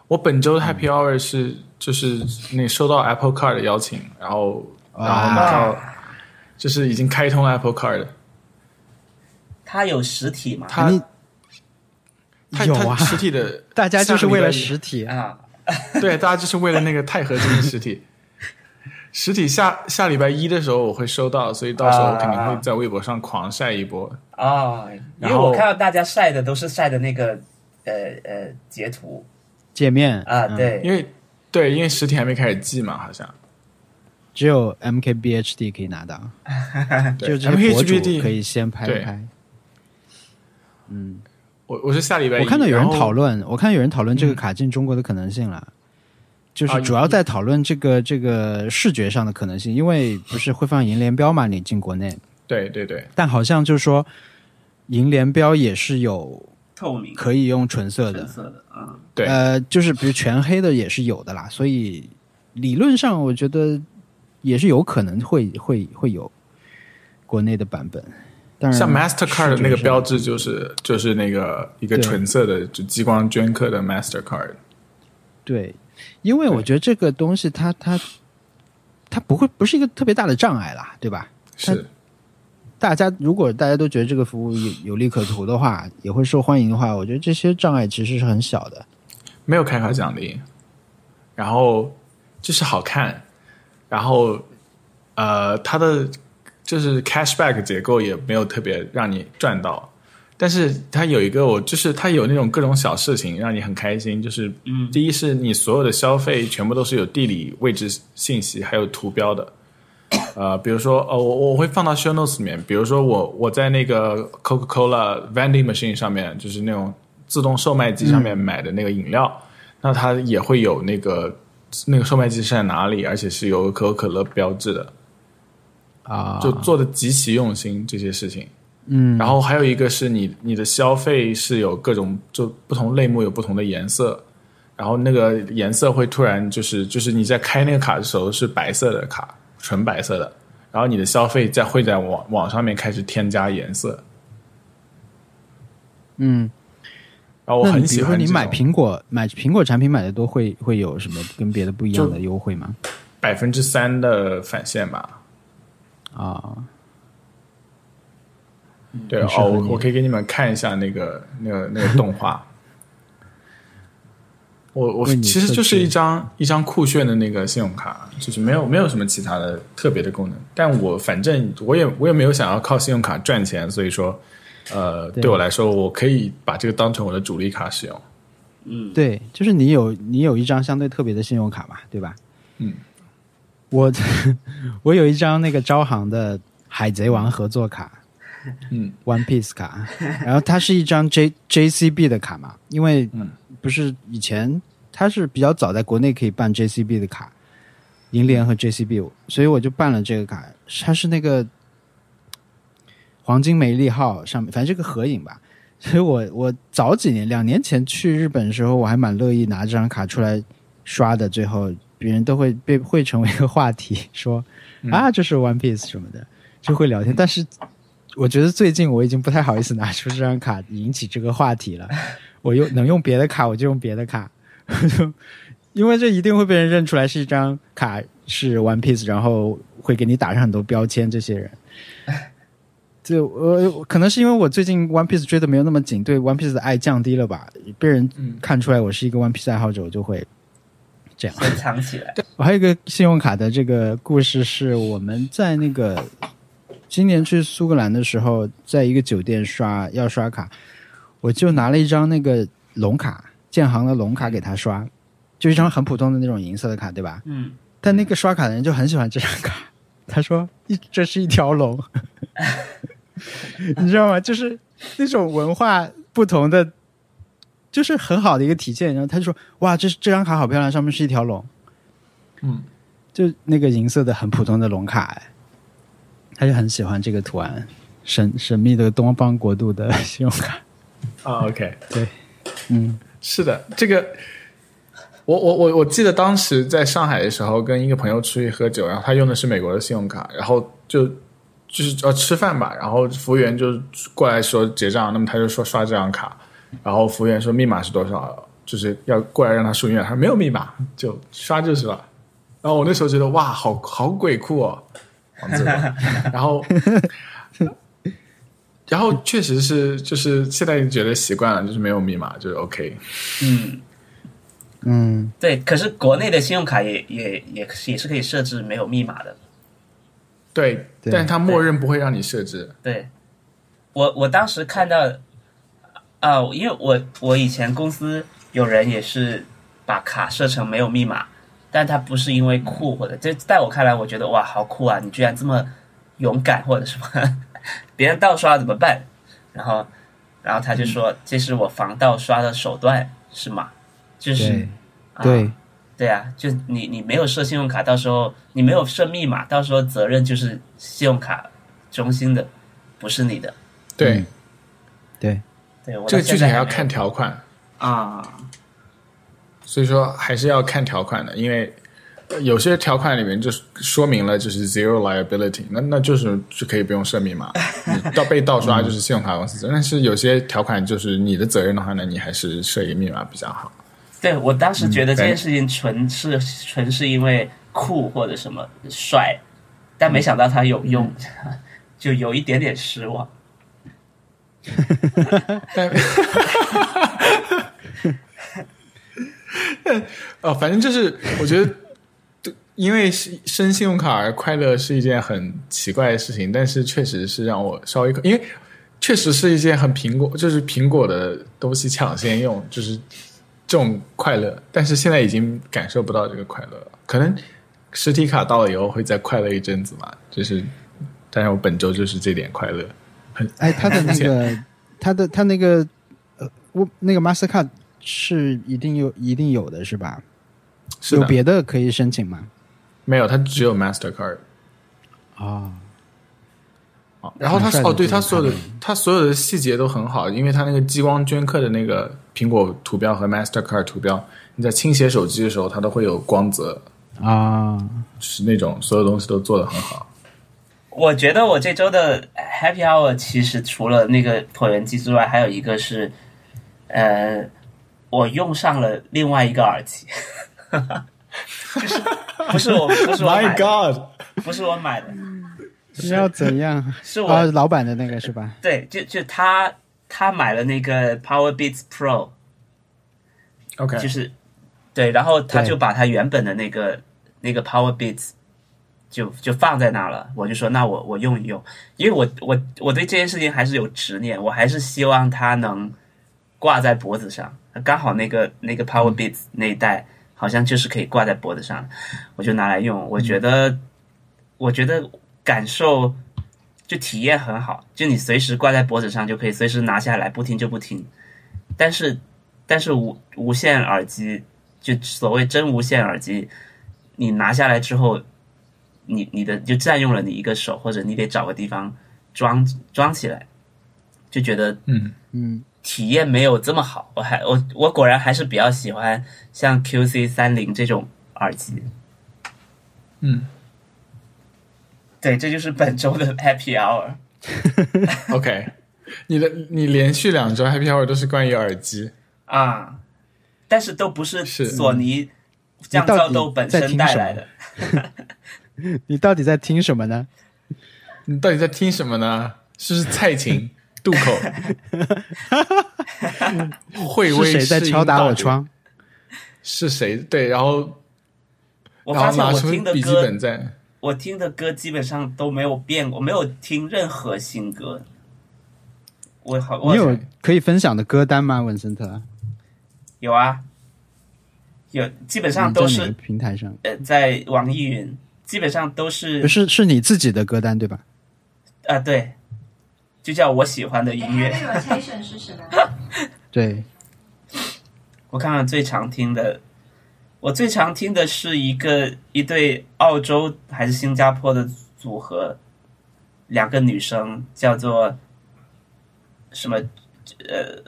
[SPEAKER 2] 我本周的 Happy Hour 是就是那收到 Apple Card 的邀请，然后然后拿到就是已经开通了 Apple Card 了
[SPEAKER 1] 它有实体吗？
[SPEAKER 2] 它
[SPEAKER 3] 哎你
[SPEAKER 2] 它
[SPEAKER 3] 有
[SPEAKER 2] 它
[SPEAKER 3] 啊
[SPEAKER 2] 实体的，
[SPEAKER 3] 大家就是为了
[SPEAKER 2] 实。
[SPEAKER 3] 实体，
[SPEAKER 1] 啊，
[SPEAKER 2] 对，大家就是为了那个钛合金的实体。实体下下礼拜一的时候我会收到，所以到时候我肯定会
[SPEAKER 3] 啊
[SPEAKER 2] 在微博上狂晒一波。
[SPEAKER 1] 哦，因为
[SPEAKER 2] 然后
[SPEAKER 1] 我看到大家晒的都是晒的那个呃呃截图
[SPEAKER 3] 界面
[SPEAKER 1] 啊，，
[SPEAKER 3] 嗯
[SPEAKER 1] 对，
[SPEAKER 2] 因为对，因为实体还没开始寄嘛，好像
[SPEAKER 3] 只有 MKBHD 可以 拿到，就
[SPEAKER 2] 对
[SPEAKER 3] 这些博主
[SPEAKER 2] MHBD
[SPEAKER 3] 可以先拍
[SPEAKER 2] 对
[SPEAKER 3] 一拍。
[SPEAKER 2] 我我是下礼拜一，
[SPEAKER 3] 我看到有人
[SPEAKER 2] 然后嗯
[SPEAKER 3] 讨，论，我看有人讨论这个卡进中国的可能性了，就是
[SPEAKER 2] 啊
[SPEAKER 3] 主要在讨论这个这个视觉上的可能性，因为不是会放银联标嘛，你进国内，
[SPEAKER 2] 对对对，
[SPEAKER 3] 但好像就是说银联标也是有
[SPEAKER 1] 透明
[SPEAKER 3] 可以用纯色
[SPEAKER 1] 橙
[SPEAKER 3] 的，
[SPEAKER 1] 色的啊，
[SPEAKER 2] 对
[SPEAKER 3] 呃，就是比如全黑的也是有的啦，所以理论上我觉得也是有可能会会会有国内的版本，嗯但是
[SPEAKER 2] 像 Mastercard 的那个标
[SPEAKER 3] 志。
[SPEAKER 2] 志就是就是那个一个
[SPEAKER 3] 对
[SPEAKER 2] 纯色的就激光镌刻的 Mastercard，
[SPEAKER 3] 对，因为我觉得这个东西它它它不会不是一个特别大的障碍啦，对吧？
[SPEAKER 2] 是
[SPEAKER 3] 大家如果大家都觉得这个服务有有利可图的话，也会受欢迎的话，我觉得这些障碍其实是很小的。
[SPEAKER 2] 没有开卡奖励，然后就是好看，然后呃，它的就是 cashback 结构也没有特别让你赚到，但是它有一个我就是它有那种各种小事情让你很开心，就是嗯，第一是你所有的消费全部都是有地理位置信息还有图标的。呃，比如说，呃，我我会放到 show notes 里面。比如说我，我在那个 Coca-Cola vending machine 上面，就是那种自动售卖机上面买的那个饮料，那它也会有那个那个售卖机是在哪里，而且是有可口可乐标志的，
[SPEAKER 3] 啊
[SPEAKER 2] 就做的极其用心这些事情。
[SPEAKER 3] 嗯，
[SPEAKER 2] 然后还有一个是你你的消费是有各种就不同类目有不同的颜色，然后那个颜色会突然就是就是你在开那个卡的时候是白色的卡，纯白色的，然后你的消费在会在网网上面开始添加颜色，
[SPEAKER 3] 嗯，
[SPEAKER 2] 然后我
[SPEAKER 3] 那你
[SPEAKER 2] 很
[SPEAKER 3] 比
[SPEAKER 2] 喜
[SPEAKER 3] 如说
[SPEAKER 2] 欢
[SPEAKER 3] 你
[SPEAKER 2] 这
[SPEAKER 3] 买
[SPEAKER 2] 种
[SPEAKER 3] 苹果买苹果产品买的多，会会有什么跟别的不一样
[SPEAKER 2] 就
[SPEAKER 3] 的优惠吗？
[SPEAKER 2] 百分之三的返现吧，
[SPEAKER 3] 啊，
[SPEAKER 2] 对
[SPEAKER 3] 很适合
[SPEAKER 2] 哦，我
[SPEAKER 3] 你
[SPEAKER 2] 我可以给你们看一下那个那个那个动画，我我
[SPEAKER 3] 为你
[SPEAKER 2] 其实
[SPEAKER 3] 设
[SPEAKER 2] 就是
[SPEAKER 3] 置
[SPEAKER 2] 一张一张酷炫的那个信用卡，就是没有没有什么其他的特别的功能。但我反正我也我也没有想要靠信用卡赚钱，所以说，呃，
[SPEAKER 3] 对
[SPEAKER 2] 对我来说，我可以把这个当成我的主力卡使用。
[SPEAKER 6] 嗯，
[SPEAKER 3] 对，就是你有你有一张相对特别的信用卡嘛，对吧？
[SPEAKER 2] 嗯，
[SPEAKER 3] 我我有一张那个招行的《海贼王》合作卡，
[SPEAKER 2] 嗯
[SPEAKER 3] ，One Piece 卡，然后它是一张 J JCB 的卡嘛，因为
[SPEAKER 2] 嗯
[SPEAKER 3] 不是以前它是比较早在国内可以办 JCB 的卡，银联和 JCB，所以我就办了这个卡，它是那个黄金梅利号上面，反正是个合影吧。所以我我早几年两年前去日本的时候，我还蛮乐意拿这张卡出来刷的，最后别人都会被会成为一个话题，说啊这是 One Piece 什么的，就会聊天。但是我觉得最近我已经不太好意思拿出这张卡引起这个话题了，我又能用别的卡我就用别的卡， 我就因为这一定会被人认出来是一张卡是 One Piece，然后会给你打上很多标签，这些人。对，我呃我可能是因为我最近 One Piece 追的没有那么紧，对 One Piece 的爱降低了吧？被人
[SPEAKER 2] 嗯
[SPEAKER 3] 看出来我是一个 One Piece 爱好者，我就会这样。
[SPEAKER 6] 先藏起来。
[SPEAKER 3] 我还有一个信用卡的这个故事，是我们在那个今年去苏格兰的时候，在一个酒店刷要刷卡，我就拿了一张那个龙卡，建行的龙卡给他刷，就一张很普通的那种银色的卡，对吧？
[SPEAKER 6] 嗯，
[SPEAKER 3] 但那个刷卡的人就很喜欢这张卡，他说一这是一条龙，你知道吗？就是那种文化不同的，就是很好的一个体现。然后他就说哇，这这张卡好漂亮，上面是一条龙，
[SPEAKER 2] 嗯，
[SPEAKER 3] 就那个银色的很普通的龙卡，哎他就很喜欢这个图案，神神秘的东方国度的 信用卡，
[SPEAKER 2] 啊，OK，
[SPEAKER 3] 对，嗯，
[SPEAKER 2] 是的，这个，我我我我记得当时在上海的时候，跟一个朋友出去喝酒，然后他用的是美国的信用卡，然后就就是呃吃饭吧，然后服务员就过来说结账，那么他就说刷这张卡，然后服务员说密码是多少，就是要过来让他输赢，他说没有密码，就刷就是了。然后我那时候觉得哇，好好鬼酷哦，王自文，然后。然后确实是，就是现在觉得习惯了，就是没有密码，就是 OK。
[SPEAKER 3] 嗯，
[SPEAKER 1] 对，可是国内的信用卡也也也也是可以设置没有密码的。
[SPEAKER 2] 对，
[SPEAKER 3] 对
[SPEAKER 2] 但是它默认不会让你设置。
[SPEAKER 1] 对，我我当时看到，啊、因为我我以前公司有人也是把卡设成没有密码，但他不是因
[SPEAKER 3] 嗯
[SPEAKER 1] 为酷或者，这在我看来，我觉得哇，好酷啊！你居然这么勇敢或者什么， 别人盗刷怎么办？然后，然后他
[SPEAKER 3] 嗯
[SPEAKER 1] 就说、这是我防盗刷的手段，是吗？就是
[SPEAKER 3] 对，对。
[SPEAKER 1] 啊对啊，就你你没有设信用卡，到时候你没有设密码，到时候责任就是信用卡中心的，不是你的。
[SPEAKER 2] 对，
[SPEAKER 3] 嗯对，
[SPEAKER 1] 对，我到
[SPEAKER 2] 这个具体
[SPEAKER 1] 现在
[SPEAKER 2] 还要
[SPEAKER 1] 没有
[SPEAKER 2] 看条款，
[SPEAKER 6] 啊，
[SPEAKER 2] 所以说还是要看条款的，因为呃有些条款里面就是说明了就是 zero liability，那那就是就可以不用设密 码，你到被盗刷就是信用卡公司责任。但是有些条款就是你的责任的话呢，你还是设一个密码比较好。
[SPEAKER 1] 嗯对我当时觉得这
[SPEAKER 2] 对
[SPEAKER 1] 件事情纯是、纯是因为酷或者什么帅，但没想到它有用， 就有一点点失望。
[SPEAKER 2] 但 哦，反正就是我觉得，因为是申信用卡而快乐是一件很奇怪的事情，但是确实是让我稍微，因为确实是一件很苹果，就是苹果的东西抢先用，就是这种快乐，但是现在已经感受不到这个快乐了，可能实体卡到了以后会再快乐一阵子嘛，就是，但是我本周就是这点快乐，很
[SPEAKER 3] 哎，他的那个，他的他那个，呃，我那个 Mastercard 是一定有一定有的是吧？
[SPEAKER 2] 是
[SPEAKER 3] 有
[SPEAKER 2] 的，
[SPEAKER 3] 别的可以申请吗？
[SPEAKER 2] 没有，它只有 Mastercard。
[SPEAKER 3] 啊、
[SPEAKER 1] 啊
[SPEAKER 2] 然后它
[SPEAKER 3] 很帅的
[SPEAKER 2] 哦，对
[SPEAKER 3] 这个
[SPEAKER 2] 它所有的
[SPEAKER 3] 卡
[SPEAKER 2] 它所有的细节都很好，因为它那个激光镌刻的那个苹果图标和 Mastercard 图标，你在倾斜手机的时候，它都会有光泽，
[SPEAKER 3] 啊，
[SPEAKER 2] 就是那种所有东西都做得很好。
[SPEAKER 1] 我觉得我这周的呃 Happy Hour 其实除了那个椭圆机之外，还有一个是，呃，我用上了另外一个耳机， 就是不是我不 是我买的
[SPEAKER 2] God！
[SPEAKER 1] 不是我买的，
[SPEAKER 3] 你要怎样？
[SPEAKER 1] 是我、
[SPEAKER 3] 啊，老板的那个是吧？
[SPEAKER 1] 对，就就他他买了那个 Power Beats Pro，
[SPEAKER 2] OK，
[SPEAKER 1] 就是对，然后他
[SPEAKER 3] 对
[SPEAKER 1] 就把他原本的那个那个 Power Beats 就就放在那了。我就说，那我我用一用，因为我我我对这件事情还是有执念，我还是希望它能挂在脖子上。刚好那个那个 Power Beats 那一代好像就是可以挂在脖子上，我就拿来用。我觉得，我觉得感受就体验很好，就你随时挂在脖子上就可以随时拿下来，不听就不听。但是但是无无线耳机，就所谓真无线耳机，你拿下来之后，你你的就占用了你一个手，或者你得找个地方装装起来，就觉得
[SPEAKER 2] 嗯
[SPEAKER 3] 嗯，
[SPEAKER 1] 体验没有这么好。我还我我果然还是比较喜欢像 QC 三零这种耳机。
[SPEAKER 2] 嗯
[SPEAKER 1] 对，这就是本周的 Happy Hour。
[SPEAKER 2] ，OK，你 的你连续两周 Happy Hour 都是关于耳机，
[SPEAKER 1] 啊，但是都不是
[SPEAKER 2] 是
[SPEAKER 1] 索尼降噪豆本身带来的。
[SPEAKER 3] 你到底在听什么呢？
[SPEAKER 2] 你到底在听什么呢？是不是蔡琴、渡口，会
[SPEAKER 3] 是
[SPEAKER 2] 微
[SPEAKER 3] 谁在
[SPEAKER 2] 试音
[SPEAKER 3] 敲打
[SPEAKER 2] 道
[SPEAKER 3] 我
[SPEAKER 2] 理？
[SPEAKER 3] 窗？
[SPEAKER 2] 是谁？对，然后
[SPEAKER 1] 我
[SPEAKER 2] 然
[SPEAKER 1] 发
[SPEAKER 2] 后
[SPEAKER 1] 现
[SPEAKER 2] 拿
[SPEAKER 1] 我
[SPEAKER 2] 出
[SPEAKER 1] 听的
[SPEAKER 2] 笔记
[SPEAKER 1] 歌，
[SPEAKER 2] 本在，
[SPEAKER 1] 我听的歌基本上都没有变，我没有听任何新歌。我好，我
[SPEAKER 3] 你有可以分享的歌单吗，文森特？
[SPEAKER 1] 有啊，有基本上都
[SPEAKER 3] 你在哪
[SPEAKER 1] 是
[SPEAKER 3] 个平台上，
[SPEAKER 1] 呃，在网易云基本上都是
[SPEAKER 3] 不是是你自己的歌单对吧？
[SPEAKER 1] 啊、对，就叫我喜欢的
[SPEAKER 5] 哎，
[SPEAKER 1] 音乐。
[SPEAKER 5] 它的 rotation 是什么？
[SPEAKER 3] 对，
[SPEAKER 1] 我看看最常听的，我最常听的是一个一对澳洲还是新加坡的组合，两个女生叫做什么呃，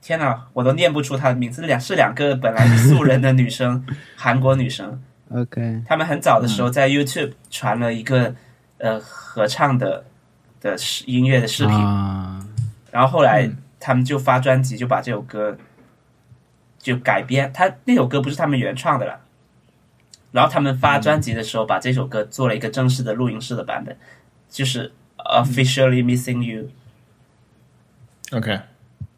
[SPEAKER 1] 天哪，我都念不出她的名字。两是两个本来是素人的女生，韩国女生，
[SPEAKER 3] OK，
[SPEAKER 1] 他们很早的时候在 YouTube 传了一个呃合唱的的视音乐的视频，
[SPEAKER 3] 啊，
[SPEAKER 1] 然后后来他们就发专辑，就把这首歌就改编。他那首歌不是他们原创的了，然后他们发专辑的时候，把这首歌做了一个正式的录音室的版本，就是呃 officially missing you。
[SPEAKER 2] OK，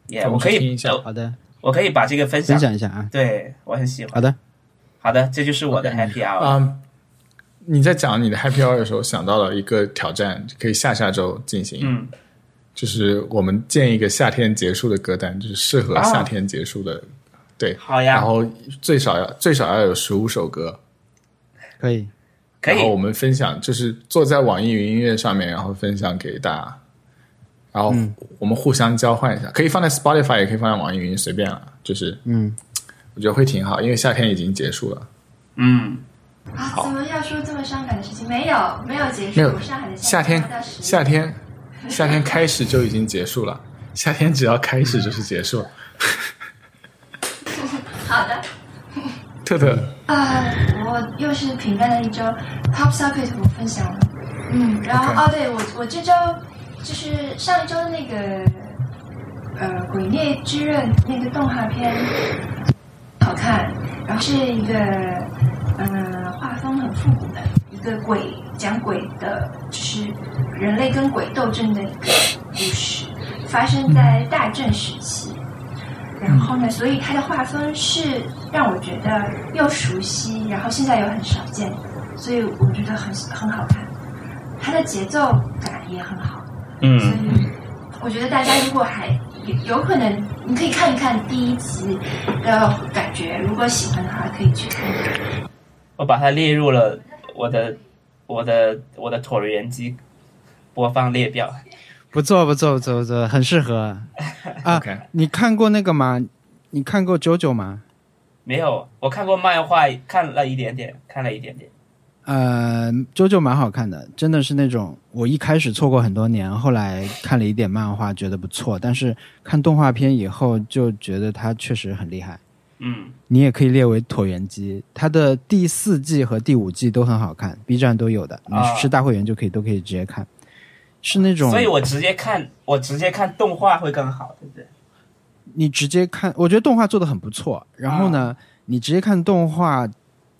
[SPEAKER 1] Yeah，
[SPEAKER 2] 我
[SPEAKER 1] 我
[SPEAKER 2] 们
[SPEAKER 1] 可
[SPEAKER 2] 去听
[SPEAKER 1] 以
[SPEAKER 2] 一下
[SPEAKER 1] 呃
[SPEAKER 3] 好的，
[SPEAKER 1] 我可以把这个分享
[SPEAKER 3] 分，享一下啊。
[SPEAKER 1] 对我很喜欢。
[SPEAKER 3] 好的，
[SPEAKER 1] 好的，这就是我的 happy hour。
[SPEAKER 2] 嗯，你在讲你的 Happy Hour 的时候，想到了一个挑战，可以下下周进行，
[SPEAKER 1] 嗯，
[SPEAKER 2] 就是我们建一个夏天结束的歌单，就是适合
[SPEAKER 1] 啊
[SPEAKER 2] 夏天结束的，对，
[SPEAKER 1] 好
[SPEAKER 2] 然
[SPEAKER 1] 呀，
[SPEAKER 2] 后最少要最少要有十五首歌，
[SPEAKER 3] 可以，
[SPEAKER 1] 可以
[SPEAKER 2] 然后我们分享，就是坐在网易云音乐上面，然后分享给大家，然后我们互相交换一下，可以放在 Spotify，也可以放在网易云，随便了，就是
[SPEAKER 3] 嗯，
[SPEAKER 2] 我觉得会挺好，因为夏天已经结束了，
[SPEAKER 1] 嗯，
[SPEAKER 5] 啊，怎么要说这么伤感的事情？没有，没有结
[SPEAKER 2] 没
[SPEAKER 5] 束。
[SPEAKER 2] 有
[SPEAKER 5] 上海的
[SPEAKER 2] 夏天
[SPEAKER 5] 要到，十
[SPEAKER 2] 夏天，夏天开始就已经结束了，夏天只要开始就是结束了。
[SPEAKER 5] 好的。
[SPEAKER 2] 特特，
[SPEAKER 5] 啊，我又是平淡的一周，Top Socket 我分享了，嗯，然后
[SPEAKER 2] OK
[SPEAKER 5] 哦，对我我这周就是上一周的那个呃《鬼灭之刃》那个动画片好看，然后是一个呃画风很复古的一个鬼讲鬼的，就是人类跟鬼斗争的一个故事，发生在大正时期。然后呢，所以它的画风是让我觉得又熟悉，然后现在又很少见，所以我觉得很很好看。它的节奏感也很好，
[SPEAKER 1] 嗯
[SPEAKER 5] 所以我觉得大家如果还有有可能，你可以看一看第一集的感觉，如果喜欢的话可以去看一看。
[SPEAKER 1] 我把它列入了我的我的我的椭圆机播放列表。
[SPEAKER 3] 不错，不错，不错，不错，很适合。啊
[SPEAKER 2] OK
[SPEAKER 3] 你看过那个吗？你看过《JoJo 吗？
[SPEAKER 1] 没有，我看过漫画，看了一点点，看了一点点。
[SPEAKER 3] 呃，《JoJo 蛮好看的，真的是那种我一开始错过很多年，后来看了一点漫画，觉得不错，但是看动画片以后就觉得它确实很厉害。
[SPEAKER 1] 嗯，
[SPEAKER 3] 你也可以列为椭圆机，它的第四季和第五季都很好看，B 站都有的，你
[SPEAKER 1] 啊
[SPEAKER 3] 是大会员就可以，都可以直接看。是那种，
[SPEAKER 1] 所以我直接看，我直接看动画会更好，对不对？
[SPEAKER 3] 你直接看，我觉得动画做的很不错。然后呢，你直接看动画，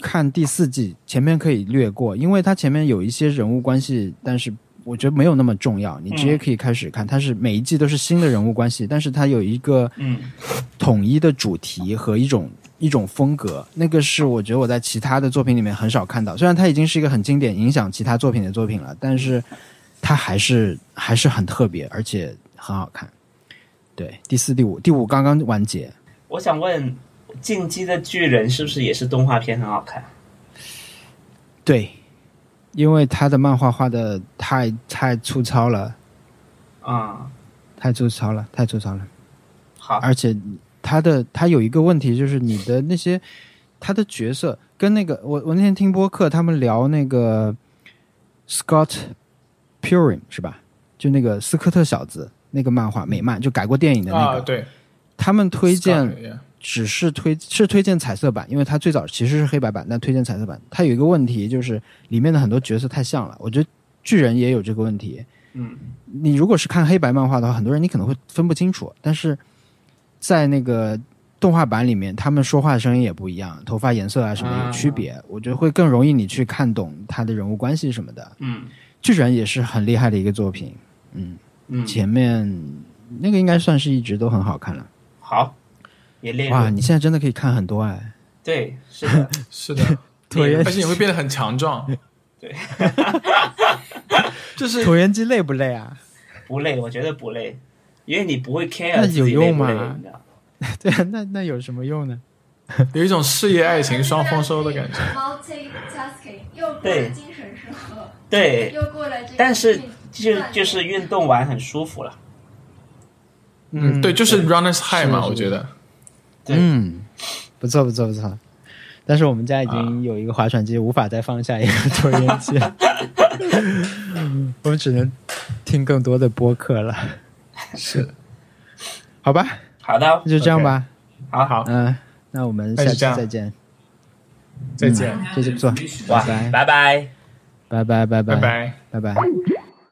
[SPEAKER 3] 看第四季前面可以略过，因为它前面有一些人物关系，但是我觉得没有那么重要。你直接可以开始看，它是每一季都是新的人物关系，但是它有一个
[SPEAKER 1] 嗯
[SPEAKER 3] 统一的主题和一种一种风格，那个是我觉得我在其他的作品里面很少看到。虽然它已经是一个很经典、影响其他作品的作品了，但是它还是还是很特别，而且很好看。对，第四、第五，第五刚刚完结，
[SPEAKER 6] 我想问，《进击的巨人》是不是也是动画片很好看？
[SPEAKER 3] 对，因为他的漫画画的太太粗糙了，
[SPEAKER 6] 啊、
[SPEAKER 3] 太粗糙了，太粗糙了。
[SPEAKER 6] 好，
[SPEAKER 3] 而且他的他有一个问题，就是你的那些他的角色跟那个我我那天听播客，他们聊那个 Scott Pilgrim 是吧？就那个斯科特小子那个漫画美漫，就改过电影的嗯那
[SPEAKER 2] 啊，
[SPEAKER 3] 个，
[SPEAKER 2] 对，
[SPEAKER 3] 他们推荐
[SPEAKER 2] Scott，yeah
[SPEAKER 3] 只是推是推荐彩色版，因为它最早其实是黑白版，但推荐彩色版。它有一个问题就是里面的很多角色太像了，我觉得巨人也有这个问题。
[SPEAKER 6] 嗯，
[SPEAKER 3] 你如果是看黑白漫画的话，很多人你可能会分不清楚，但是在那个动画版里面，他们说话的声音也不一样，头发颜色啊什么有区别，我觉得会更容易你去看懂他的人物关系什么的。
[SPEAKER 6] 嗯
[SPEAKER 3] 巨人也是很厉害的一个作品，
[SPEAKER 6] 嗯，
[SPEAKER 3] 前面那个应该算是一直都很好看了。
[SPEAKER 6] 好，也列
[SPEAKER 3] 哇，
[SPEAKER 6] 入
[SPEAKER 3] 你现在真的可以看很多哎。
[SPEAKER 6] 对，是 的，
[SPEAKER 2] 是的，
[SPEAKER 3] 椭圆
[SPEAKER 2] 而且你会变得很强 壮。
[SPEAKER 6] 对，
[SPEAKER 2] 就是
[SPEAKER 3] 椭圆机累不累啊？
[SPEAKER 6] 不累，我觉得不累，因为你不会 care
[SPEAKER 3] 那
[SPEAKER 6] 自己
[SPEAKER 3] 有
[SPEAKER 6] 累
[SPEAKER 3] 用
[SPEAKER 6] 不累
[SPEAKER 3] 吗
[SPEAKER 6] 你知道
[SPEAKER 3] 对啊，那那有什么用呢？
[SPEAKER 2] 有一种事业爱情双丰收的感觉。
[SPEAKER 5] Multitasking 又过了精神生活，
[SPEAKER 6] 对，
[SPEAKER 5] 又过了这个
[SPEAKER 6] 但是
[SPEAKER 5] 运
[SPEAKER 6] 就
[SPEAKER 5] 锻炼
[SPEAKER 6] 就是运动完很舒服了。
[SPEAKER 2] 嗯，对，就是 runners high 嘛，
[SPEAKER 3] 是
[SPEAKER 2] 我觉得。
[SPEAKER 6] 对
[SPEAKER 3] 嗯，不错不错不错。但是我们家已
[SPEAKER 2] 啊
[SPEAKER 3] 经有一个划船机，无法再放下一个椭 圆机 了，我们只能听更多的播客了。
[SPEAKER 2] 是，
[SPEAKER 3] 好吧，
[SPEAKER 6] 好的，
[SPEAKER 3] 那就这样吧。
[SPEAKER 6] 好
[SPEAKER 2] 好，
[SPEAKER 3] 嗯、那我们下
[SPEAKER 2] 那
[SPEAKER 3] 期
[SPEAKER 2] 就这样
[SPEAKER 3] 再见。
[SPEAKER 2] 再见，
[SPEAKER 3] 这期不错，
[SPEAKER 6] 哇，
[SPEAKER 3] 拜
[SPEAKER 6] 拜拜。
[SPEAKER 3] 拜拜拜拜
[SPEAKER 2] 拜拜。
[SPEAKER 3] 拜拜。